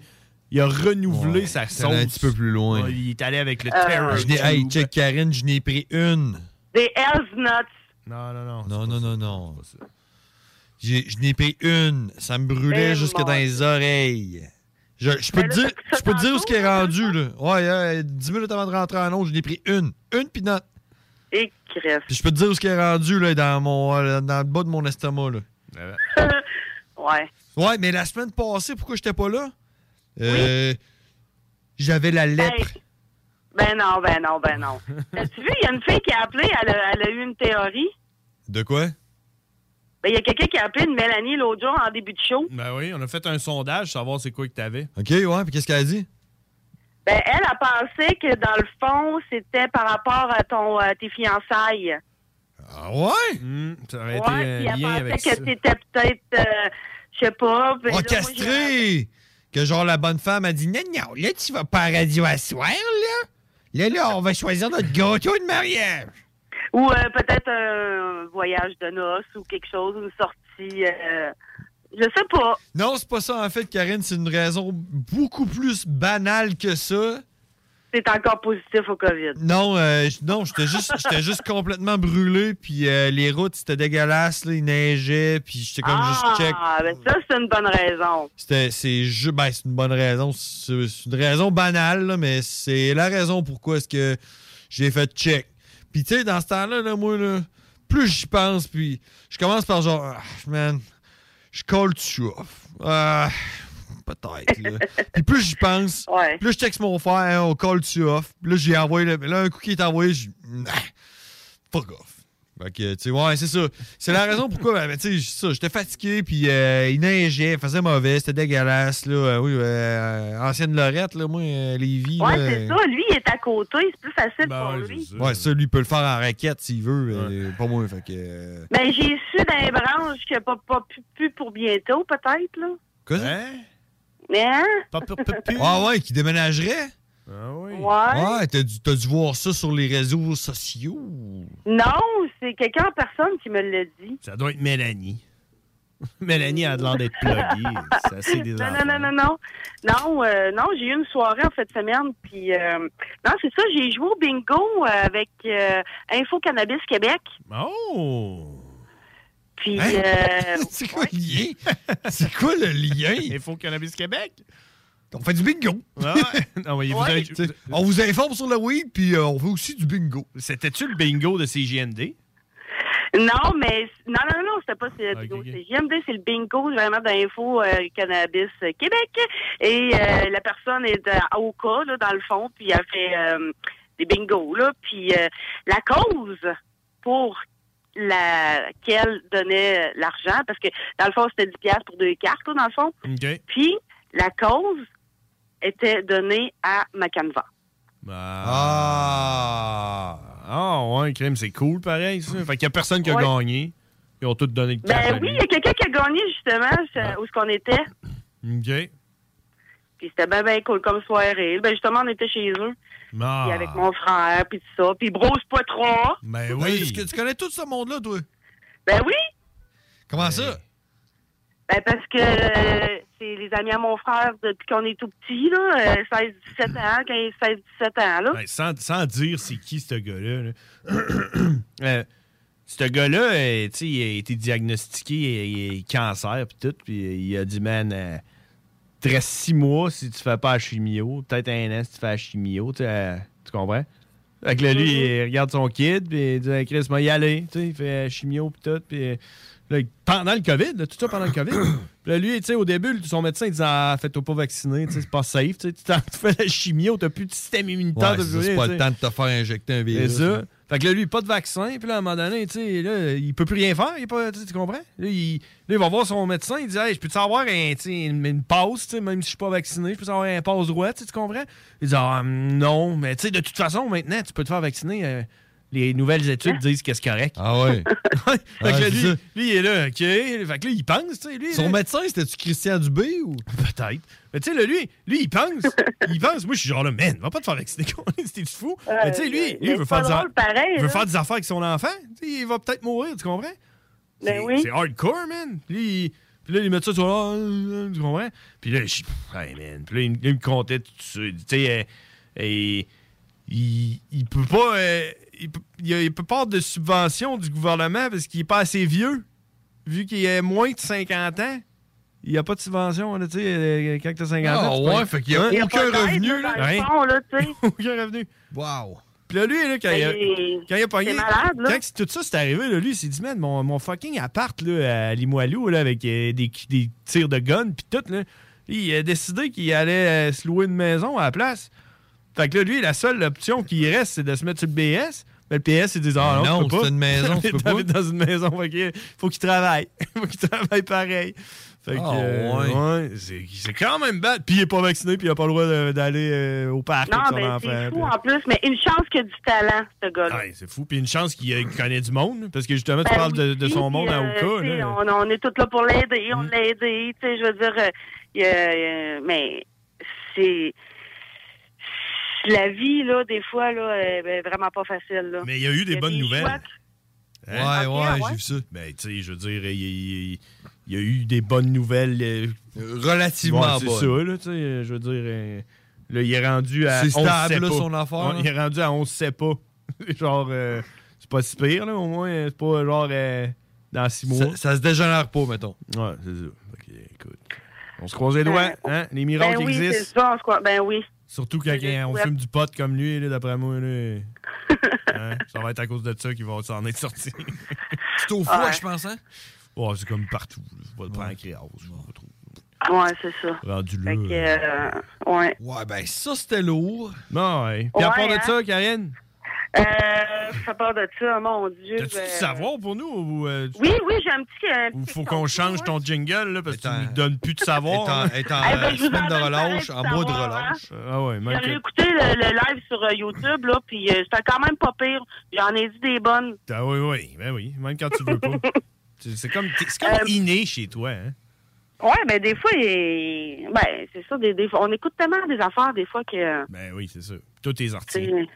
H: Il a renouvelé sa
I: c'est allé
H: sauce.
I: un petit peu plus loin.
H: Ouais, il est allé avec le
E: Euh,
H: Terror
I: Je
H: Tube.
I: n'ai- hey, check, Karine, je n'ai pris une.
E: Des Hell's Nuts.
H: Non, non, non.
I: Non, non, non, non. J'ai- Je n'ai pris une. Ça me
E: Mais
I: brûlait jusque
E: mon
I: dans les oreilles. Je, je
E: Ben
I: peux te dire, je peux te dire où ce qui est rendu, là. Ouais, euh, 10 minutes avant de rentrer en onde, je n'ai pris une. Une pinotte.
E: Et crève.
I: Puis je peux te dire où ce qui est rendu, là, dans, mon, euh, dans le bas de mon estomac, là.
H: Ben
E: (laughs) ouais.
I: Ouais, mais la semaine passée, pourquoi j'étais pas là? Euh, J'avais la lèpre.
E: Ben non, ben non, ben
H: (laughs)
E: non. As-tu vu, il y a une fille qui a appelé, elle a, elle a eu une théorie.
I: De quoi?
E: Ben, il y a quelqu'un qui a appelé une Mélanie l'autre jour en début de show.
H: Ben oui, on a fait un sondage, savoir c'est quoi que t'avais.
I: OK, ouais, puis qu'est-ce qu'elle a dit?
E: Ben, elle a pensé que dans le fond, c'était par rapport à ton euh, tes fiançailles.
I: Ah ouais?
H: Hum, ça
E: ouais,
H: aurait été
E: puis
H: euh,
E: elle
H: lien
E: pensait
H: avec ça. Oh,
E: que t'étais peut-être, euh, je sais pas. puis là, moi,
I: Encastré! Que genre la bonne femme a dit Non, non, là tu vas pas à radio à soir, là. Là, là, on va choisir notre gâteau de mariage.
E: j'ai- Ou euh, peut-être un voyage de noces ou quelque chose, une sortie. euh, je sais pas.
I: Non, c'est pas ça en fait, Karine, c'est une raison beaucoup plus banale que ça.
E: C'est encore positif au COVID.
I: Non, euh, j- non, j'étais juste, j'étais juste complètement brûlé, puis euh, les routes c'était dégueulasse, là, il neigeait, puis j'étais comme
E: ah,
I: juste check.
E: ben ça, c'est une bonne raison.
I: C'était, c'est ju- ben, c'est une bonne raison. C'est, c'est une raison banale, là, mais c'est la raison pourquoi est-ce que j'ai fait check. Puis tu sais, dans ce temps-là, là, moi, là, plus j'y pense, puis je commence par genre, Ah, man, je colle dessus off. Ah, peut-être, là. Puis plus j'y pense, plus je texte mon frère, Hein, on colle dessus off. Puis là, j'ai envoyé, le- là, un coup qui est envoyé, je Ah, fuck off. Fait que, tu sais, ouais, c'est ça. C'est la raison pourquoi, ben, ben, tu sais, c'est ça, j'étais fatigué, puis euh, il neigeait, il faisait mauvais, c'était dégueulasse, là. euh, oui, euh, ancienne Lorette, là, moi, euh, Lévis.
E: Ouais,
I: là,
E: c'est
I: euh,
E: ça. Lui, il est à côté. C'est plus facile
H: Ben,
E: pour lui.
I: Ouais, ça, lui, il peut le faire en raquette s'il veut, euh, pas moi, fait que... euh,
H: Hein?
E: Ben, j'ai su d'un branche que pas, pas pu, pu pour bientôt, peut-être, là.
I: Quoi, ça?
E: Mais, hein?
I: Ah ouais, qui déménagerait?
H: Ah oui.
E: Ouais.
I: Ouais, t'as dû, t'as dû voir ça sur les réseaux sociaux.
E: Non, c'est quelqu'un en personne qui me l'a dit.
H: Ça doit être Mélanie. (laughs) Mélanie a l'air d'être pluguée.
E: (laughs)
H: C'est assez des
E: Non,
H: enfants.
E: non, non, non, non. Non, euh, non, j'ai eu une soirée en fin de semaine, puis... euh, non, c'est ça, j'ai joué au bingo euh, avec euh, Info Cannabis Québec.
H: Oh!
E: Puis, euh,
I: Hein? (laughs) c'est quoi le lien? C'est quoi le lien?
H: (laughs) Info Cannabis Québec? Ah
I: On fait du bingo. (laughs)
H: Ouais.
I: Tu sais, On vous informe sur le weed, puis euh, on fait aussi du bingo.
H: C'était-tu le bingo de CJND?
E: Non, mais... Non, non, non, c'était pas c'est le bingo. c'est JMD, c'est le bingo vraiment d'Info euh, Cannabis Québec. Et euh, la personne est à Oka, là, dans le fond, puis elle fait euh, des bingos, là. Puis euh, la cause pour laquelle donnait l'argent, parce que dans le fond, c'était 10 piastres pour deux cartes, là, dans le fond.
H: OK.
E: Puis la cause était donnée à Macanva.
H: Ah! Ah, ouais, crème, c'est cool pareil, ça. Fait qu'il y a personne qui a
E: Ouais.
H: gagné. Ils ont tous donné le cash à
E: Ben oui, il y a quelqu'un qui a gagné, justement, ce- où ce qu'on était.
H: lui. OK.
E: Puis c'était ben, ben cool comme soirée. Ben justement, on était chez eux.
H: Ah.
E: Puis avec mon frère, puis tout ça. Puis brosse pas trop.
H: Ben
I: oui. Est-ce que tu connais tout ce monde-là, toi?
E: Ben oui.
I: Comment ça?
E: Ben parce que euh, c'est les amis à mon frère depuis qu'on est tout petit, là. euh, 16, 17 ans, 15, 16, 17 ans, là.
H: Ben, sans, sans dire c'est qui ce gars-là. là. (clears throat) Euh, ce gars-là, euh, tu sais, il a été diagnostiqué il a- il a cancer puis tout, puis il a dit man, euh, te reste six mois si tu fais pas la chimio, peut-être un an si tu fais la chimio, tu sais, euh, tu comprends? Fait que là, lui, il regarde son kid, puis il dit Hey, Chris, moi, y aller. Tu sais, il fait euh, chimio, puis tout. Puis euh, là, pendant le COVID, là, tout ça pendant le COVID. puis là, lui, tu sais, au début, son médecin, il disait Ah, fais-toi pas vacciner, tu sais, c'est pas safe. (laughs) Tu sais, tu t'en- tu fais la chimio, t'as plus de système immunitaire.
I: Ouais,
H: t'as
I: c'est
H: plus
I: ça, c'est
H: rien,
I: pas
H: tu
I: le
H: sais.
I: temps de te faire injecter un
H: C'est
I: virus.
H: ça.
I: hein.
H: Fait que là, lui, pas de vaccin. Puis là, à un moment donné, tu sais, là, il peut plus rien faire. Il est pas, tu sais, tu comprends? Là il, là, il va voir son médecin. Il dit, hey, je peux avoir un, tu sais, une, une passe, tu sais, même si je suis pas vacciné, je peux avoir un passe droit, tu sais, tu comprends? Il dit, ah, non, mais tu sais, de toute façon, maintenant, tu peux te faire vacciner. euh, les nouvelles études disent que c'est correct.
I: Ah
H: (laughs)
I: ouais.
H: Fait que
I: Ouais,
H: là,
I: c'est ça.
H: lui, lui, il est là, OK. Fait que là, il pense, tu sais, lui.
I: Son
H: médecin, c'était-tu Christian Dubé ou? (laughs) Peut-être. Mais tu sais, là, lui, lui, il pense. il pense. Moi, je suis genre là, man, va pas te faire vacciner, (laughs) c'était du fou. Mais tu sais, lui, lui,
E: Euh, mais
H: il veut
E: c'est
H: faire
E: pas
H: des a-
E: drôle pareil,
H: il veut
E: là.
H: faire des affaires avec son enfant. Tu sais, il va peut-être mourir, tu comprends?
E: Ben
H: C'est-
E: oui.
H: C'est hardcore, man. Puis, il- puis là, il met ça sur là, euh, euh, tu comprends? Puis là, je suis, hey, man. Puis là, il, me- il me comptait tout ça. Tu sais, euh, et il, il peut pas. euh, il, peut, il a- il peut pas avoir de subvention du gouvernement parce qu'il est pas assez vieux. Vu qu'il a moins de 50 ans, il n'y a pas de subvention, là, tu sais, euh, quand t'as 50
E: Ah,
H: ans. tu
E: ouais,
H: peux- Hein?
E: fait qu'il y a Il y a aucun pas d'aide, revenu, là, dans le
H: Rien.
E: fond, là, tu sais.
H: (laughs) aucun revenu. Wow. Puis là, lui, là, quand, il a,
E: Ben,
H: quand il a pogné.
E: c'est malade, là.
H: Quand tout ça s'est arrivé, là, lui, il s'est dit, man, mon, mon fucking appart là, à Limoilou, là, avec euh, des, des tirs de gun, puis tout, là, il a décidé qu'il allait euh, se louer une maison à la place. Fait que là, lui, la seule option qui reste, c'est de se mettre sur le BS. Mais le PS, il dit Ah
I: Ben Non,
H: non, tu peux pas.
I: c'est une maison,
H: (laughs)
I: tu peux pas.
H: T'habites dans une maison, fait que faut qu'il travaille. (laughs) faut qu'il travaille pareil. Fait que,
I: Ah,
H: euh, ouais, c'est c'est quand même bad. Puis il est pas vacciné, puis il a pas le droit de- d'aller euh, au parc
E: Non,
H: avec son
E: ben,
H: enfant.
E: c'est
H: puis-
E: fou en plus, mais une chance que du talent, ce gars-là.
H: Ouais, c'est fou. Puis une chance qu'il euh, qu'il connaît du monde. Parce que justement, tu parles de, de son
E: Puis,
H: monde à
E: Ben euh,
H: Oka.
E: tu sais,
H: là. Mm.
E: On, on est tous là pour l'aider, on l'a aidé, tu sais, je veux dire, euh, il y a- il y a- mais c'est la vie là, des fois là, est ben, vraiment pas facile là.
H: Mais il y a eu des bonnes nouvelles.
E: choix.
H: Hein?
E: Ouais, Ok, ouais, ouais. j'ai vu
H: ça. Ben, tu sais, je veux dire, il il- il- il y a eu des bonnes nouvelles. euh,
I: Relativement
H: Ouais, C'est
I: bonnes.
H: ça, là, tu sais, euh, je veux dire, euh, là, il est rendu à.
I: C'est
H: on
I: stable,
H: sait
I: là,
H: pas.
I: son affaire,
H: Ouais,
I: là.
H: il est rendu à on sait pas. (laughs) genre, euh, c'est pas si pire, là, au moins, euh, c'est pas genre euh, dans six mois.
I: Ça- ça se dégénère pas, mettons.
H: Ouais, c'est ça. Ok, écoute. On se croise les doigts, hein? Les miracles
E: Euh, Ben oui, c'est
H: existent.
E: ça, en tout cas, ben oui.
H: Surtout quand
E: Je
H: on
E: souhaite.
H: fume du pot comme lui, là, d'après moi. Là. Hein? Ça va être à cause de ça qu'il va s'en être sorti.
I: (laughs) C'est au foie, je pense, hein?
H: Ouais, c'est comme partout. là. Je vais le prendre en créance. je vais le trouver.
E: Ouais, c'est ça.
H: Rendu là.
E: Fait que, euh, ouais.
I: Ah,
H: Ouais, ben ça, c'était lourd. Non, ouais. Puis à
E: Ouais,
H: part de
E: hein?
H: ça, Karine,
E: Euh, ça part de ça, mon Dieu.
H: as-tu
E: ben-
H: du savoir pour nous? Ou, euh, tu-
E: Oui, oui, j'ai un petit. un
H: ou
E: petit
H: faut qu'on change ton jingle, là, parce que tu nous donnes plus de savoir.
E: (laughs)
I: Étant- étant, Eh ben, euh, je vous semaine en de donne relâche, pareil du en mois de
E: hein?
I: savoir, relâche.
H: Ah ouais, même
E: J'ai
H: que-
E: écouté le, le live sur euh, YouTube, là, puis euh, c'était quand même pas pire. J'en ai dit des bonnes.
H: Ah oui, oui, ben oui, même quand tu
E: (laughs)
H: veux pas. C'est c'est comme, t'es- c'est comme
E: Euh,
H: inné chez toi, hein?
E: Ouais, mais des fois, il- ben, c'est ça, des, des fois, on écoute tellement des affaires, des fois, que. euh,
H: Ben oui, c'est ça. Tous tes articles.
E: c'est-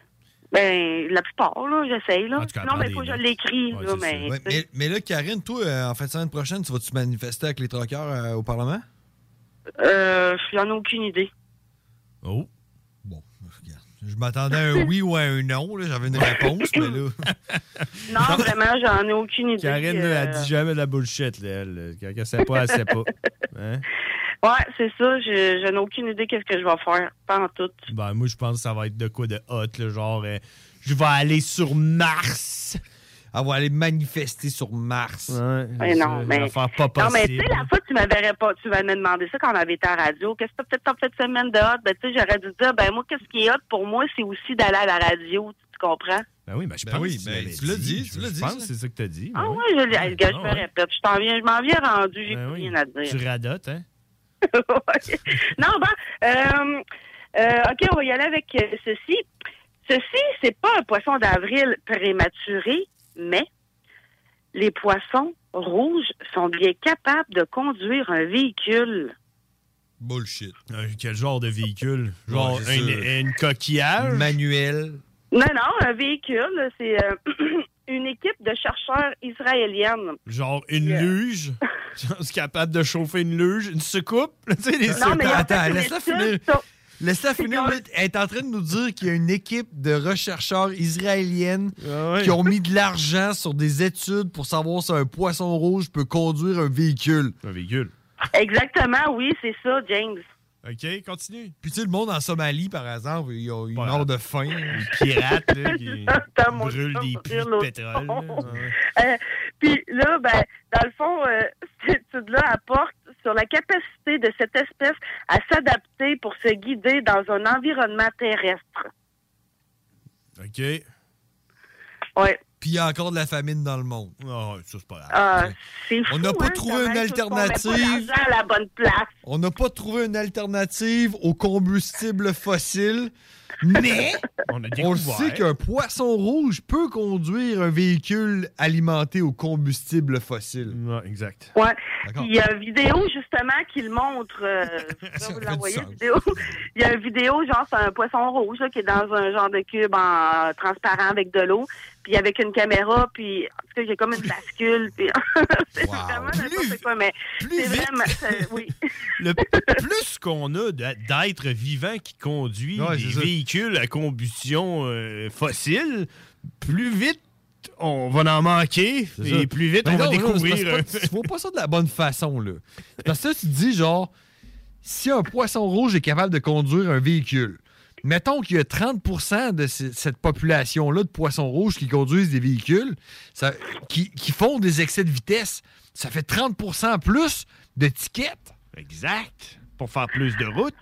E: Ben, la plupart, là, j'essaye, là.
I: tout cas,
E: Non,
I: elle
E: mais faut
I: prend
E: que
I: des
E: je
I: notes.
E: l'écris, là, mais.
I: Ouais, mais, mais là, Karine, toi, euh, en fin de semaine prochaine, tu vas-tu manifester avec les troqueurs euh, au Parlement?
E: Euh, j'en ai aucune idée.
H: Oh.
I: Bon, regarde. Je m'attendais à un oui ou à un non. là. J'avais une réponse, mais là.
E: Non, vraiment, j'en ai aucune idée.
H: Karine, elle, elle
E: euh,
H: dit jamais de la bullshit, là, elle. Quand elle sait pas, elle
E: (laughs)
H: sait pas. Hein?
E: Ouais, c'est ça, je, je n'ai aucune idée qu'est-ce que je vais faire, pas en tout.
H: Ben, moi, je pense que ça va être de quoi de hot, là, genre, euh, je vais aller sur Mars.
I: Elle va aller manifester sur Mars.
H: (laughs) Ouais,
E: Mais non, mais.
H: Faire pas
E: non, mais tu
H: possible.
E: sais, la fois, tu m'avais pas, tu m'avais demandé ça quand on avait été à la radio. Qu'est-ce que t'as peut-être en fait de semaine de hot? Ben, tu sais, j'aurais dû dire, ben, moi, qu'est-ce qui est hot pour moi, c'est aussi d'aller à la radio. Tu comprends?
H: Ben oui, ben, je
I: Ben
H: pense
I: oui,
H: que
I: ben,
H: l'avais
I: tu l'as dit, tu
H: Je-
I: l'as
H: je
I: dit,
H: pense que
I: ça.
H: c'est ça que t'as dit.
E: Ah
H: ben
E: ouais,
H: oui.
E: je, l'ai- hey, le gars, je
H: Ah
E: me
H: ouais.
E: répète. Je t'en viens, je m'en viens rendu, j'ai
H: Ben
E: plus
H: oui.
E: rien à dire.
H: Tu radotes, hein?
E: Ouais. non, bon, euh, euh, OK, on va y aller avec euh, ceci. Ceci, c'est pas un poisson d'avril prématuré, mais les poissons rouges sont bien capables de conduire un véhicule.
I: Bullshit.
H: Euh, quel genre de véhicule? Genre,
I: Ouais, c'est
H: une,
I: ça.
H: une coquillage?
I: Manuel.
E: Non, non, un véhicule, c'est euh, (clears throat) une équipe de chercheurs israéliennes.
H: Genre, une
E: (laughs)
H: luge? Genre, c'est capable de chauffer une luge? Une soucoupe? tu sais, les
E: Non,
H: soucoupes.
E: mais ils ont fait
I: Attends,
E: une
I: laisse-la
E: étude
I: finir.
E: sur-
I: Laisse-la finir. Ruth. Elle est en train de nous dire qu'il y a une équipe de rechercheurs israéliennes
H: Ah
I: qui ont mis de l'argent sur des études pour savoir si un poisson rouge peut conduire un véhicule.
H: Un véhicule.
E: Exactement, oui, c'est ça, James.
H: OK, continue.
I: Puis tu sais, le monde en Somalie, par exemple, ils ont une mort de faim. Les
H: pirates, là,
E: (laughs)
H: qui
I: brûlent des puits de pétrole.
E: Euh, Puis là, ben, dans le fond, euh, (laughs) cette étude-là apporte sur la capacité de cette espèce à s'adapter pour se guider dans un environnement terrestre.
H: OK.
E: Ouais.
I: Puis il y a encore de la famine dans le monde. Ah, ça, c'est pas grave.
E: Ah, c'est
I: On
E: fou,
I: n'a pas
E: hein,
I: trouvé
E: comment
I: une
E: tout le monde met pas
I: alternative.
E: l'argent à la bonne place.
I: On n'a pas trouvé une alternative aux combustibles fossiles, mais
H: on,
I: le
H: découvert.
I: sait qu'un poisson rouge peut conduire un véhicule alimenté au combustible fossile.
H: exact.
E: Ouais.
I: D'accord.
E: Il y a une vidéo justement qui le montre. euh, je vais vous l'envoyer,
I: sens.
E: la vidéo. (laughs) Il y a une vidéo, genre, c'est un poisson rouge là, qui est dans un genre de cube en euh, transparent avec de l'eau, puis avec une caméra, puis en tout cas, j'ai comme une bascule. Puis... (laughs) c'est vraiment n'importe quoi, mais c'est vraiment. c'est- Oui.
H: Le plus qu'on a de- d'êtres vivants qui conduit
I: Ouais,
H: des
I: c'est ça.
H: véhicules à combustion euh, fossile, plus vite on va en manquer
I: C'est
H: et
I: ça.
H: plus vite
I: Mais
H: on va
I: non, non,
H: découvrir. euh.
I: c'est parce que Tu tu vois pas ça de la bonne façon, là. Parce que là, tu te dis, genre, si un poisson rouge est capable de conduire un véhicule, mettons qu'il y a 30 de ce- cette population-là de poissons rouges qui conduisent des véhicules, ça- qui, qui font des excès de vitesse, ça fait 30 plus de tickets.
H: Exact. Pour faire plus de route.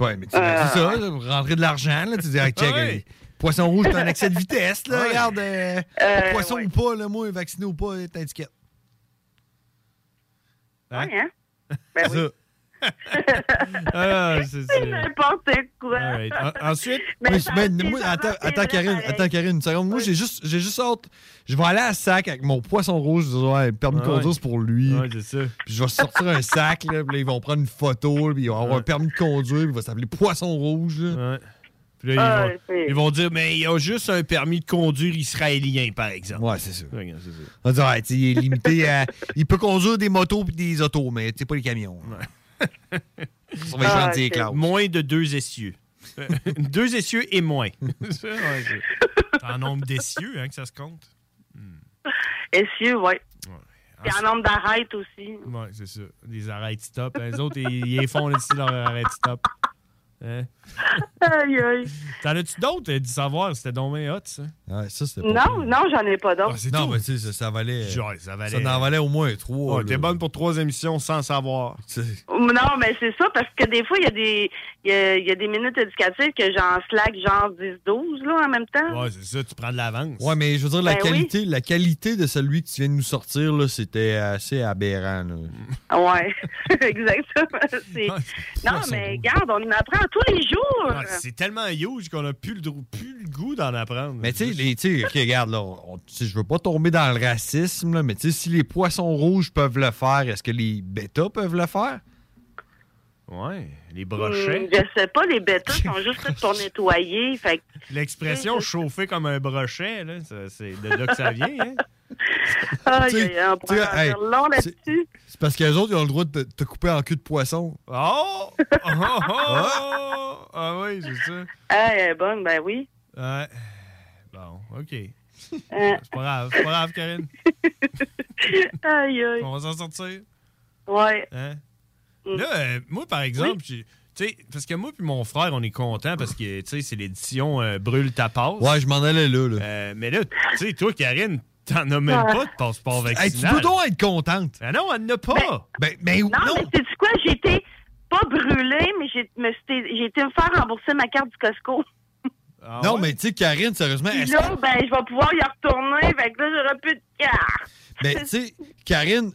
I: Ouais, mais tu- c'est ça, là, pour rentrer de l'argent, là, tu te dis, ah, check,
H: Ouais.
I: poisson rouge, t'as un excès de vitesse, là,
H: Ouais.
I: regarde, euh,
H: Euh,
I: poisson ou pas, là, moi, vacciné ou pas, t'as un ticket.
H: Hein?
E: Ouais, hein? Ben oui.
H: Ah, c'est
E: C'est n'importe quoi.
H: Ensuite,
E: (laughs) Mais
I: Mais-
E: ça
I: mais-
E: aussi,
I: moi,
E: ça
I: attends,
E: va, c'est
I: attends,
E: vrai,
I: Karine,
E: pareil.
I: attends, Karine, une seconde. Moi, j'ai juste, j'ai juste hâte. Je vais aller à sac avec mon poisson rouge. Je vais dire, ouais, le permis de
H: Ah, Ouais.
I: conduire, c'est pour lui.
H: Ouais, c'est ça.
I: Puis je vais sortir un sac, là, puis là, ils vont prendre une photo, là, puis ils vont avoir un permis de conduire, puis il va s'appeler poisson rouge. là.
H: Puis là,
I: Ah,
H: ils, vont,
I: c'est-
H: ils vont dire, mais il a juste un permis de conduire israélien, par exemple.
I: Ouais, c'est sûr.
H: ça.
I: On va dire, ouais, tu sais, il est limité à. Il peut conduire des motos puis des autos, mais tu sais, pas les camions. (laughs) On va y
E: Ah,
I: prendre des classes.
H: Moins de
I: (laughs)
H: deux essieux. Euh, deux essieux et moins. (laughs) C'est vrai, c'est- en nombre d'essieux hein, que ça se compte.
E: Essieux, ouais. Puis en nombre d'arêtes aussi. (laughs)
H: Ouais, c'est ça. Des arrêts stop. Les autres, ils, ils font aussi leur arrêt stop. Hein?
E: Aïe, aïe.
H: T'en as-tu d'autres euh, du savoir? C'était donc bien hot, ça.
I: Ouais, ça, c'était pas.
E: Non, non, j'en ai pas
H: Ah,
E: d'autres.
I: non, mais tu sais, ça, ça valait.
H: Genre, ça valait- euh,
I: Ça en valait au moins trois.
H: Ouais, t'es bonne pour trois émissions sans savoir.
E: Non, mais c'est ça, parce que des fois, il y a des il y a, il y a des minutes éducatives que j'en slack genre 10-12 là, en même temps.
H: Ouais, c'est ça, tu prends de l'avance.
I: Ouais, mais je veux dire, la,
E: Ben oui.
I: qualité, la qualité de celui que tu viens de nous sortir, là, c'était assez aberrant. là.
H: (laughs)
E: Ouais, (laughs) exactement. C'est- non, mais regarde, on en apprend tous les jours.
H: Ah, c'est tellement huge qu'on a plus le, dro- plus le goût d'en apprendre.
I: Mais tu sais, les- tu sais, OK, regarde, là, on- on- tu sais, je veux pas tomber dans le racisme, là, mais tu sais, si les poissons rouges peuvent le faire, est-ce que les bêtas peuvent le faire?
H: Ouais, les
E: Hum, je sais pas, les
H: (laughs)
E: bêtas sont juste faites pour nettoyer. Fait que (laughs)
H: L'expression chauffer comme un brochet, là, ça- c'est de là que ça vient.
E: (laughs)
H: Hein?
E: Ah,
I: Tu sais,
E: y a- on pourrait
I: tu sais,
E: en dire
I: hey,
E: long là-dessus.
I: C'est parce qu'eux autres, ils ont le droit de te, te couper en cul de poisson.
H: (laughs) Oh! Oh, oh, oh! Ah oui, c'est ça.
E: Ah, elle est bonne, ben oui. (laughs)
H: Ouais. Bon, OK.
E: Hein.
H: C'est pas grave, c'est pas grave, Karine.
E: Aïe, aïe.
H: On va s'en sortir.
E: Ouais.
H: Hein?
E: Mm.
H: Là, euh, moi, par exemple, j'ai- tu sais, parce que moi puis mon frère, on est content parce que, tu sais, c'est l'édition euh, Brûle ta passe.
I: Ouais, je m'en allais là. là.
H: Euh, mais là, tu sais, toi, Karine, t'en as même
I: Ah.
H: pas de passeport
I: Hey, tu
H: vaccinal.
I: peux donc être contente.
H: Ah non, elle n'a pas.
I: Ben, ben,
E: Non, mais sais-tu quoi? J'ai été pas brûlée, mais j'ai me suis- j'ai été me faire rembourser ma carte du Costco.
H: Ah
I: non, mais tu sais, Karine, sérieusement,
E: Puis
I: Ben, est-ce
E: là, ben, je vais pouvoir y retourner. Fait que là, j'aurai plus de carte. (laughs)
I: Ben, tu sais, Karine.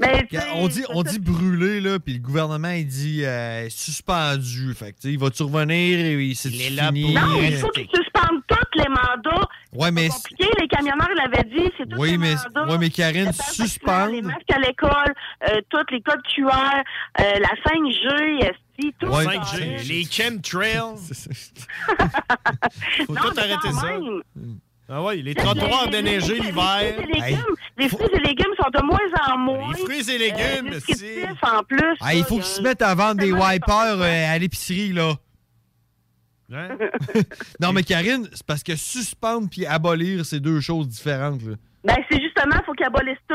E: Ben,
I: Ka- on dit, on dit brûlé, là, puis le gouvernement, il dit euh, suspendu. Fait que, tu sais, il va tu revenir et il s'est
H: là
I: fini.
E: Non, il faut qu'ils suspendent tous les mandats.
I: Ouais, mais.
E: Compliqué, les camionneurs l'avaient dit, c'est tous
I: Oui,
E: les
I: mais,
E: mandats.
I: ouais, mais Karine,
E: Les
I: suspendre.
E: masques à l'école, euh, toutes les codes QR, euh, la 5G, ST, tout
I: Ouais,
E: ça.
H: 5G, les chemtrails. Faut
E: Non,
H: tout
E: mais
H: arrêter
E: quand
H: ça.
E: même.
H: Ah oui, les
E: Là,
H: trottoirs
E: les-
H: déneigés
E: les- les
H: l'hiver.
E: fruits et légumes- Les fruits et légumes sont de moins en moins.
H: Les fruits et légumes,
E: euh,
H: c'est-
E: descriptifs en plus.
I: Ah, il faut qu'ils se mettent à vendre des wipers euh, à l'épicerie, là. (laughs)
H: Hein?
I: Non, mais Karine, c'est parce que suspendre puis abolir, c'est deux choses différentes, là.
E: (laughs) Ben, c'est justement, faut qu'ils abolissent tout.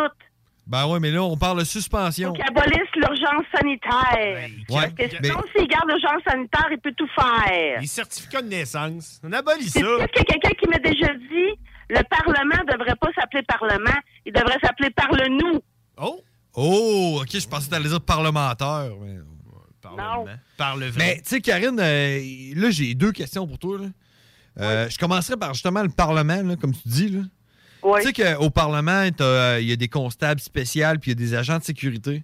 I: Ben ouais, mais là, on parle de suspension.
E: Faut qu'ils abolissent l'urgence sanitaire.
H: Ben,
I: Ouais,
E: Parce que
I: mais-
E: sinon, s'ils gardent l'urgence sanitaire, ils peuvent tout faire.
H: Les certificats de naissance. On abolit ça.
E: C'est peut-être que quelqu'un qui m'a déjà dit le Parlement devrait pas s'appeler Parlement, il devrait s'appeler Parle-nous.
H: Oh!
I: Oh, ok, je pensais que t'allais dire parlementaire. Mais...
E: Non.
H: hein? Parle
I: Mais tu sais, Karine, euh, là, j'ai deux questions pour toi. là. Euh, Je commencerai par justement le Parlement, là, comme tu dis. Là. Tu sais qu'au Parlement, t'as, euh, il y a des constables spéciales puis il y a des agents de sécurité.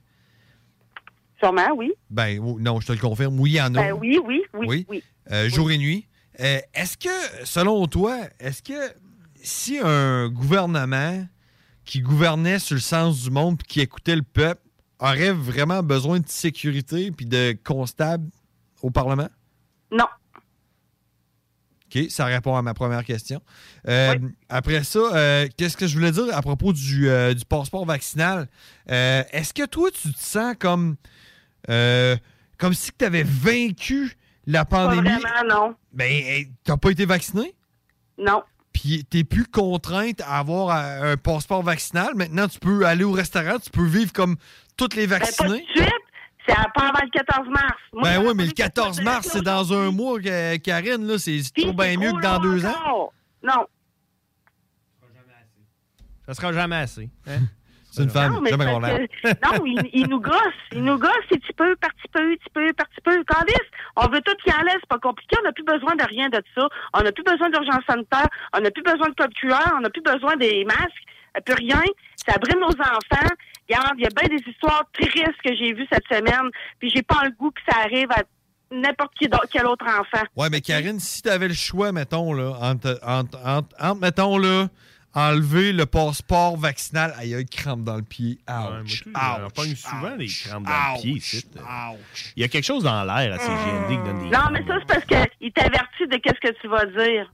E: Sûrement, oui.
I: Ben ou- non, je te le confirme. Oui, il y en a.
E: Ben oui, oui, oui,
I: Oui.
E: oui.
I: Euh, jour et nuit. Euh, est-ce que, selon toi, est-ce que si un gouvernement qui gouvernait sur le sens du monde puis qui écoutait le peuple aurait vraiment besoin de sécurité puis de constables au Parlement?
E: Non.
I: OK, ça répond à ma première question. Euh, Après ça, euh, qu'est-ce que je voulais dire à propos du, euh, du passeport vaccinal? Euh, Est-ce que toi, tu te sens comme, euh, comme si tu avais vaincu la pandémie?
E: Pas vraiment, non.
I: Ben, tu t'as pas été vacciné?
E: Non.
I: Puis t'es plus contrainte à avoir euh, un passeport vaccinal. Maintenant, tu peux aller au restaurant, tu peux vivre comme toutes les
E: Ben, pas tout de
I: vaccinés.
E: suite. C'est à- pas avant le 14 mars. Moi,
I: Ben
E: je-
I: oui, mais le 14 mars, c'est dans un mois, euh, Karine, là, c'est c'est trop bien mieux que dans deux ans.
E: Non. Non.
H: Ça sera jamais assez. hein?
I: C'est une femme,
E: Non, Ah, mais
I: jamais
E: parce
I: qu'on l'aime.
E: que- non, il, il nous gosse. Il nous gosse. C'est petit peu, par petit peu, petit peu, par petit peu. Calice, on veut tout qu'il en laisse. C'est pas compliqué. On n'a plus besoin de rien de ça. On n'a plus besoin d'urgence sanitaire. On n'a plus besoin de code QR. On n'a plus besoin des masques. Euh, Plus rien. Ça brime nos enfants. Regarde, il y a bien des histoires tristes que j'ai vues cette semaine. Puis j'ai pas le goût que ça arrive à n'importe qui d'autre- quel autre enfant.
I: Ouais, mais Karine, si tu avais le choix, mettons, là, entre, entre- entre- entre, mettons, là, enlever le passeport vaccinal, aïe, aïe, crampe dans le pied, ouch,
H: On pogne souvent des crampes dans le pied. ici. Il y a quelque chose dans l'air à ces GND qui donne des
E: Non, mais ça, c'est parce qu'il t'avertit de qu'est-ce que tu vas dire.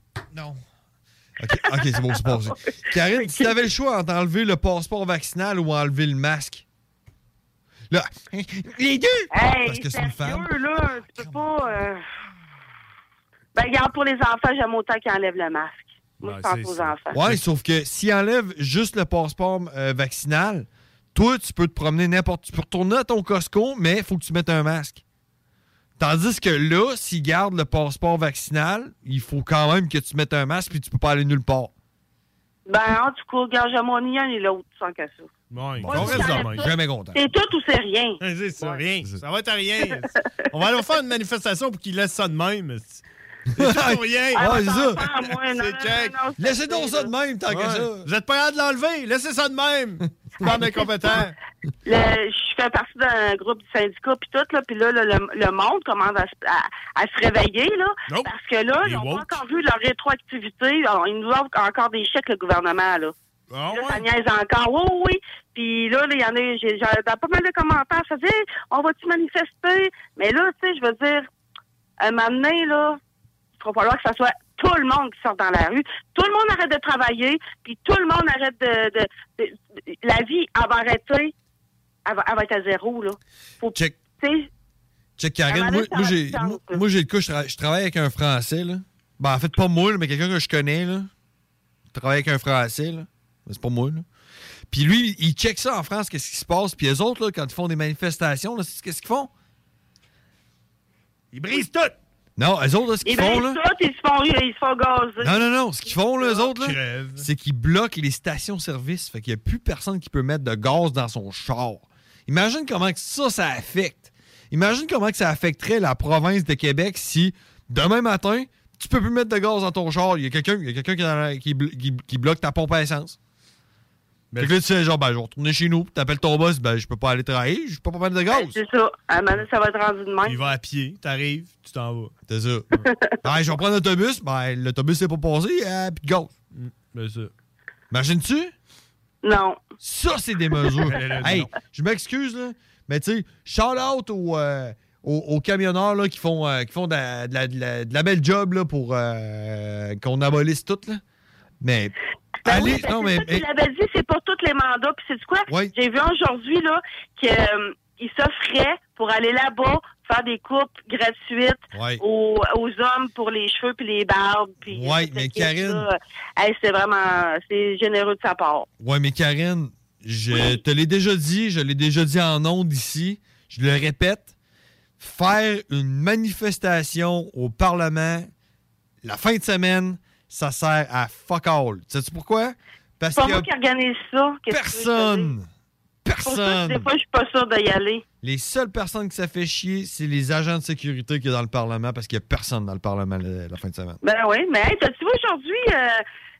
I: OK, ok, c'est
E: (laughs)
I: bon, c'est bon.
E: Ah
I: c'est- Karine, si t'avais le choix entre enlever le passeport vaccinal ou enlever le masque, là, les deux!
E: Hey,
I: Parce que c'est une femme.
E: sérieux, là, tu peux pas... euh, Ben, regarde, pour les enfants, j'aime autant qu'ils enlèvent le masque. Moi, je pense aux enfants.
I: Ouais, sauf que s'il enlève juste le passeport euh, vaccinal, toi, tu peux te promener n'importe... Tu peux retourner à ton Costco, mais il faut que tu mettes un masque. Tandis que là, s'il garde le passeport vaccinal, il faut quand même que tu mettes un masque puis tu peux pas aller nulle part.
E: Ben, en tout cas, regarde, j'aime mon ni un ni l'autre, sans que ça.
H: Bon,
I: on reste de même. Jamais content.
E: C'est tout ou c'est rien.
H: C'est ça, rien. Ça va être à rien. On va aller faire une manifestation pour qu'ils laissent ça de même. C'est
I: (laughs)
H: tout ou rien.
I: Ah, ouais, c'est ça.
H: C'est check.
I: Laissez donc ça de même, tant que
H: Ouais.
I: ça.
H: Vous êtes pas hâte de l'enlever. Laissez ça
I: (laughs)
H: de même. C'est pas incompétent.
E: Le- je fais partie d'un groupe du syndicat, puis tout, là, puis là, le, le- le monde commence à, se- à- à se réveiller, là, parce que là, ils n'ont pas encore vu leur rétroactivité. Alors, ils nous offrent encore des chèques, le gouvernement, là. Puis là, ça niaise encore. Oui, oui. Puis là, là, il y en a, j'ai, j'ai- dans pas mal de commentaires, ça dit, Hey, on va-tu manifester? Mais là, tu sais, je veux dire, à un moment donné, là, il faut falloir que ça soit tout le monde qui sort dans la rue, tout le monde arrête de travailler, puis tout le monde arrête de... de- de- de- la vie, elle va arrêter, elle va, elle va être à zéro, là. Faut,
I: Check.
E: tu sais,
I: Check, Karine,
E: Ah,
I: moi,
E: mais ça
I: moi,
E: a
I: j'ai,
E: du sens,
I: moi, moi, j'ai le coup, je, tra- je travaille avec un Français, là. Ben, en fait, pas moi, là, mais quelqu'un que je connais, là. Je travaille avec un Français, là. Mais c'est pas moi, là. Puis lui, il check ça en France, qu'est-ce qui se passe. Puis les autres, là, quand ils font des manifestations, là, c'est- qu'est-ce qu'ils font?
H: Ils brisent tout!
I: Non, eux autres, là, ce qu'ils
E: ils
I: font,
E: brisent
I: là...
E: tout, ben, ils se font, ils se font gazer.
I: Non, non, non. Ce qu'ils font, là, eux autres, là, c'est qu'ils bloquent les stations-service. Fait qu'il n'y a plus personne qui peut mettre de gaz dans son char. Imagine comment que ça, ça affecte. Imagine comment que ça affecterait la province de Québec si, demain matin, tu peux plus mettre de gaz dans ton char. Il y a quelqu'un il y a quelqu'un qui, est dans la- qui blo- qui- qui bloque ta pompe à essence. Fait que là, tu sais, genre, ben, je vais retourner chez nous. T'appelles ton boss, ben, je peux pas aller travailler, je peux pas mettre de gaz.
E: Ben, C'est ça. À un moment donné, ça va être rendu de même.
H: Il va à pied, t'arrives, tu t'en vas.
E: (laughs)
I: C'est ça. ben, je vais prendre l'autobus, ben, l'autobus, c'est pas passé, euh, pis de gaz.
H: C'est ça.
I: Imagines-tu?
E: Non.
I: Ça, c'est des mesures.
H: Elle a dit
I: hey,
H: (laughs) non.
I: je m'excuse, là, mais tu sais, shout out aux, euh, aux, aux camionneurs là, qui font, euh, qui font de, la, de la- de la- de la belle job là, pour euh, qu'on abolisse tout. Là. Mais
E: Ben
I: allez, non, mais.
E: Tu l'avais dit, c'est pour tous les mandats. Puis c'est quoi? J'ai vu aujourd'hui là qu'ils s'offraient pour aller là-bas faire des coupes gratuites
I: Ouais.
E: aux, aux hommes pour les cheveux puis les barbes. Puis
I: Ouais, mais
E: tout ça.
I: Karine-
E: Hey, c'est vraiment c'est généreux de sa part.
I: Ouais, mais Karine, je te l'ai déjà dit, je l'ai déjà dit en ondes ici, je le répète, faire une manifestation au Parlement la fin de semaine, ça sert à fuck all. Sais-tu pourquoi? Parce
E: C'est pas
I: qu'il y
E: moi
I: a
E: qui organise ça. Qu'est-ce que tu veux que je te dise?
I: personne,
E: Pour ça,
I: personne.
E: des fois, je suis pas sûre d'y aller.
I: Les seules personnes que ça fait chier, c'est les agents de sécurité qui est dans le Parlement parce qu'il n'y a personne dans le Parlement la, la fin de semaine.
E: Ben oui, mais hey, t'as-tu vu aujourd'hui, euh,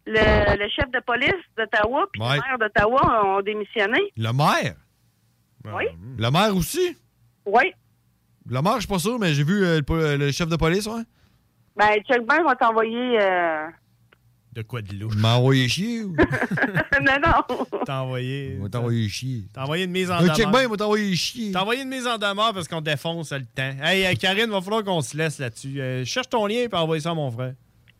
E: le, le chef de police d'Ottawa puis
I: Ouais.
E: le maire d'Ottawa ont démissionné.
I: Le maire?
E: Oui.
I: Le maire aussi?
E: Oui.
I: Le maire, je suis pas sûr, mais j'ai vu euh, le, po- euh, le chef de police, ouais.
E: Ben, Chuck Bang va t'envoyer. euh, (laughs)
H: De quoi de louche?
I: Il m'a envoyé chier ou?
E: non, non.
H: (laughs) T'as envoyé.
I: Il m'a envoyé chier.
H: T'as envoyé une mise en
I: Un
H: demeure.
I: check bien, il m'a envoyé chier.
H: T'as envoyé une mise en demeure parce qu'on défonce le temps. Hey, euh, Karine, va falloir qu'on se laisse là-dessus. Euh, cherche ton lien et envoie ça à mon frère.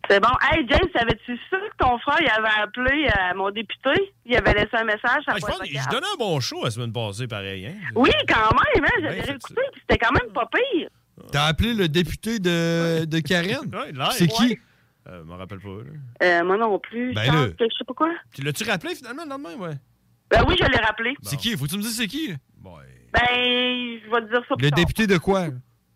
E: C'est bon. Hey, James, savais-tu ça que ton frère, il avait appelé euh, mon député? Il avait laissé un message. à
H: Ah, je pense je donnais un bon show la semaine passée, pareil. Hein?
E: Oui, quand même, hein? J'avais réécouté, puis c'était quand même pas pire.
I: T'as appelé le député de, de Karen?
H: (laughs) Ouais, l'air.
I: C'est qui?
H: Euh, je m'en rappelle pas. là.
E: Euh, moi non plus.
I: Ben
E: je pense
I: là.
E: que je sais pas quoi.
H: Tu L'as-tu rappelé finalement le lendemain? Ouais.
E: Ben oui, je l'ai rappelé.
I: C'est qui? Faut-tu me dire c'est qui?
E: Ben, je vais te dire ça plus
I: Le
E: tard.
I: député de quoi?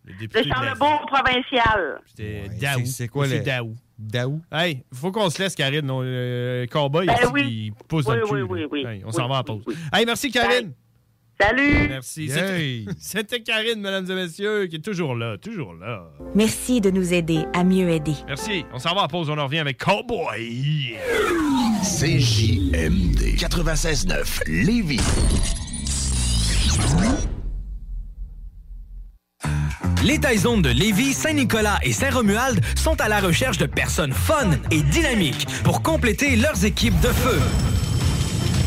H: Le
E: De Charlebourg provincial.
H: C'était Daou.
I: c'est- c'est quoi
H: C'est
I: le-
H: Daou.
I: Daou.
H: Hey, faut qu'on se laisse, Karine. Non, le cowboy,
E: Ben
H: ici,
E: oui.
H: il pousse dans
E: Oui,
H: le cul.
E: oui, oui,
H: là.
E: oui.
H: Hey, on
E: Oui,
H: s'en va à la
E: oui,
H: pause. Hey, merci, Karine.
E: Salut.
H: Merci.
I: Yay.
H: C'était- (laughs) C'était Karine, mesdames et messieurs, qui est toujours là, toujours là.
A: Merci de nous aider à mieux aider.
H: Merci. On s'en va à la pause. On en revient avec Cowboy.
P: CJMD 96.9 Lévis.
C: Les Taizones de Lévis, Saint-Nicolas et Saint-Romuald sont à la recherche de personnes fun et dynamiques pour compléter leurs équipes de feu.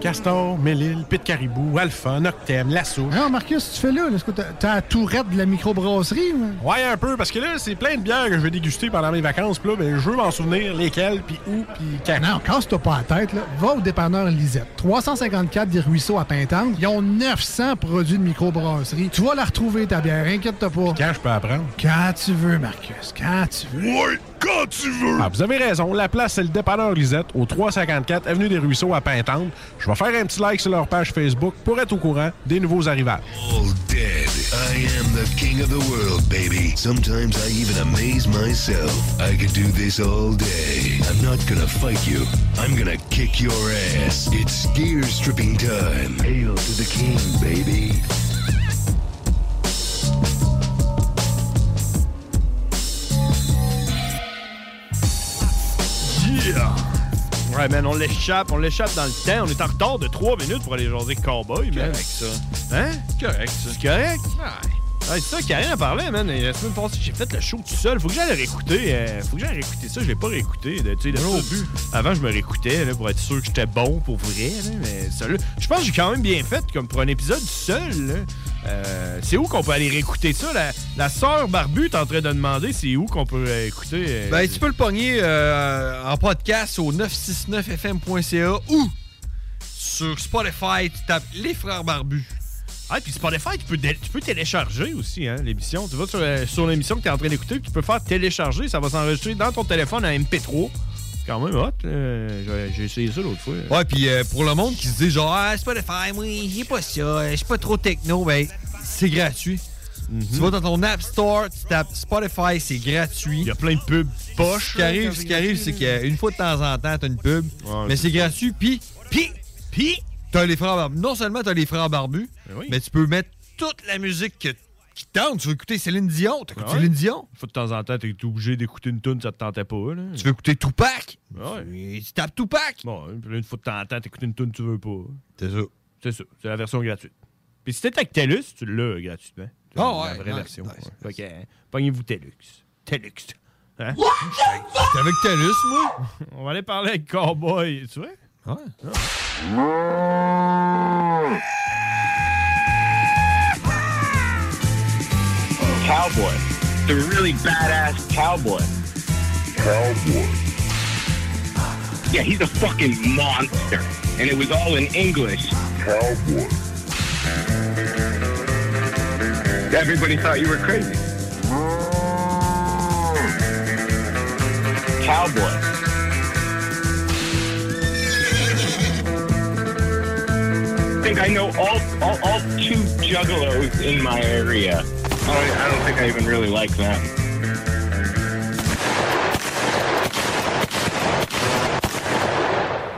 N: Castor, Mélile, Pit Caribou, Alpha, Noctem, Lasso.
O: Non, Marcus, tu fais là. là. Est-ce que t'as t'as la tourette de la microbrasserie? moi?
N: Ouais, un peu, parce que là, c'est plein de bières que je vais déguster pendant mes vacances. Puis là, ben, je veux m'en souvenir lesquelles, puis où, puis quand.
O: Non, casse-toi pas la tête. là. Va au dépanneur Lisette. 354 des Ruisseaux à Pintante. Ils ont 900 produits de microbrasserie. Tu vas la retrouver, ta bière. Inquiète-toi pas.
N: Quand je peux apprendre?
O: Quand tu veux, Marcus. Quand tu veux.
N: Ouais, quand tu veux! Ah, vous avez raison. La place, c'est le dépanneur Lisette, au 354 Avenue des Ruisseaux à Pintante. Je vais faire un petit like sur leur page Facebook pour être au courant des nouveaux arrivages.
P: All dead. I am the king of the world, baby. Sometimes I even amaze myself. I could do this all day. I'm not gonna fight you. I'm gonna kick your ass. It's gear stripping time. Hail to the king, baby.
N: Yeah!
H: Ouais, man, on l'échappe, on l'échappe dans le temps. On est en retard de 3 minutes pour aller jaser cowboy, man.
M: Correct, ça.
H: Hein?
M: Correct, ça.
H: C'est correct? Ouais, Ah, c'est ça, Karine en parlait, man. La semaine passée, j'ai fait le show tout seul. Faut que j'aille le réécouter. euh, faut que j'aille réécouter ça. Je l'ai pas réécouté. de- Tu sais, de
M: Non.
H: début. Avant, je me réécoutais là, pour être sûr que j'étais bon pour vrai. là, mais ça, là, je pense que j'ai quand même bien fait comme pour un épisode seul. là. Euh, c'est où qu'on peut aller réécouter ça? La, la sœur Barbu est en train de demander c'est où qu'on peut euh, écouter. euh,
I: Ben, tu peux le pogner euh, en podcast au 969fm.ca ou sur Spotify, tu tapes Les Frères Barbus.
H: Ah, puis Spotify, tu peux, dé- tu peux télécharger aussi hein, l'émission. Tu vas sur, euh, sur l'émission que tu es en train d'écouter, puis tu peux faire télécharger. Ça va s'enregistrer dans ton téléphone en MP3. Quand même hot. euh, j'ai- J'ai essayé ça l'autre fois.
I: Ouais, puis euh, pour le monde qui se dit genre, ah, Spotify, moi, j'ai pas ça, euh, je suis pas trop techno, ben, c'est gratuit.
H: Mhm.
I: Tu vas dans ton App Store, tu tapes Spotify, c'est gratuit. Il y
H: a plein de pubs poches,
I: Ce qui
H: là,
I: arrive,
H: quand
I: ce
H: c'est
I: qui arrive, c'est qu'une fois de temps en temps, t'as une pub, mais c'est gratuit, puis, puis,
H: puis,
I: t'as les frères barbus. Non seulement t'as les frères barbus,
H: Ben
I: mais tu peux mettre toute la musique que, qui tente. Tu veux écouter Céline Dion, t'écoutes
H: Ah ouais?
I: Céline Dion.
H: Faut de temps en temps, t'es obligé d'écouter une tune, ça te tentait pas. Là.
I: Tu veux écouter Tupac?
H: Ouais.
I: Tu tapes Tupac.
H: Bon, hein, puis là, une fois de temps en temps, t'écoutes une tune, tu veux pas.
I: C'est ça.
H: C'est ça. C'est la version gratuite. Puis si t'es avec Telus, tu l'as euh, gratuitement. Tu
I: Ah
H: as
I: ouais,
H: La vraie
I: nice,
H: version. ouais. Fait que, hein, pognez-vous Telus. Telus. Hein?
I: T'es avec Telus, moi?
H: (laughs) On va aller parler avec Cowboy, tu vois? Ah.
I: Ouais.
T: Cowboy. The really badass cowboy. Cowboy. Yeah, he's a fucking monster. And it was all in English. Cowboy. Everybody thought you were crazy. Cowboy. I think I know all, all, all two juggalos in my area. I don't, I don't think I even really like them.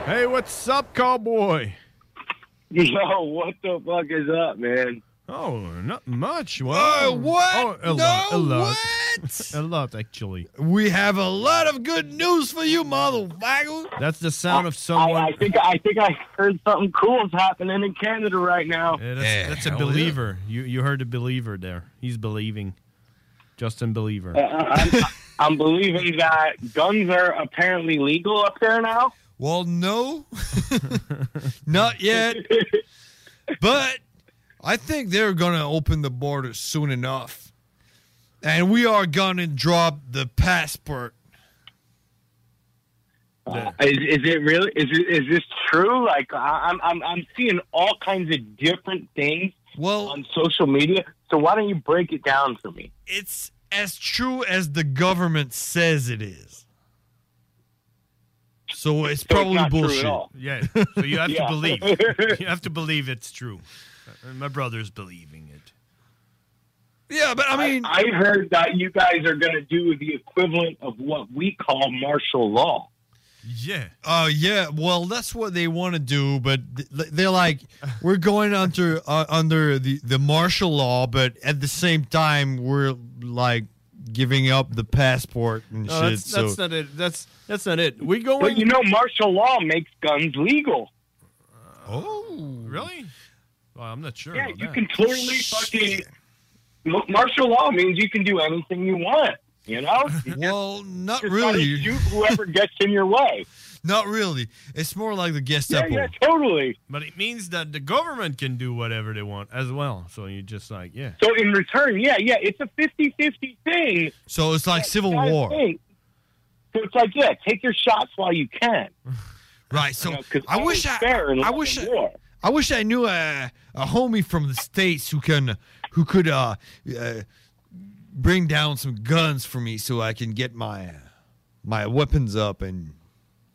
H: Hey, what's up, Cowboy?
T: (laughs) Yo, what the fuck is up, man?
H: Oh, not much. Well,
I: what?
H: Oh, a
I: No,
H: lot, a lot.
I: what?
H: (laughs) a lot, actually.
I: We have a lot of good news for you, motherfucker.
H: That's the sound of
T: someone. I, I think I think I heard something cool's happening in Canada right now.
H: Yeah, that's, that's a believer. You you heard a believer there. He's believing. Justin Believer.
T: Uh, I'm, I'm believing that guns are apparently legal up there now.
I: Well, no, not (laughs) yet. but I think they're going to open the border soon enough. And we are going to drop the passport.
T: Uh, is, is it really? Is it, is this true? Like I, I'm I'm I'm seeing all kinds of different things
I: on
T: social media. So why don't you break it down for me?
I: It's as true as the government says it is. So it's probably bullshit. (laughs)
H: Yeah. So you have
I: Yeah.
H: to believe.
T: (laughs)
H: You have to believe it's true. Uh, My brother's believing it.
I: Yeah, but I mean,
T: I, heard that you guys are going to do the equivalent of what we call martial law.
H: Yeah.
I: Oh, yeah. Well, that's what they want to do, but th- they're like, we're going under uh, under the, the martial law, but at the same time, we're like giving up the passport and
T: No,
I: shit.
T: that's-
I: so
T: that's
H: not it. That's that's not it. We going.
T: But you know, martial law makes guns legal.
H: Oh. Really? Well, I'm not sure.
T: Yeah,
H: about
T: you
H: that.
T: can totally fucking. M- Martial law means you can do anything you want. You
I: (laughs)
T: know?
I: well, not
T: really. Shoot whoever gets in your way.
I: (laughs) Not really. It's more like the
T: Yeah,
I: Gestapo.
T: yeah, totally.
H: But it means that the government can do whatever they want as well. So you just like, yeah.
T: So in return, yeah, yeah, it's a 50-50 thing.
I: So it's like Civil
T: Guys
I: War.
T: think- So it's like, yeah, take your shots while you can.
I: Right. So I
T: all is
I: wish I,
T: fair in
I: I
T: love
I: wish
T: and
I: I, I wish I knew a, a homie from the states who can who could uh, uh bring down some guns for me so I can get my uh, my weapons up and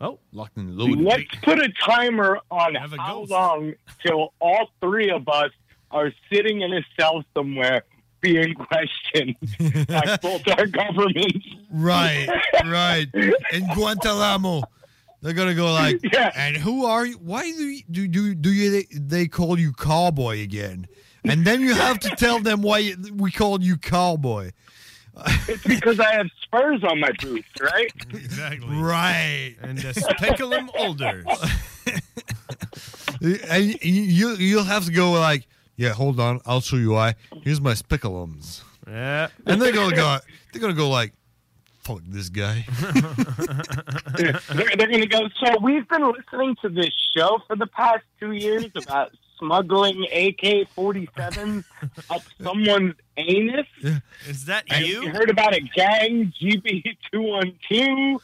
H: oh
I: locked and loaded.
T: Let's put a timer on how long till all three of us are sitting in a cell somewhere being questioned
I: (laughs)
T: by both our governments.
I: Right, right. In
T: (laughs)
I: Guantanamo, they're gonna go (laughs) like, and who are you? Why do you, do do do you they call you cowboy again? And then you have to tell them why we called you cowboy.
T: It's because I have spurs on my boots, right?
H: Exactly.
I: Right.
H: And the speculum olders.
I: And you, you'll have to go like, yeah, hold on, I'll show you why. Here's my spiculums.
H: Yeah.
I: And they're gonna go, they're gonna go like, fuck this
H: (laughs)
I: guy.
T: (laughs) they're, they're going to go. So we've been listening to this show for the past two years about smuggling AK-47s up someone's anus.
H: Is that
T: And
H: you?
T: we heard about a gang, GB212, and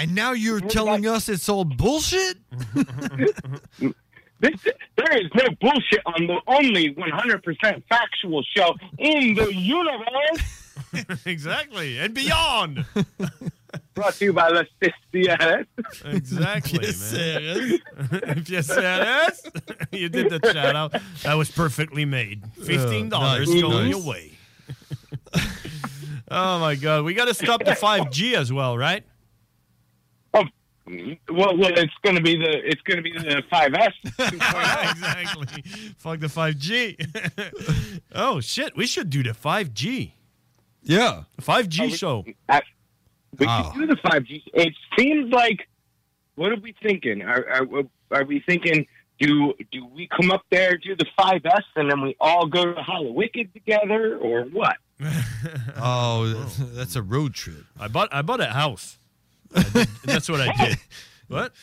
I: and
T: (laughs)
I: now you're telling us it's all bullshit.
T: This, there is no bullshit on the only 100% factual show in the universe.
H: (laughs) exactly. And beyond.
T: (laughs) Brought to you by La CSCS.
H: Exactly,
T: Yes,
H: (laughs) man. if you said yes, (laughs) you did the shout out. That was perfectly made. Fifteen dollars
T: nice,
H: going
T: nice.
H: away. oh my god, we got to stop the five G as well, right?
T: Um, Well, well, it's going to be the it's going to be the 5S.
H: (laughs) exactly. Fuck the five G. (laughs) oh shit, we should do the five G.
I: Yeah,
H: five G show.
T: We can do the 5G. It seems like what are we thinking? Are, are, are we thinking do do we come up there do the 5S and then we all go to Hollow Wicked together or what?
I: Oh, that's, that's a road trip.
H: I bought I bought a house. I did- that's what
I: (laughs)
H: I did. (laughs) What?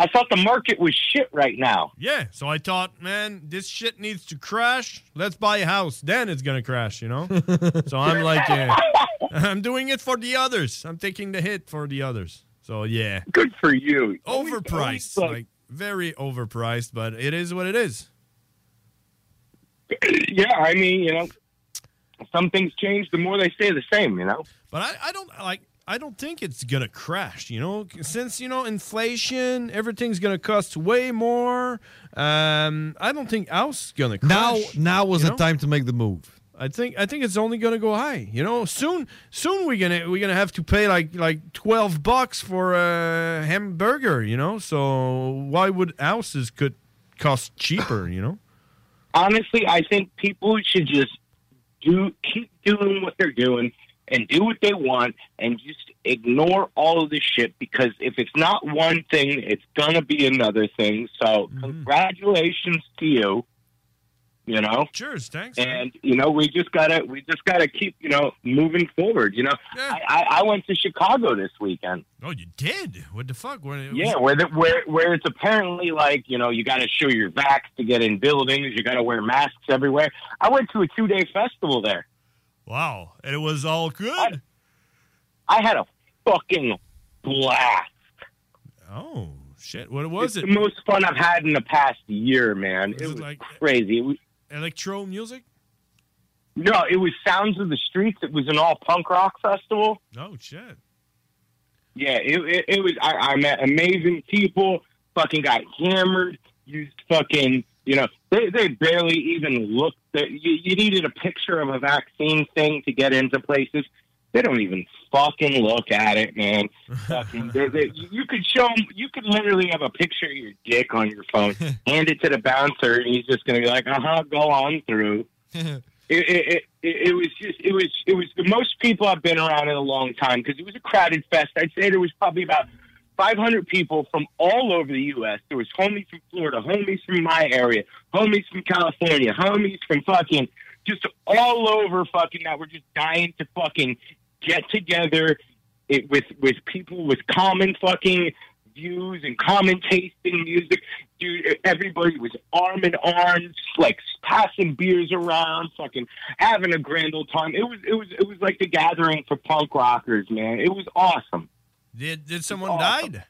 T: I thought the market was shit right now.
H: Yeah, so I thought, man, this shit needs to crash. Let's buy a house. Then it's gonna crash, you know. so I'm like, uh, (laughs) I'm doing it for the others. I'm taking the hit for the others. So yeah,
T: good for you.
H: Overpriced, like very overpriced, but it is what it is.
T: yeah, I mean, you know, some things change the more they stay the same, you know.
H: But I, I don't like. I don't think it's gonna crash. You know, since you know inflation, everything's gonna cost way more. Um, I don't think house gonna crash.
I: Now, now was
H: you
I: the
H: know?
I: time to make the move.
H: I think I think it's only gonna go high. You know, soon soon we're gonna we're gonna have to pay like like twelve bucks for a hamburger. You know, so why would houses could cost cheaper? You know,
T: Honestly, I think people should just do keep doing what they're doing and do what they want and just ignore all of this shit because if it's not one thing, it's gonna be another thing. So congratulations to you. You know?
H: Cheers, thanks.
T: And you know, we just gotta we just gotta keep, you know, moving forward. You know, I, I, I went to Chicago this weekend.
H: Oh, you did. What the fuck? Where,
T: Yeah, where the, where where it's apparently like you know you got to show your vax to get in buildings, you got to wear masks everywhere. I went to a two day festival there.
H: Wow, and it was all good.
T: I, had a fucking blast.
H: Oh shit! What was
T: it's
H: it?
T: The most fun I've had in the past year, man.
H: Was
T: it
H: it
T: was
H: like-
T: crazy. It was-
H: Electro music.
T: no, it was Sounds of the Streets. It was an all punk rock festival.
H: Oh shit!
T: Yeah, it, it, it was. I, I met amazing people. Fucking got hammered. Used fucking. You know, they, they barely even looked. At, you, you needed a picture of a vaccine thing to get into places. They don't even fucking look at it, man. fucking, they, they, you could show 'em- You could literally have a picture of your dick on your phone, hand it to the bouncer, and he's just gonna be like, "Uh huh, go on through." it, it, it- it, it was just it was it was the most people I've been around in a long time because it was a crowded fest. I'd say there was probably about 500 people from all over the U.S. There was homies from Florida, homies from my area, homies from California, homies from fucking just all over fucking that were just dying to fucking get together it, with with people with common fucking views and common taste in music. Dude, everybody was arm in arms, like passing beers around, fucking having a grand old time. It was it was it was like the gathering for punk rockers, man. It was awesome.
H: Did did someone died?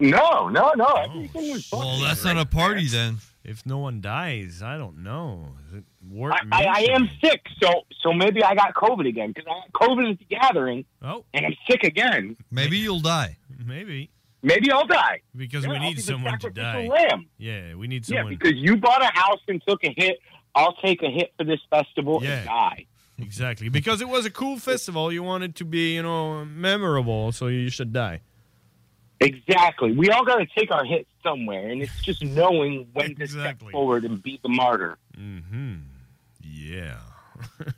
H: Oh,
T: No, no, no. Everything was fun.
H: Well, that's not a party then. If no one dies, I don't know. Is it Wart
T: I, I, I
H: Mason?
T: am sick, so so maybe I got COVID again because I got COVID at the gathering,
H: Oh,
T: and I'm sick again.
I: Maybe you'll die.
H: maybe
T: Maybe I'll die.
H: because
T: Yeah,
H: we
T: I'll be
H: need
T: the
H: someone to die.
T: sacrificial lamb.
H: Yeah, we need
T: Yeah,
H: someone.
T: because you bought a house and took a hit. I'll take a hit for this festival
H: Yeah.
T: and die.
H: Exactly. Because it was a cool festival, you wanted to be, you know, memorable, so you should die.
T: Exactly. We all got to take our hit somewhere,
H: (laughs)
T: and it's just knowing when to step forward and be the martyr.
H: Mm-hmm. Yeah. (laughs)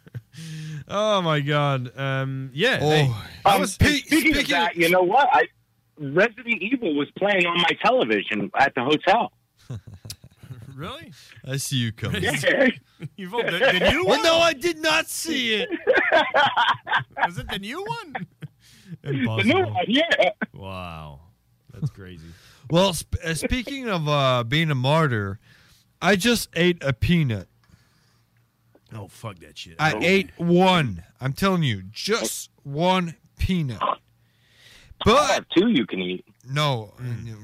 H: Oh my God. Um, yeah.
I: Oh.
H: hey.
T: Um, speaking of that, you know what? I, Resident Evil was playing on my television at the
H: (laughs)
T: hotel.
H: (laughs) Really?
I: I see you coming.
H: (laughs)
T: Yeah. (laughs)
H: You vote the, the new
I: Well,
H: one?
I: no, I did not see it.
H: Was it the new one?
T: The new one, yeah.
H: Wow. That's crazy.
I: Well, sp- uh, speaking of uh, being a martyr, I just ate a peanut.
H: Oh, fuck that shit.
I: I
H: Oh.
I: ate one. I'm telling you, just one peanut. But
T: two you can eat.
I: No,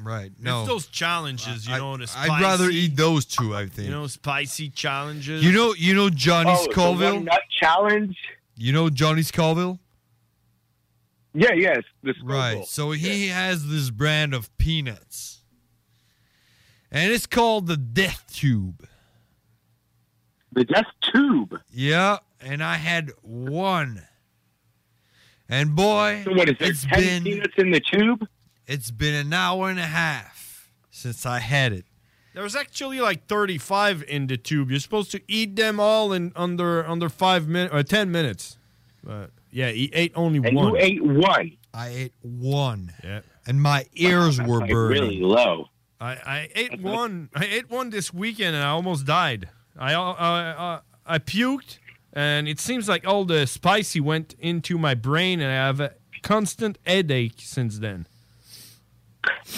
I: right? No,
H: Mm. It's those challenges, you know, the spicy,
I: I'd rather eat those two. I think.
H: you know, spicy challenges.
I: You know, you know Johnny
H: Oh, the
I: Scoville.
H: one nut
T: challenge.
I: You know Johnny Scoville.
T: Yeah, yes,
I: right. So he has this brand of peanuts, and it's called the Death Tube.
T: The Death Tube.
I: Yeah, and I had one, and boy,
T: So what is there,
I: it's
T: 10
I: been
T: peanuts in the tube.
I: It's been an hour and a half since I had it.
H: There was actually like 35 in the tube. You're supposed to eat them all in under under five minutes or 10 minutes. But yeah, he ate only
I: And you
H: one.
I: ate one. I ate one.
H: Yeah.
I: And my
T: (laughs)
I: (laughs) ears were
H: like
I: burning.
H: really low. I, I ate one. I ate one this weekend and I almost died. I uh, uh, I puked, and it seems like all the spicy went into my brain, and I have a constant headache since then.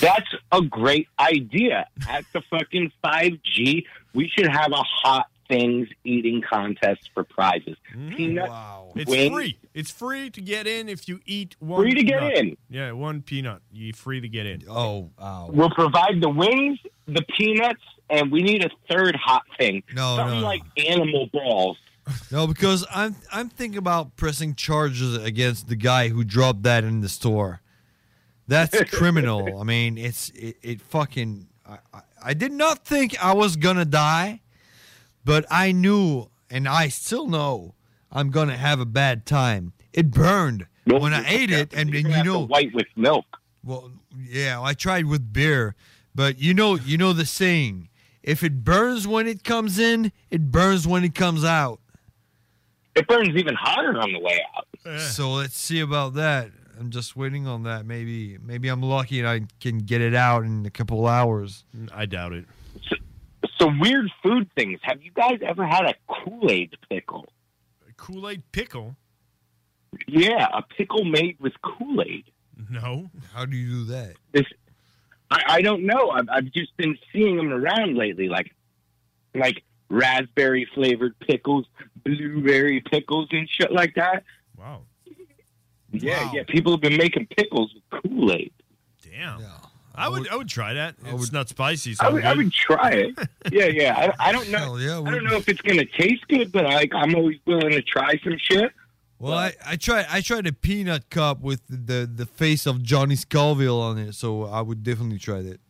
T: That's a great idea. At the fucking 5G, we should have a hot things eating contest for prizes. Peanut
H: It's
T: wings.
H: free. It's free to get in if you eat one.
T: Free to get
H: peanut.
T: in.
H: Yeah, one peanut. You're free to get in.
I: Oh,
T: We'll provide the wings, the peanuts, and we need a third hot thing.
I: No,
T: Something
I: no, no.
T: like animal balls.
I: No, because I'm I'm thinking about pressing charges against the guy who dropped that in the store.
T: (laughs)
I: That's criminal. I mean, it's it, it fucking. I, I, I did not think I was gonna die, but I knew, and I still know, I'm gonna have a bad time. It burned when I ate it, and, and you know,
T: white with milk.
I: Well, yeah, I tried with beer, but you know, you know the saying: if it burns when it comes in, it burns when it comes out.
T: It burns even hotter on the way out.
H: Eh.
I: So let's see about that. I'm just waiting on that. Maybe maybe I'm lucky and I can get it out in a couple hours.
H: Mm, I doubt it.
T: So weird food things. Have you guys ever had a Kool Aid pickle?
H: Kool Aid pickle.
T: Yeah, a pickle made with Kool Aid.
H: No.
I: How do you do that?
T: This, I, I don't know. I've, I've just been seeing them around lately, like like raspberry flavored pickles, blueberry pickles, and shit like that.
H: Wow.
T: Yeah, yeah. People have been making pickles with Kool Aid.
H: Damn. I, would, I would try that. It's not spicy. So
T: I would, I
H: good.
T: would try it. Yeah, yeah. I, I
I: (laughs)
T: don't know. I don't know if it's gonna taste good, but I, I'm always willing to try some shit.
I: Well, I, I tried I tried a peanut cup with the the face of Johnny Scoville on it, so I would definitely try that.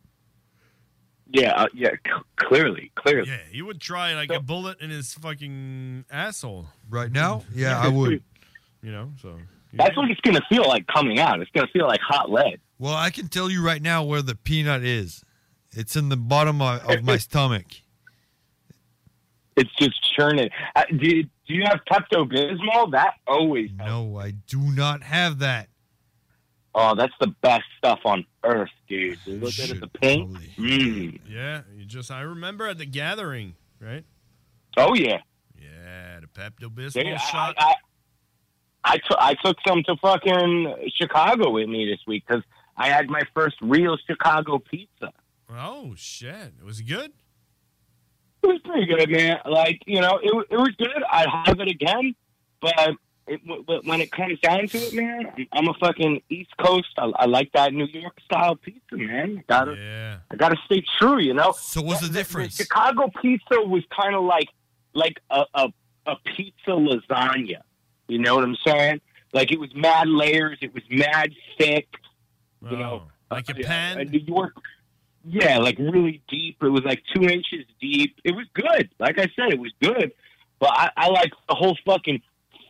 T: Yeah, uh, yeah. c- Clearly, clearly.
H: Yeah, you would try like a bullet in his fucking asshole.
I: Right now? Yeah, I would.
H: You know, so.
T: That's what it's gonna feel like coming out. It's gonna feel like hot lead.
I: Well, I can tell you right now where the peanut is. It's in the bottom of,
T: (laughs)
I: of my stomach.
T: It's just churning. Uh, do, do you have Pepto Bismol? That always.
I: No, I do not have that.
T: Oh, that's the best stuff on earth, dude. You look at it, the pink. Mm.
H: Yeah, you just. I remember at the gathering, right?
T: Oh yeah.
H: Yeah, the Pepto
T: Dude,
H: Bismol
T: I-
H: shot.
T: I, I, I, took- I took some to fucking Chicago with me this week because I had my first real Chicago pizza.
H: oh shit! It was good.
T: It was pretty good, man. Like you know, it wa- it was good. I'd have it again, but it, w- w- when it comes down to it, man, I'm- I'm a fucking East Coast. I, I like that New York style pizza, man. Gotta,
H: yeah.
T: I gotta stay true, you know.
I: So what's the difference?
T: The Chicago pizza was kind of like like a, a a pizza lasagna. You know what I'm saying? Like it was mad layers. It was mad thick. You know,
H: like a
T: pan. New York. Yeah, like really deep. It was like two inches deep. It was good. Like I said, it was good. But I, I like the whole fucking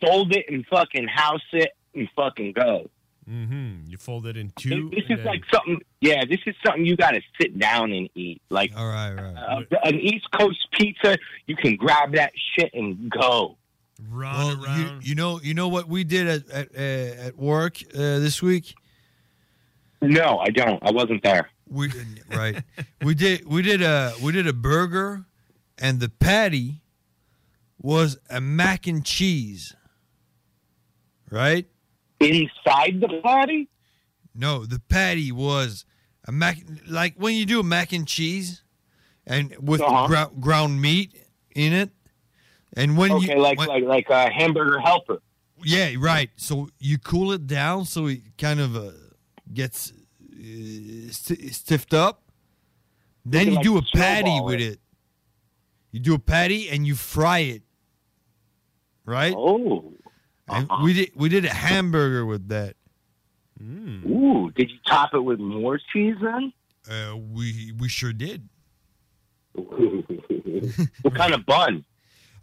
T: fold it and fucking house it and fucking go.
H: Mm-hmm. You fold it in two.
T: This
H: and
T: is
H: then-
T: like something. Yeah, this is something you got to sit down and eat. Like, uh,
I: all right, right.
T: an East Coast pizza, you can grab that shit and go.
H: Run
I: Well,
H: around.
I: You, you know, you know what we did at at, uh, at work uh, this week.
T: No, I don't. I wasn't there.
I: We right. we did we did a we did a burger, and the patty was a mac and cheese. Right.
T: Inside the patty.
I: No, the patty was a mac like when you do a mac and cheese, and with
T: Uh-huh.
I: grou- ground meat in it, and when
T: okay,
I: you
T: like,
I: when-
T: like like a hamburger helper.
I: Yeah, right. So you cool it down so it kind of uh, gets uh, sti stiffed up. Then
T: Looking
I: you
T: like
I: do
T: a
I: a patty
T: snowball,
I: with
T: eh?
I: it. You do a patty and you fry it. Right?
T: Oh.
I: And we did we did a hamburger with that. Hmm.
T: Ooh, did you top it with more cheese then?
I: Uh, we we sure did.
T: (laughs) what kind of bun?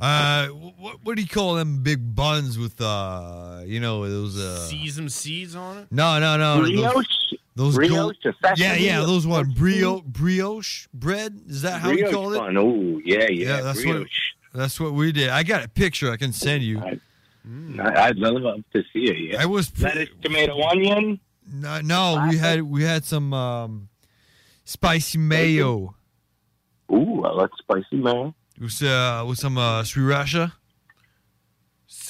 I: Uh, what what do you call them big buns with uh, you know, those uh,
H: Sesame seeds on it.
I: No, no, no.
H: Brioche?
I: Those, those
H: Brioche,
I: gold-
H: the
I: yeah, yeah,
H: sesame,
I: those one brioche, brioche bread. Is that how you
T: Brioche
I: call it?
T: bun. Oh, yeah, yeah,
I: that's
T: brioche.
I: what. That's what we did. I got a picture I can send you.
T: I, I'd love to see it. Yeah.
I: I was
T: lettuce, tomato, onion.
I: No, no we had we had some um, spicy mayo.
T: Ooh, I like spicy mayo.
I: It was uh, with some uh, sriracha.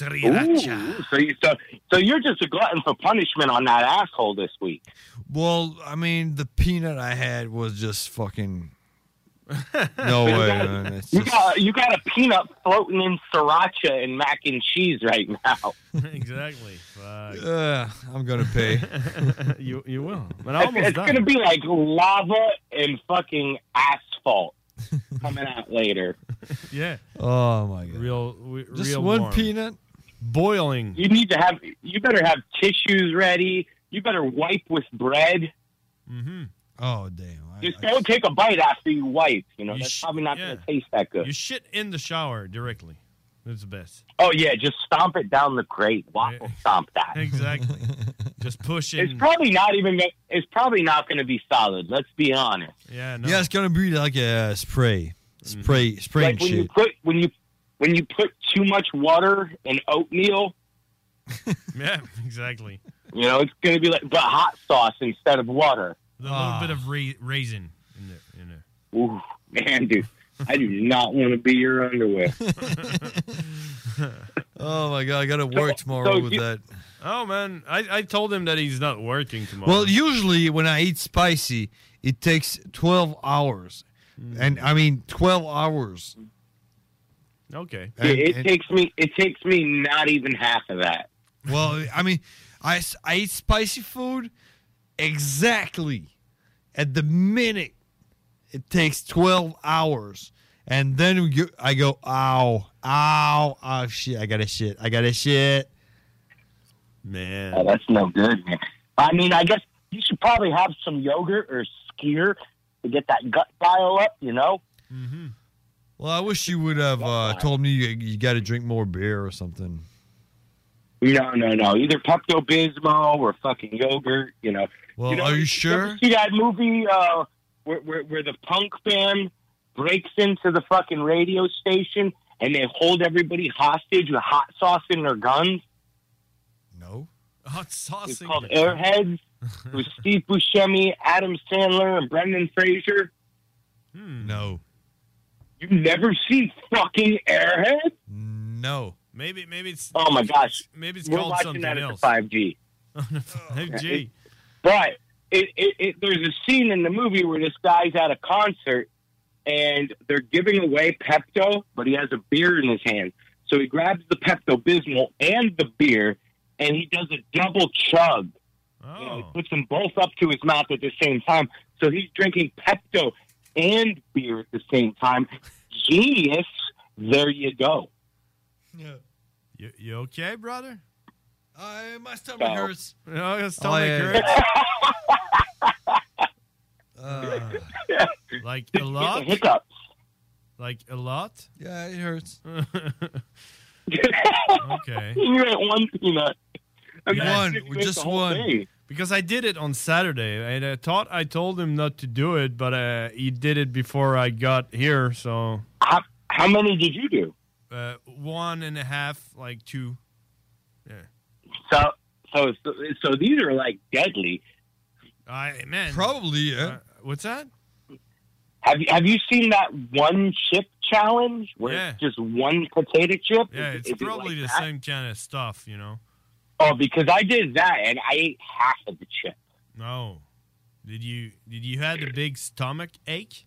T: Ooh, so you so, so you're just a glutton for punishment on that asshole this week.
I: Well, I mean, the peanut I had was just fucking. (laughs) No way.
T: You got-
I: man. It's
T: You
I: just-
T: got you got a peanut floating in sriracha and mac and cheese right
I: (laughs)
T: now.
H: (laughs) exactly. Fuck.
I: Uh, I'm gonna pay.
H: (laughs) you you will. But
T: It's,
H: Oh, almost
T: it's
H: done.
T: gonna be like lava and fucking
I: (laughs)
T: asphalt coming out later.
H: yeah.
I: Oh my god.
H: Real. w-
T: Just
H: real
T: one
H: warm.
I: peanut.
H: Boiling.
T: You need to have. You better have tissues ready. You better wipe with bread.
H: Mm-hmm.
I: Oh damn.
T: Just don't take a bite after you wipe. You know that's probably not gonna taste that good.
H: You shit in the shower directly. That's the best.
T: oh yeah, just stomp it down the grate. Waffle stomp that.
I: (laughs)
H: Exactly. Just push it.
T: It's probably not even. go- It's probably not going to be solid. Let's be honest.
H: Yeah. Mm-hmm.
I: Yeah, it's gonna be like a spray, spray, spray
T: like
I: and
T: when
I: shit.
T: you put when you when you put too much water in oatmeal,
H: Yeah. Exactly.
T: you know it's going to be like but hot sauce instead of water.
H: With A little
I: Ah.
H: bit of ra- raisin in there. In there.
T: Ooh, man, dude, I do not want to be your underwear.
I: Oh my god, I gotta work tomorrow
H: so
I: with
H: you-
I: that.
H: Oh man, I, I told him that he's not working tomorrow.
I: Well, usually when I eat spicy, it takes twelve hours,
H: Mm.
I: and I mean twelve hours.
H: okay.
T: Dude, it
I: And-
T: takes me. It takes me not even half of that.
I: Well, I mean, I s- I eat spicy food exactly at the minute it takes twelve hours, and then we go- I go ow ow oh shit I gotta shit I gotta shit.
H: Man,
T: Oh, that's no good, man. I mean, I guess you should probably have some yogurt or skyr to get that gut bile up. You know.
I: Well, I wish you would have uh, told me you, you got to drink more beer or something.
T: No, no, no. Either Pepto Bismol or fucking yogurt. You know.
I: Well,
T: know,
I: are you
T: ever
I: sure?
T: See that movie uh, where, where where the punk band breaks into the fucking radio station and they hold everybody hostage with hot sauce in their guns?
I: No.
H: Hot sauce.
T: It's called (laughs) Airheads with Steve Buscemi, Adam Sandler, and Brendan Fraser.
H: Hmm.
I: No.
T: You never see fucking Airheads?
I: No.
H: Maybe maybe it's
T: Oh my gosh!
H: Maybe it's
T: We're
H: called
T: watching
H: something
T: that
H: else. Oh,
T: Five
H: (laughs)
T: G.
H: Hey, (laughs) gee.
T: But it, it, it, there's a scene in the movie where this guy's at a concert and they're giving away Pepto, but he has a beer in his hand. So he grabs the Pepto Bismol and the beer and he does a double chug. You know, he puts them both up to his mouth at the same time. So he's drinking Pepto and beer at the same time. Genius. There you go.
H: You, you okay, brother?
I: I my
H: stomach
T: No.
I: hurts.
H: No, your
I: Oh,
H: stomach
T: (laughs)
I: yeah.
H: hurts. like a lot.
T: Hiccups.
H: Like a lot.
I: Yeah, it
H: (laughs)
I: hurts.
H: okay.
T: (laughs) You ate one peanut. I'm gonna
H: One,
T: have to
H: we
T: drink
H: just
T: the whole
H: one.
T: thing.
H: Because I did it on Saturday, and I thought I told him not to do it, but uh, he did it before I got here. So
T: How, how many did you do?
H: Uh, one and a half, like two. Yeah.
T: So, so, so, so these are like deadly.
H: I man. Uh,
I: Probably, yeah.
H: what's that?
T: Have you have you seen that one chip challenge where it's just one potato chip?
H: Yeah,
T: Is-
H: it's
T: is it
H: probably
T: like
H: the
T: that?
H: same kind of stuff, you know.
T: Oh, because I did that and I ate half of the chip.
H: No. Did you did you had a big stomach ache?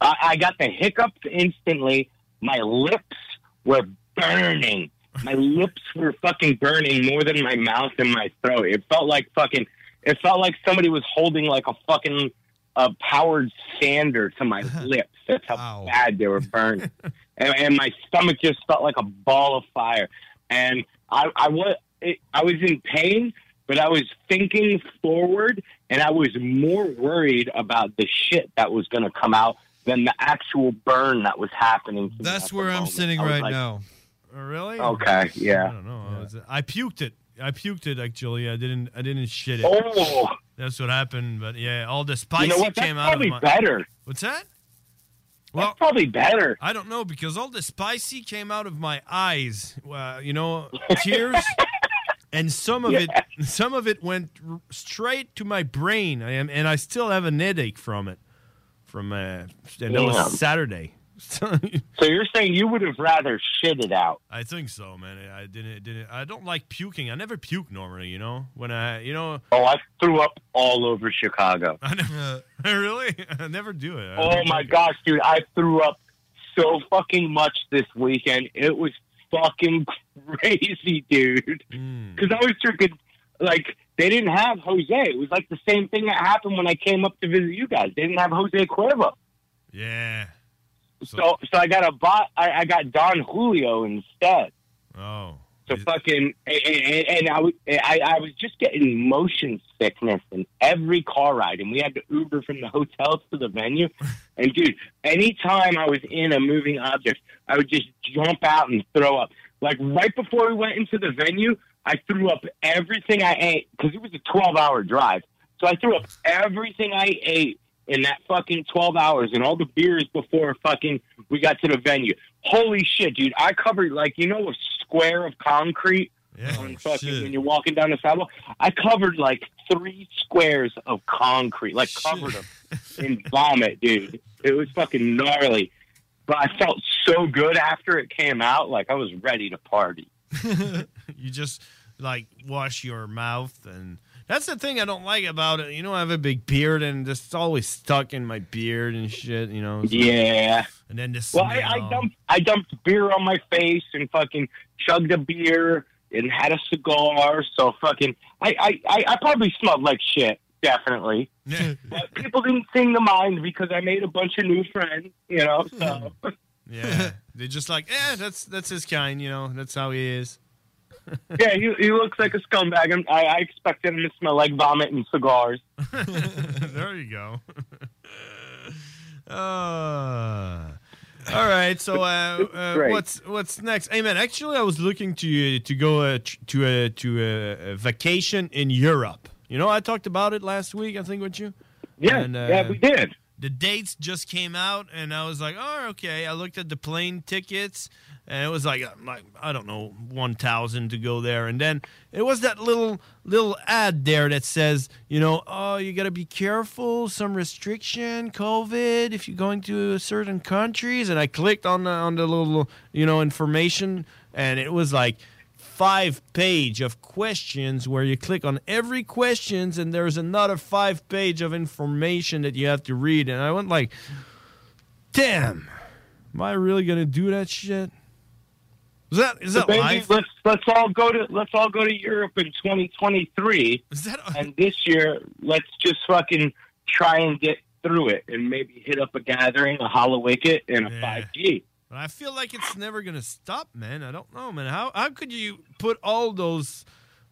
T: I, I got the hiccups instantly. My lips were burning. My lips were fucking burning more than my mouth and my throat. It felt like fucking. It felt like somebody was holding like a fucking a powered sander to my
I: Uh-huh.
T: lips. That's how bad they were
I: (laughs)
T: burning, and, and my stomach just felt like a ball of fire. And I, I was, it, I was in pain, but I was thinking forward, and I was more worried about the shit that was going to come out than the actual burn that was happening. to me at
I: That's
T: the
I: where I'm
T: moment.
I: sitting
T: I was
I: right
T: like,
I: now.
H: Really?
T: Okay, yeah.
H: I (laughs) don't know. I, was- I puked it. I puked it actually. I didn't. I didn't shit it.
T: Oh.
H: That's what happened. But yeah, all the spicy
T: You know what? That's
H: came out of
T: probably
H: my.
T: better.
H: What's that?
T: That's probably better.
H: I don't know because all the spicy came out of my eyes. Uh, you know, tears,
T: (laughs)
H: and some of it, some of it went r- straight to my brain. I am, and I still have an headache from it. From uh, and that
T: Damn.
H: was Saturday.
T: So you're saying you would have rather shit it out?
H: I think so, man. I I didn't, didn't. I don't like puking. I never puke normally. You know, when I, you know,
T: Oh, I threw up all over Chicago.
H: I never, (laughs) really, (laughs) I never do it. I
T: Oh
H: don't
T: my
H: like it.
T: gosh, dude, I threw up so fucking much this weekend. It was fucking (laughs) crazy, dude.
H: Mm.
T: Because I was drinking, like, they didn't have Jose. It was like the same thing that happened when I came up to visit you guys. They didn't have Jose Cuervo.
H: Yeah.
T: So, so I got a bot. I, I got Don Julio instead.
H: Oh.
T: So fucking, and, and, and I, was- I, I was just getting motion sickness in every car ride, and we had to Uber from the hotel to the venue. And dude, anytime I was in a moving object, I would just jump out and throw up. Like right before we went into the venue, I threw up everything I ate because it was a twelve-hour drive. So I threw up everything I ate in that fucking 12 hours and all the beers before fucking we got to the venue. Holy shit, dude. I covered like, you know, a square of concrete on fucking when you're walking down the sidewalk. I covered like three squares of concrete, like covered them in vomit, dude. It was fucking gnarly. But I felt so good after it came out. Like I was ready to party.
H: you just like wash your mouth and that's the thing I don't like about it. You know, I have a big beard and just it's always stuck in my beard and shit. You know. so-
T: Yeah.
H: And then the
T: Well, I, I
H: smell.
T: dumped I dumped beer on my face and fucking chugged a beer and had a cigar. So fucking, I I, I, I probably smelled like shit. Definitely. but people didn't sing the mind because I made a bunch of new friends. You know. So.
H: Yeah. They're just like, eh, that's that's his kind. You know, that's how he is. (laughs)
T: yeah, he, he looks like a scumbag. and I, I expected him to smell like vomit and cigars.
H: there you go. (laughs) Uh, all right.
T: (laughs)
H: So, uh, uh,
T: Great.
H: what's what's next? Hey, man. Actually, I was looking to to go uh, tr- to a to uh, a, a vacation in Europe. You know, I talked about it last week. I think with you. uh,
T: Yeah, yeah, we did.
H: The dates just came out, and I was like, "Oh, okay." I looked at the plane tickets, and it was like, uh, like I don't know, one thousand to go there. And then it was that little little ad there that says, you know, oh, you got to be careful, some restriction, COVID, if you're going to certain countries. And I clicked on the on the little you know information, and it was like five page of questions where you click on every questions and there's another five page of information that you have to read and i went like damn am i really gonna do that shit is that is
T: So
H: that
T: baby,
H: life
T: Let's let's all go to let's all go to Europe in 2023. and this year, let's just fucking try and get through it, and maybe hit up a gathering, a hollow wicket, and a 5G.
H: but i feel like it's never gonna stop man i don't know man how how could you put all those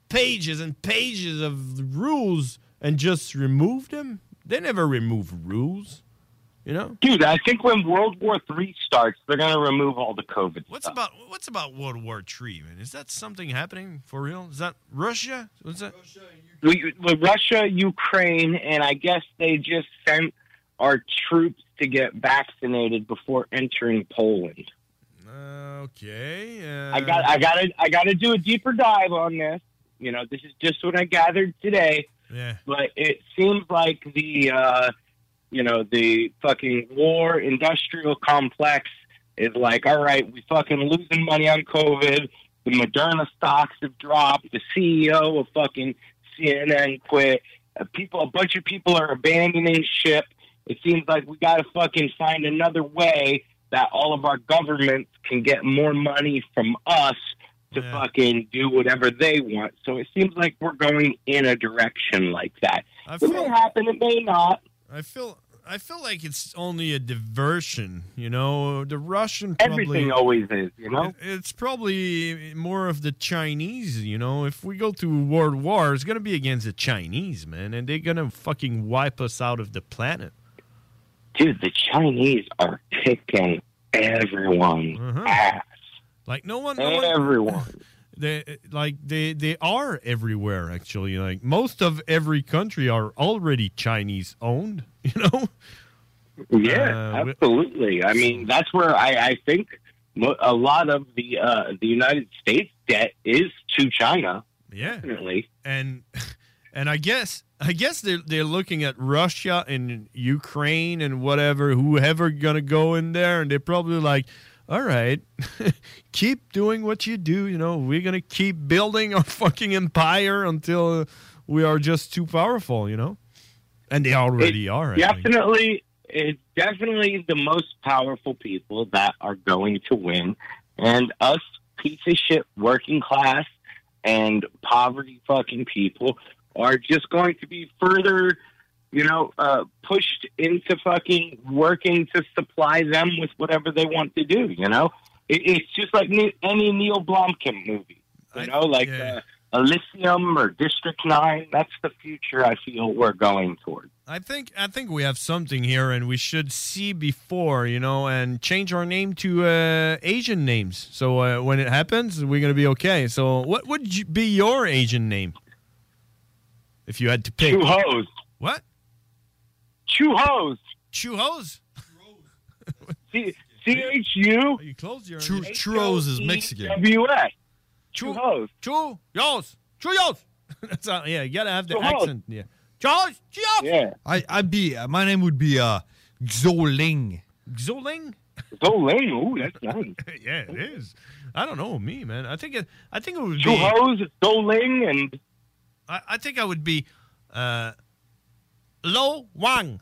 H: pages and pages of rules and just remove them they never remove rules you know
T: Dude, I think when World War Three starts, they're gonna remove all the COVID
H: What's
T: stuff.
H: about what's about World War Three, man? Is that something happening for real? Is that Russia? What's that?
T: We, with Russia, Ukraine, and I guess they just sent our troops to get vaccinated before entering Poland.
H: Uh, Okay. Uh,
T: I got I gotta I gotta do a deeper dive on this. You know, this is just what I gathered today.
H: Yeah.
T: But it seems like the uh you know, the fucking war industrial complex is like, all right, we fucking losing money on COVID. The Moderna stocks have dropped. The CEO of fucking CNN quit. Uh, people, a bunch of people are abandoning ship. It seems like we got to fucking find another way that all of our governments can get more money from us to fucking do whatever they want. So it seems like we're going in a direction like that.
H: I
T: It may happen. It may not.
H: I feel I feel like it's only a diversion, you know. The Russian probably,
T: Everything always is, you know.
H: It- it's probably more of the Chinese, you know. If we go to world war, it's gonna be against the Chinese, man, and they're gonna fucking wipe us out of the planet.
T: Dude, the Chinese are kicking everyone. ass.
H: Like Mm-hmm. no one, no one- (laughs)
T: Everyone.
H: They like they they are everywhere actually. Like most of every country are already Chinese owned. You know.
T: Yeah,
H: Uh, we-
T: absolutely. I mean, that's where I, I think mo- a lot of the uh, the United States debt is to China.
H: Yeah.
T: Definitely.
H: and and I guess I guess they're they're looking at Russia and Ukraine and whatever whoever gonna go in there, and they're probably like, all right, (laughs) keep doing what you do. You know, we're gonna keep building our fucking empire until we are just too powerful. You know, and they already are. I think.
T: Definitely, it's definitely the most powerful people that are going to win, and us piece of shit working class and poverty fucking people are just going to be further, you know, uh, pushed into fucking working to supply them with whatever they want to do. You know, it, it's just like ne- any Neil Blomkamp movie. You know, like uh, Elysium or District Nine. That's the future I feel we're going towards.
H: I think I think we have something here, and we should see before, you know, and change our name to uh, Asian names. So uh, when it happens, we're gonna be okay. So what would you, be your Asian name if you had to pick?
T: Two hoes.
H: What?
T: Two hoes. (laughs)
H: Two hoes.
T: C H U.
H: You closed your
T: Chu-
H: churros is Mexican.
T: W S.
H: Two hoes. Two hoes. Two hoes. (laughs) That's all, yeah. You gotta have the
M: Two hoes.
H: accent. Yeah. Charles.
T: Yeah.
M: I, I'd be, uh, my name would be uh, Xoling.
H: Xoling?
T: Xoling? Ooh, that's nice.
H: (laughs) yeah, it is. I don't know me, man. I think it. I think it would
T: Two
H: be
T: hoes, Doling, and
H: I, I think I would be uh, Lo Wang.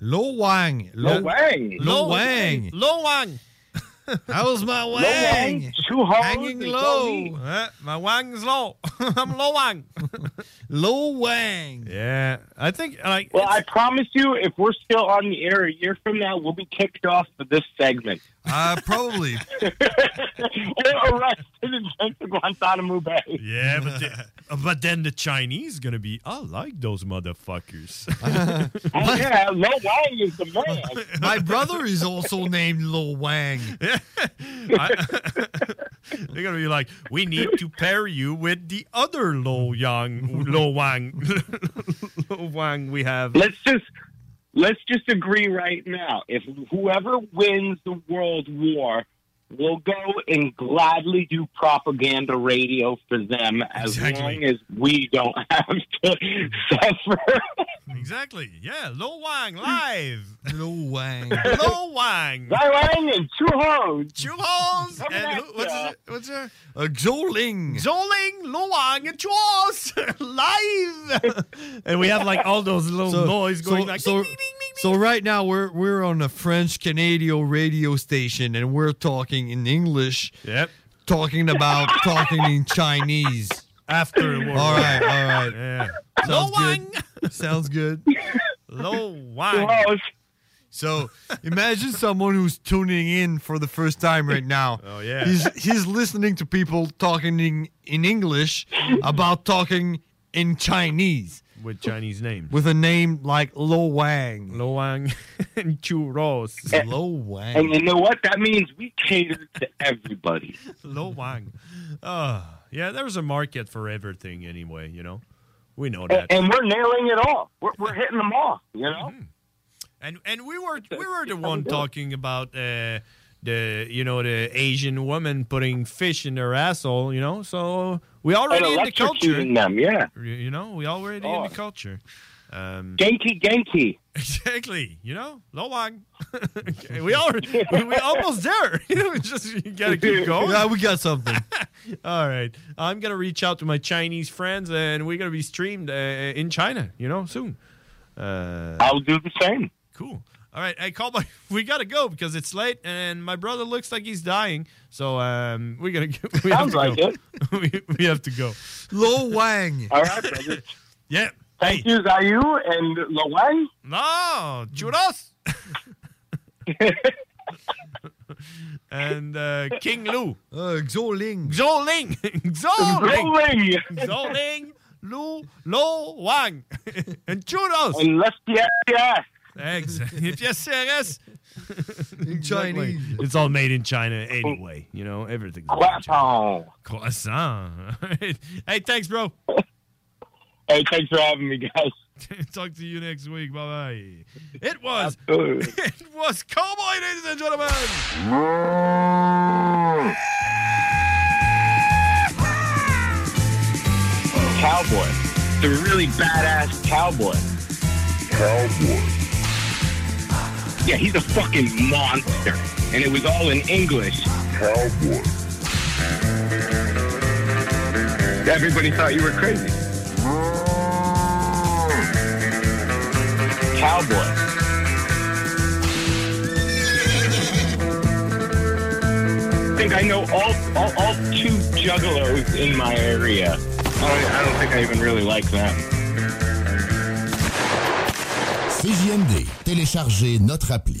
M: Lo Wang.
H: Lo
T: Wang.
M: Lo Wang.
H: Lo Wang.
M: (laughs) How's my Wang?
T: Two hoes
M: Hanging
H: and
M: low.
H: Uh, my Wang's low. (laughs) I'm Lo Wang.
M: Lo Wang.
H: Yeah, I think like.
T: Well, I promise you, if we're still on the air a year from now, we'll be kicked off for this segment.
M: Uh, probably.
T: (laughs) or arrested and sent to Guantanamo Bay.
H: Yeah,
M: (laughs)
H: but the- uh, but then the Chinese gonna be. I like those motherfuckers.
T: (laughs) Oh, yeah, Lo Wang is the man.
M: (laughs) My brother is also named Lo
H: (laughs)
M: Wang.
H: They're gonna be like, we need to pair you with the other Lo Yang, Lo Wang, (laughs) Lo Wang. We have.
T: Let's just let's just agree right now. If whoever wins the world war will go and gladly do propaganda radio for them as
H: Exactly.
T: long as we don't (laughs) have to suffer.
H: Exactly. Yeah, Lo Wang live.
M: Lo Wang.
H: Lo Wang.
T: Lo Wang and Chu Ho.
H: Chu Ho's.
T: Come
H: And
T: back,
H: who, what's
T: y'all.
H: it? What's it?
M: Uh, Xoling.
H: Zoling, Lo Wang, and Chu Ho's (laughs) live. and we have like all those little noise going
M: so,
H: like.
M: so, so right now we're we're on a French Canadian radio station and we're talking in English.
H: Yep.
M: Talking
H: (laughs)
M: about talking in Chinese.
H: After
M: All right, all right.
H: Yeah.
M: Sounds good. Sounds good.
H: (laughs) Lo
T: (laughs)
H: Wang.
M: So imagine someone who's tuning in for the first time right now.
H: (laughs) Oh, yeah.
M: He's he's listening to people talking in, in English about talking in Chinese
H: With Chinese names.
M: with a name like Lo Wang.
H: Lo Wang (laughs) and Chu (laughs) Ho's.
M: Lo Wang.
T: And you know
H: (laughs)
T: what? That means we cater to everybody.
H: Lo Wang. Oh, yeah, there's a market for everything anyway, you know. We know
T: and,
H: that.
T: and we're nailing it all. We're, we're hitting
H: Mm-hmm.
T: them all, you know?
H: And and we were we were the one talking about uh, the you know the Asian woman putting fish in her asshole. You know, so we already in the culture.
T: electrocuting them, yeah.
H: You- You know, we already
T: Oh.
H: in the culture. Um,
T: Genki Genki.
H: (laughs) Exactly. You know, Lowang. (laughs) Okay, we are we, we almost there. (laughs) You know, it's just you gotta
T: (laughs)
H: keep going.
I: Yeah, we got
H: (laughs)
I: something.
H: All right, I'm gonna reach out to my Chinese friends, and we're gonna be streamed uh, in China. You know, soon. Uh,
T: I'll do the same.
H: Cool. All right, hey, call my. (laughs) We gotta go because it's late, and my brother looks like he's dying. So um, we're gonna. go- (laughs) We
T: Sounds like
H: have to
I: (laughs)
H: go. (laughs) we, we have to go.
I: Low Wang.
T: All right, brother.
H: (laughs) yeah.
T: Thank you, Zayu and Lawang.
H: No, Judas. and uh, King Lu.
I: Uh, Xoling.
H: Xoling. Xoling.
T: Xoling.
H: Xoling. Lu. Lo Wang. (laughs) and Judas.
T: And let's be
H: Exactly. Yes, CRS.
I: In
H: (laughs) Exactly. It's all made in China anyway. You know, everything's made in
T: Croissant.
H: Croissant. (laughs) All right. Hey, thanks, bro.
T: (laughs) Hey, thanks for having me, guys.
H: (laughs) Talk to you next week. Bye bye. It was. It was Cowboy, ladies and gentlemen.
T: Cowboy. The really badass cowboy. Cowboy. Yeah, he's a fucking monster. And it was all in English. Cowboy. Everybody thought you were crazy. Cowboy. I think I know all, all, all two juggalos in my area. I don't, Oh, I don't think I even really like them.
U: CJMD, téléchargez notre appli.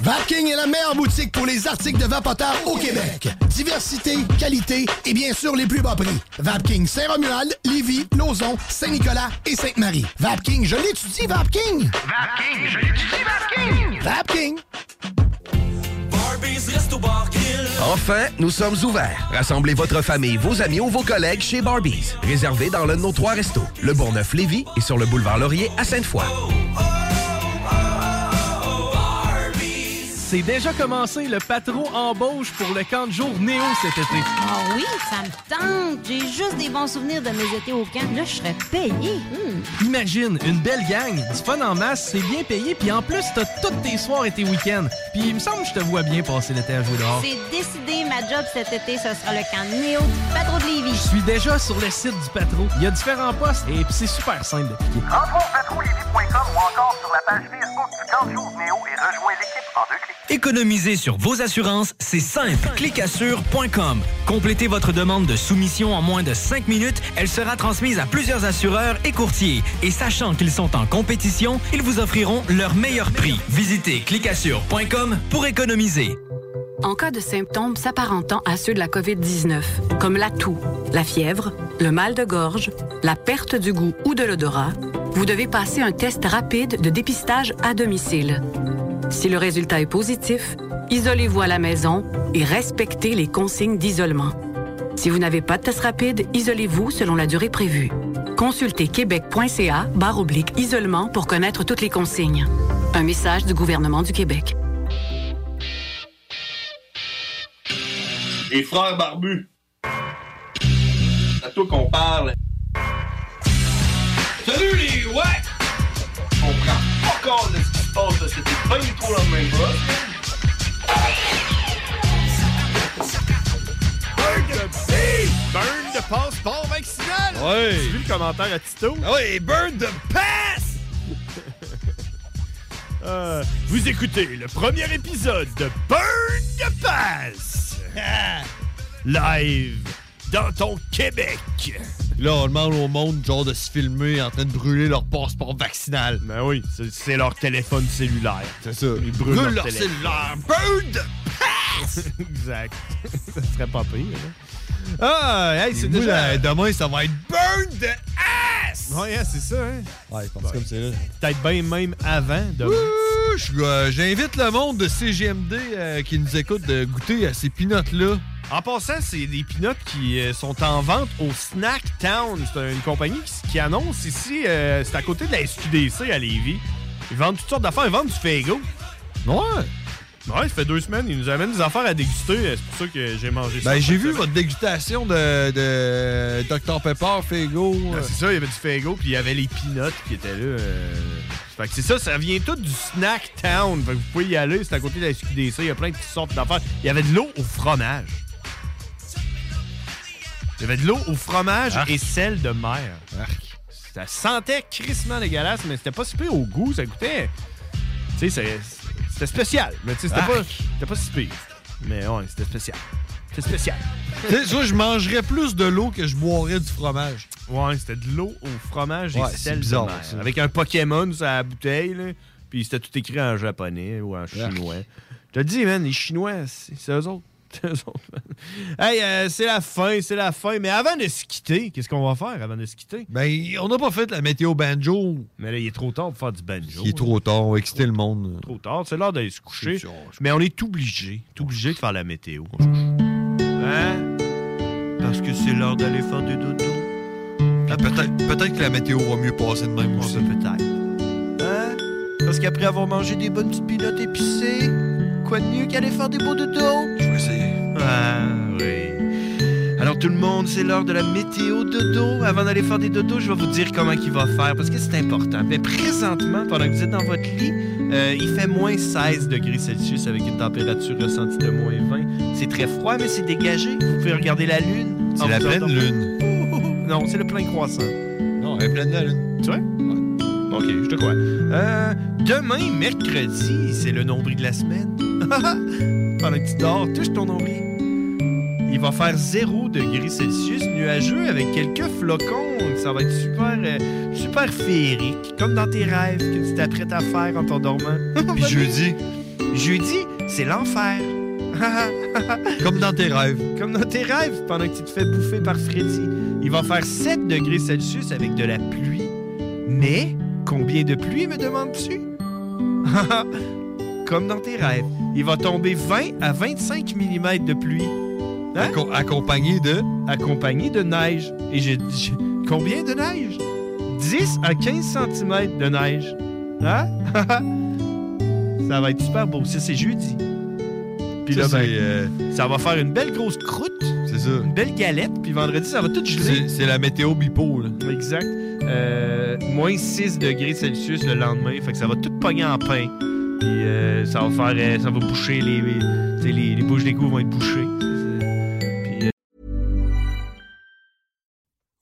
V: Vapking est la meilleure boutique pour les articles de vapoteurs au Québec. Diversité, qualité et bien sûr les plus bas prix. Vapking Saint-Romuald, Lévis, Lauson, Saint-Nicolas et Sainte-Marie. Vapking, je l'étudie, Vapking!
R: Vapking, je l'étudie, Vapking.
V: Vapking!
D: Enfin, nous sommes ouverts. Rassemblez votre famille, vos amis ou vos collègues chez Barbies. Réservé dans l'un de nos trois restos, le Bourgneuf Lévis et sur le boulevard Laurier à Sainte-Foy.
W: C'est déjà commencé le patron embauche pour le camp de jour Néo cet été.
X: Ah oui, ça me tente. J'ai juste des bons souvenirs de mes étés au camp. Là, je serais payé.
W: Imagine, une belle gang, du fun en masse, c'est bien payé, puis en plus, t'as toutes tes soirs et tes week-ends. Puis il me semble que je te vois bien passer l'été à jouer dehors.
X: C'est décidé, ma job cet été, ce sera le camp Néo du Patro de Lévis.
W: Je suis déjà sur le site du patron. Il y a différents postes et puis c'est super simple d'appliquer.
Y: Rentre au patrouillevis.com ou encore sur la page Facebook du Camp Jour Néo et rejoins l'équipe en deux clics.
G: Économiser sur vos assurances, c'est simple. Clicassure.com. Complétez votre demande de soumission en moins de 5 minutes. Elle sera transmise à plusieurs assureurs et courtiers. Et sachant qu'ils sont en compétition, ils vous offriront leur meilleur prix. Visitez clicassure.com pour économiser.
L: En cas de symptômes s'apparentant à ceux de la COVID-19, comme la toux, la fièvre, le mal de gorge, la perte du goût ou de l'odorat, vous devez passer un test rapide de dépistage à domicile. Si le résultat est positif, isolez-vous à la maison et respectez les consignes d'isolement. Si vous n'avez pas de test rapide, isolez-vous selon la durée prévue. Consultez québec.ca barre oblique isolement pour connaître toutes les consignes. Un message du gouvernement du Québec.
J: Les frères barbus. C'est à toi qu'on parle. Salut les ouais! On prend fuck corps de ce qui se passe, là. C'était pas du tout dans le même bras.
H: Burn the pig! Burn the passeport vaccinal!
I: Ouais.
H: As-tu vu le commentaire à Tito?
I: Oui, burn the pass!
H: (laughs) Euh, vous écoutez le premier épisode de Burn the
I: (laughs)
H: Pass! Live dans ton Québec!
I: Là, on demande au monde, genre, de se filmer en train de brûler leur passeport vaccinal.
H: Ben oui, c'est- c'est leur téléphone cellulaire.
I: C'est ça.
H: Ils
I: Brûle
H: brûlent leur,
I: leur
H: téléphone.
I: cellulaire. Burn the pass!
H: (laughs) exact. ça serait pas pire, hein. là. Ah, hey, c'est
I: Moi,
H: déjà...
I: là, demain, ça va être burn the ass!
H: Ouais, hein, c'est ça, hein?
I: Ouais, je pense comme c'est là.
H: Peut-être bien même avant, demain.
I: Ouh, je- euh, J'invite le monde de CGMD euh, qui nous écoute de goûter à ces pinottes-là.
H: En passant, c'est des pinottes qui euh, sont en vente au Snack Town. C'est une compagnie qui, qui annonce ici, euh, c'est à côté de la SQDC à Lévis. Ils vendent toutes sortes d'affaires. Ils vendent du Fego.
I: Ouais.
H: Ouais, ça fait deux semaines. Ils nous amènent des affaires à déguster. C'est pour ça que j'ai mangé ça.
I: Ben, j'ai vu votre dégustation de, de Dr Pepper, Fego. euh.
H: Ouais, Ah, c'est ça, il y avait du Fego, puis il y avait les peanuts qui étaient là. euh. Fait que c'est ça, ça vient tout du Snack Town. Fait que vous pouvez y aller, c'est à côté de la SQDC, il y a plein de petites sortes d'affaires. Il y avait de l'eau au fromage. Il y avait de l'eau au fromage et sel de mer. Ça sentait crissement dégueulasse, mais c'était pas si pire au goût, ça goûtait... Tu sais, c'est- c'était spécial, mais tu sais, c'était
I: Arc.
H: pas, c'était pas si pire. Mais ouais, c'était spécial. C'était spécial.
I: Tu sais, ça, je mangerais plus de l'eau que je boirais du fromage.
H: Ouais, c'était de l'eau au fromage
I: Ouais,
H: et
I: c'est
H: sel
I: bizarre,
H: de mer.
I: ça.
H: Avec un Pokémon sur la bouteille, là. Puis c'était tout écrit en japonais ou en chinois. Je te dis, man, les Chinois, c'est c'est eux autres. (laughs) C'est eux autres, man. Hey, euh, c'est la fin, c'est la fin. Mais avant de se quitter, qu'est-ce qu'on va faire avant de se quitter?
I: Ben, on n'a pas fait la météo banjo.
H: Mais là, il est trop tard pour faire du banjo.
I: Il est trop tard, on va exciter le monde.
H: Trop tard, c'est l'heure d'aller se coucher. Mais on est obligé, tout obligé de faire la météo. Hein? Parce que c'est l'heure d'aller faire du dodo.
I: Puis Ah, Peut-être peut-être que la météo va mieux passer de même aussi.
H: Peut-être. Hein? Parce qu'après avoir mangé des bonnes petites pinottes épicées, quoi de mieux qu'aller faire des beaux dodos?
I: Je vais essayer.
H: Ah oui. Alors tout le monde, c'est l'heure de la météo dodo. Avant d'aller faire des dodos, je vais vous dire comment il va faire parce que c'est important. Mais présentement, pendant que vous êtes dans votre lit, euh, il fait moins 16 degrés Celsius avec une température ressentie de moins 20. C'est très froid, mais c'est dégagé. Vous pouvez regarder la lune.
I: C'est
H: en
I: la
H: vous
I: pleine
H: endormant.
I: lune.
H: (laughs) Non, c'est le plein croissant.
I: Non, elle est pleine la lune.
H: Tu vois? Ok, je te crois. Euh, demain, mercredi, c'est le nombril de la semaine.
V: (laughs)
H: Pendant que tu dors, touche ton nombril. Il va faire 0 degré Celsius, nuageux, avec quelques flocons. Ça va être super, euh, super féerique, comme dans tes rêves que tu t'apprêtes à faire en t'endormant.
I: (laughs) Puis jeudi,
H: Jeudi, c'est l'enfer. (laughs)
I: comme dans tes rêves.
H: Comme dans tes rêves, pendant que tu te fais bouffer par Freddy. Il va faire 7 degrés Celsius avec de la pluie. Mais combien de pluie, me demandes-tu? (laughs) Comme dans tes rêves. Il va tomber 20 à 25 mm de pluie. Hein?
I: Acco- accompagné de...
H: Accompagné de neige. Et j'ai dit... Combien de neige? 10 à 15 cm de neige. Hein? (laughs) Ça va être super beau. Ça, c'est jeudi. Puis
I: Ça,
H: là, ben,
I: c'est, euh,
H: ça va faire une belle grosse croûte,
I: c'est ça.
H: une belle galette, puis vendredi, ça va tout geler.
I: C'est c'est la météo bipo, là.
H: Exact. Euh, moins 6 degrés Celsius le lendemain, fait que ça va tout pogner en pain. Puis euh, ça va faire, euh, ça va boucher les, les, tu sais, les, les bouches d'égout vont être bouchées.